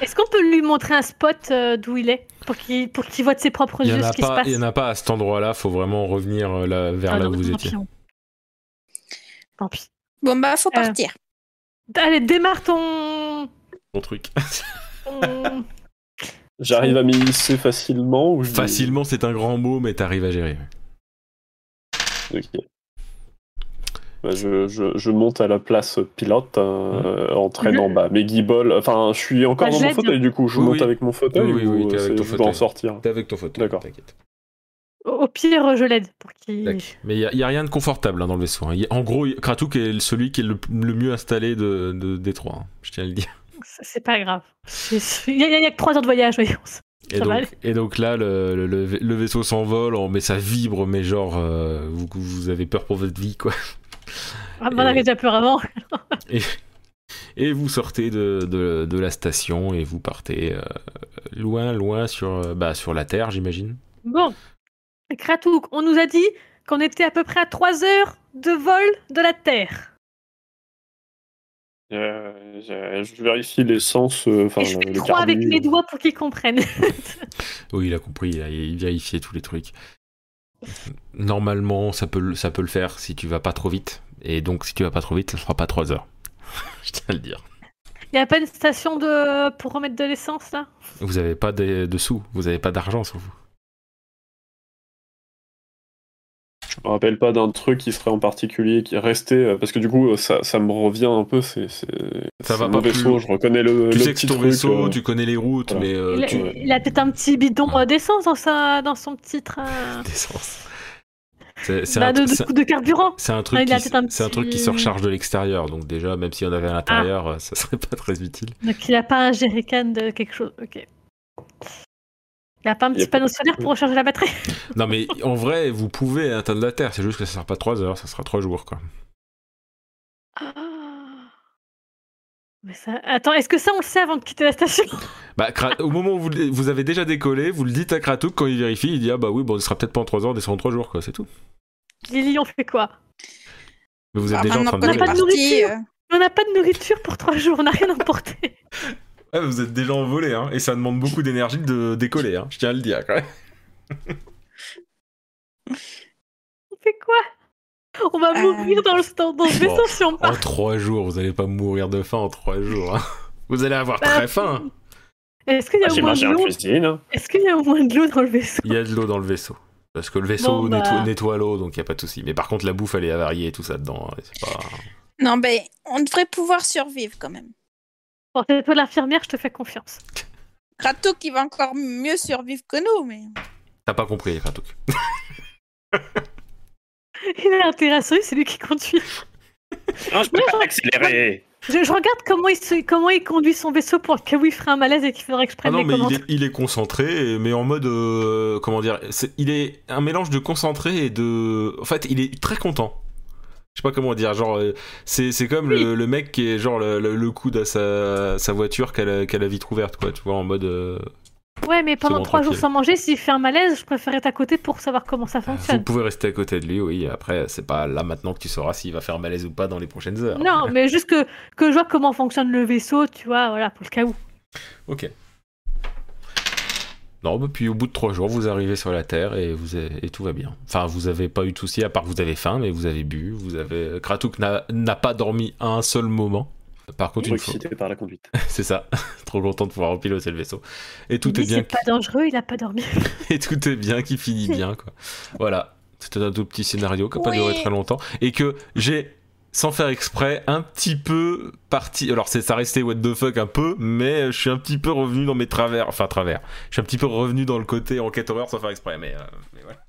[SPEAKER 2] Est-ce qu'on peut lui montrer un spot euh, d'où il est pour qu'il pour qu'il voit de ses propres
[SPEAKER 6] Il y,
[SPEAKER 2] yeux
[SPEAKER 6] en
[SPEAKER 2] ce
[SPEAKER 6] a
[SPEAKER 2] qui se
[SPEAKER 6] pas,
[SPEAKER 2] passe
[SPEAKER 6] il y en a pas à cet endroit-là, faut vraiment revenir euh, là- vers
[SPEAKER 2] Ah
[SPEAKER 6] là
[SPEAKER 2] non,
[SPEAKER 6] où vous
[SPEAKER 2] tant
[SPEAKER 6] étiez.
[SPEAKER 2] pis, on- Tant pis.
[SPEAKER 4] Bon, bah, faut
[SPEAKER 2] Euh.
[SPEAKER 4] partir.
[SPEAKER 2] Allez, démarre ton.
[SPEAKER 6] Bon truc.
[SPEAKER 2] ton-
[SPEAKER 3] J'arrive à m'immiscer facilement ou je-
[SPEAKER 6] Facilement, c'est un grand mot, mais t'arrives à gérer.
[SPEAKER 3] Ok. Bah, je, je- je monte à la place pilote,
[SPEAKER 6] Hein
[SPEAKER 3] euh, en traîne en bas. Mais guiboles, enfin, je suis encore
[SPEAKER 2] Bah,
[SPEAKER 3] dans
[SPEAKER 2] je
[SPEAKER 3] mon
[SPEAKER 2] l'aide.
[SPEAKER 3] fauteuil, du coup. Je
[SPEAKER 6] Oui,
[SPEAKER 3] monte
[SPEAKER 6] oui.
[SPEAKER 3] avec mon fauteuil
[SPEAKER 6] Oui, oui,
[SPEAKER 3] ou
[SPEAKER 6] oui, t'es
[SPEAKER 3] euh,
[SPEAKER 6] avec
[SPEAKER 3] c'est-
[SPEAKER 6] ton
[SPEAKER 3] je dois
[SPEAKER 6] fauteuil.
[SPEAKER 3] en sortir
[SPEAKER 6] T'es avec ton fauteuil.
[SPEAKER 3] D'accord.
[SPEAKER 6] T'inquiète.
[SPEAKER 2] Au au pire, je l'aide pour qu'il.
[SPEAKER 6] Tac. Mais il n'y a, rien de confortable hein, dans le vaisseau. hein. Y a- en gros, y- Kratouk est celui qui est le, le mieux installé de, de- des trois. hein. Je tiens à le dire.
[SPEAKER 2] C'est c'est pas grave. C'est- Il y, a- il y a que trois heures de voyage, voyons. [LAUGHS]
[SPEAKER 6] Et
[SPEAKER 2] Ça va
[SPEAKER 6] donc, et donc là, le, le- le- le vaisseau s'envole, on- mais ça vibre, mais genre, euh, vous, vous avez peur pour votre vie, quoi. [LAUGHS]
[SPEAKER 2] Ah, mais on avait
[SPEAKER 6] Et-
[SPEAKER 2] déjà peur avant.
[SPEAKER 6] Et vous sortez de, de- de la station et vous partez euh, loin, loin sur, euh, bah, sur la Terre, j'imagine.
[SPEAKER 2] Bon, Kratouk, on nous a dit qu'on était à peu près à 3 heures de vol de la Terre.
[SPEAKER 3] Euh, je, je vérifie l'essence. euh, Enfin,
[SPEAKER 2] Et je
[SPEAKER 3] le-
[SPEAKER 2] fais
[SPEAKER 3] le
[SPEAKER 2] 3 avec
[SPEAKER 3] carbu.
[SPEAKER 2] les doigts pour qu'ils comprennent.
[SPEAKER 6] Oui, il a compris, il, a- il vérifiait tous les trucs. Normalement, ça peut, le- ça peut le faire si tu vas pas trop vite. Et donc, si tu vas pas trop vite, ça fera pas 3 heures. [LAUGHS] Je tiens à le dire.
[SPEAKER 2] Il n'y a pas une station de... pour remettre de l'essence là
[SPEAKER 6] Vous avez pas de, de sous, vous avez pas d'argent sur
[SPEAKER 3] Euh,
[SPEAKER 6] vous.
[SPEAKER 3] Je me rappelle pas d'un truc qui serait en particulier qui restait euh, parce que du coup euh, ça, ça me revient un peu c'est c'est
[SPEAKER 6] Ça
[SPEAKER 3] c'est
[SPEAKER 6] va
[SPEAKER 3] mon
[SPEAKER 6] pas plus
[SPEAKER 3] vaisseau
[SPEAKER 6] loin.
[SPEAKER 3] je reconnais le,
[SPEAKER 6] Tu
[SPEAKER 3] le
[SPEAKER 6] sais que
[SPEAKER 3] petit
[SPEAKER 6] c'est ton
[SPEAKER 3] truc,
[SPEAKER 6] vaisseau,
[SPEAKER 3] euh,
[SPEAKER 6] tu connais les routes,
[SPEAKER 3] voilà.
[SPEAKER 6] mais euh,
[SPEAKER 2] il, a-
[SPEAKER 6] [LAUGHS] tu. Ah.
[SPEAKER 3] Ouais.
[SPEAKER 2] il a peut-être un petit bidon euh, d'essence dans, sa... dans son petit train.
[SPEAKER 6] D'essence. C'est c'est
[SPEAKER 2] Bah,
[SPEAKER 6] un,
[SPEAKER 2] de,
[SPEAKER 6] truc-
[SPEAKER 2] de-
[SPEAKER 6] c'est-
[SPEAKER 2] de carburant.
[SPEAKER 6] c'est un truc,
[SPEAKER 2] il a
[SPEAKER 6] qui,
[SPEAKER 2] peut-être un
[SPEAKER 6] c'est un truc qui
[SPEAKER 2] petit- Ah.
[SPEAKER 6] se recharge de l'extérieur, donc déjà, même si on avait à l'intérieur, euh, ça serait pas très utile.
[SPEAKER 2] Donc il n'a pas un jerrycan de quelque chose. Ok. Il n'a pas un
[SPEAKER 3] Il y a
[SPEAKER 2] petit
[SPEAKER 3] pas-
[SPEAKER 2] panneau solaire pour recharger la batterie
[SPEAKER 6] Non, mais en vrai, vous pouvez atteindre la Terre, c'est juste que ça sera pas 3 heures, ça sera 3 jours, quoi.
[SPEAKER 2] Ah. Mais ça... Attends, est-ce que ça on le sait avant de quitter la station [LAUGHS]
[SPEAKER 6] Bah, Kra- au moment où vous, vous avez déjà décollé, vous le dites à Kratouk, quand il vérifie, il dit Ah bah oui, bon, il sera peut-être pas en 3 heures, descend en 3 jours, quoi, c'est tout.
[SPEAKER 2] Lily, on fait quoi
[SPEAKER 6] Mais vous êtes
[SPEAKER 4] Ah,
[SPEAKER 6] déjà en
[SPEAKER 4] maintenant
[SPEAKER 6] train de
[SPEAKER 4] qu'on
[SPEAKER 2] Bah, pas
[SPEAKER 4] est
[SPEAKER 6] voler.
[SPEAKER 2] de
[SPEAKER 4] parti,
[SPEAKER 2] nourriture.
[SPEAKER 4] euh,
[SPEAKER 2] On n'a pas de nourriture pour trois jours, on n'a rien emporté. [LAUGHS]
[SPEAKER 6] Ouais, Ah, vous êtes déjà en volée, hein, et ça demande beaucoup d'énergie de décoller, hein, je tiens à le dire, quand même.
[SPEAKER 2] On fait quoi On va
[SPEAKER 4] Euh.
[SPEAKER 2] mourir dans le stand, dans ce vaisseau
[SPEAKER 6] Bon.
[SPEAKER 2] si on part.
[SPEAKER 6] En 3 jours, vous allez pas mourir de faim en 3 jours, hein. Vous allez avoir
[SPEAKER 2] Bah,
[SPEAKER 6] très faim. hein.
[SPEAKER 2] Est-ce qu'il y a
[SPEAKER 3] Ah, j'ai
[SPEAKER 2] au moins
[SPEAKER 3] mangé
[SPEAKER 2] de
[SPEAKER 3] en
[SPEAKER 2] l'eau
[SPEAKER 3] cuisine hein.
[SPEAKER 2] Est-ce qu'il y a au moins de l'eau dans le vaisseau
[SPEAKER 6] Il y a de l'eau dans le vaisseau. Parce que le vaisseau
[SPEAKER 2] Bon, bah.
[SPEAKER 6] nettoie, nettoie l'eau, donc il a pas de souci. Mais par contre, la bouffe, elle est avariée et tout ça dedans. hein, et c'est pas-
[SPEAKER 4] Non, ben, on devrait pouvoir survivre quand même.
[SPEAKER 2] Bon, c'est toi l'infirmière, je te fais confiance. [LAUGHS]
[SPEAKER 4] Kratouk, il va encore mieux survivre que nous, mais.
[SPEAKER 2] Ah,
[SPEAKER 6] T'as pas compris, Kratouk.
[SPEAKER 2] Il a intérêt à sauver, c'est lui qui conduit.
[SPEAKER 3] Non, je peux pas accélérer.
[SPEAKER 2] Je, je regarde comment il, se- comment il conduit son vaisseau pour le cas où il ferait un malaise et qu'il faudrait que je
[SPEAKER 6] Ah
[SPEAKER 2] prenne
[SPEAKER 6] non,
[SPEAKER 2] les
[SPEAKER 6] mais
[SPEAKER 2] commandes.
[SPEAKER 6] il est, il est concentré, mais en mode. euh, comment dire c'est- Il est un mélange de concentré et de. En fait, il est très content. Je sais pas comment dire, genre. euh, C'est, c'est comme le, le mec qui est genre le, le- le coude à sa, sa voiture qu'elle a, qu'elle a la vitre ouverte, quoi, tu vois, en mode. euh,
[SPEAKER 2] Ouais, mais pendant
[SPEAKER 6] Second
[SPEAKER 2] trois jours
[SPEAKER 6] tranquille.
[SPEAKER 2] sans manger, s'il fait un malaise, je préfère être à côté pour savoir comment ça
[SPEAKER 6] vous
[SPEAKER 2] fonctionne.
[SPEAKER 6] pouvez rester à côté de lui, oui, après, c'est pas là maintenant que tu sauras s'il va faire malaise ou pas dans les prochaines heures.
[SPEAKER 2] Non, mais juste que, que je vois comment fonctionne le vaisseau, tu vois, voilà, pour le cas où.
[SPEAKER 6] Ok. Non, bah, puis au bout de trois jours, vous arrivez sur la Terre et, vous avez- et tout va bien. Enfin, vous avez pas eu de soucis, à part que vous avez faim, mais vous avez bu, vous avez... Kratouk n'a n'a pas dormi un seul moment. Par contre,
[SPEAKER 3] Trop
[SPEAKER 6] une fois...
[SPEAKER 3] excité par la conduite.
[SPEAKER 6] [LAUGHS] C'est ça. [LAUGHS] Trop content de pouvoir piloter le vaisseau. Et
[SPEAKER 2] Il
[SPEAKER 6] tout
[SPEAKER 2] dit,
[SPEAKER 6] est bien,
[SPEAKER 2] C'est pas dangereux, il a pas dormi.
[SPEAKER 6] et tout est bien qui finit bien, quoi. Voilà. C'était un tout petit scénario qui n'a pas
[SPEAKER 4] Oui.
[SPEAKER 6] duré très longtemps. Et que j'ai, sans faire exprès, un petit peu parti... Alors, c'est ça restait what the fuck un peu, mais je suis un petit peu revenu dans mes travers. Enfin, travers. Je suis un petit peu revenu dans le côté enquête horreur sans faire exprès, mais... euh, mais voilà.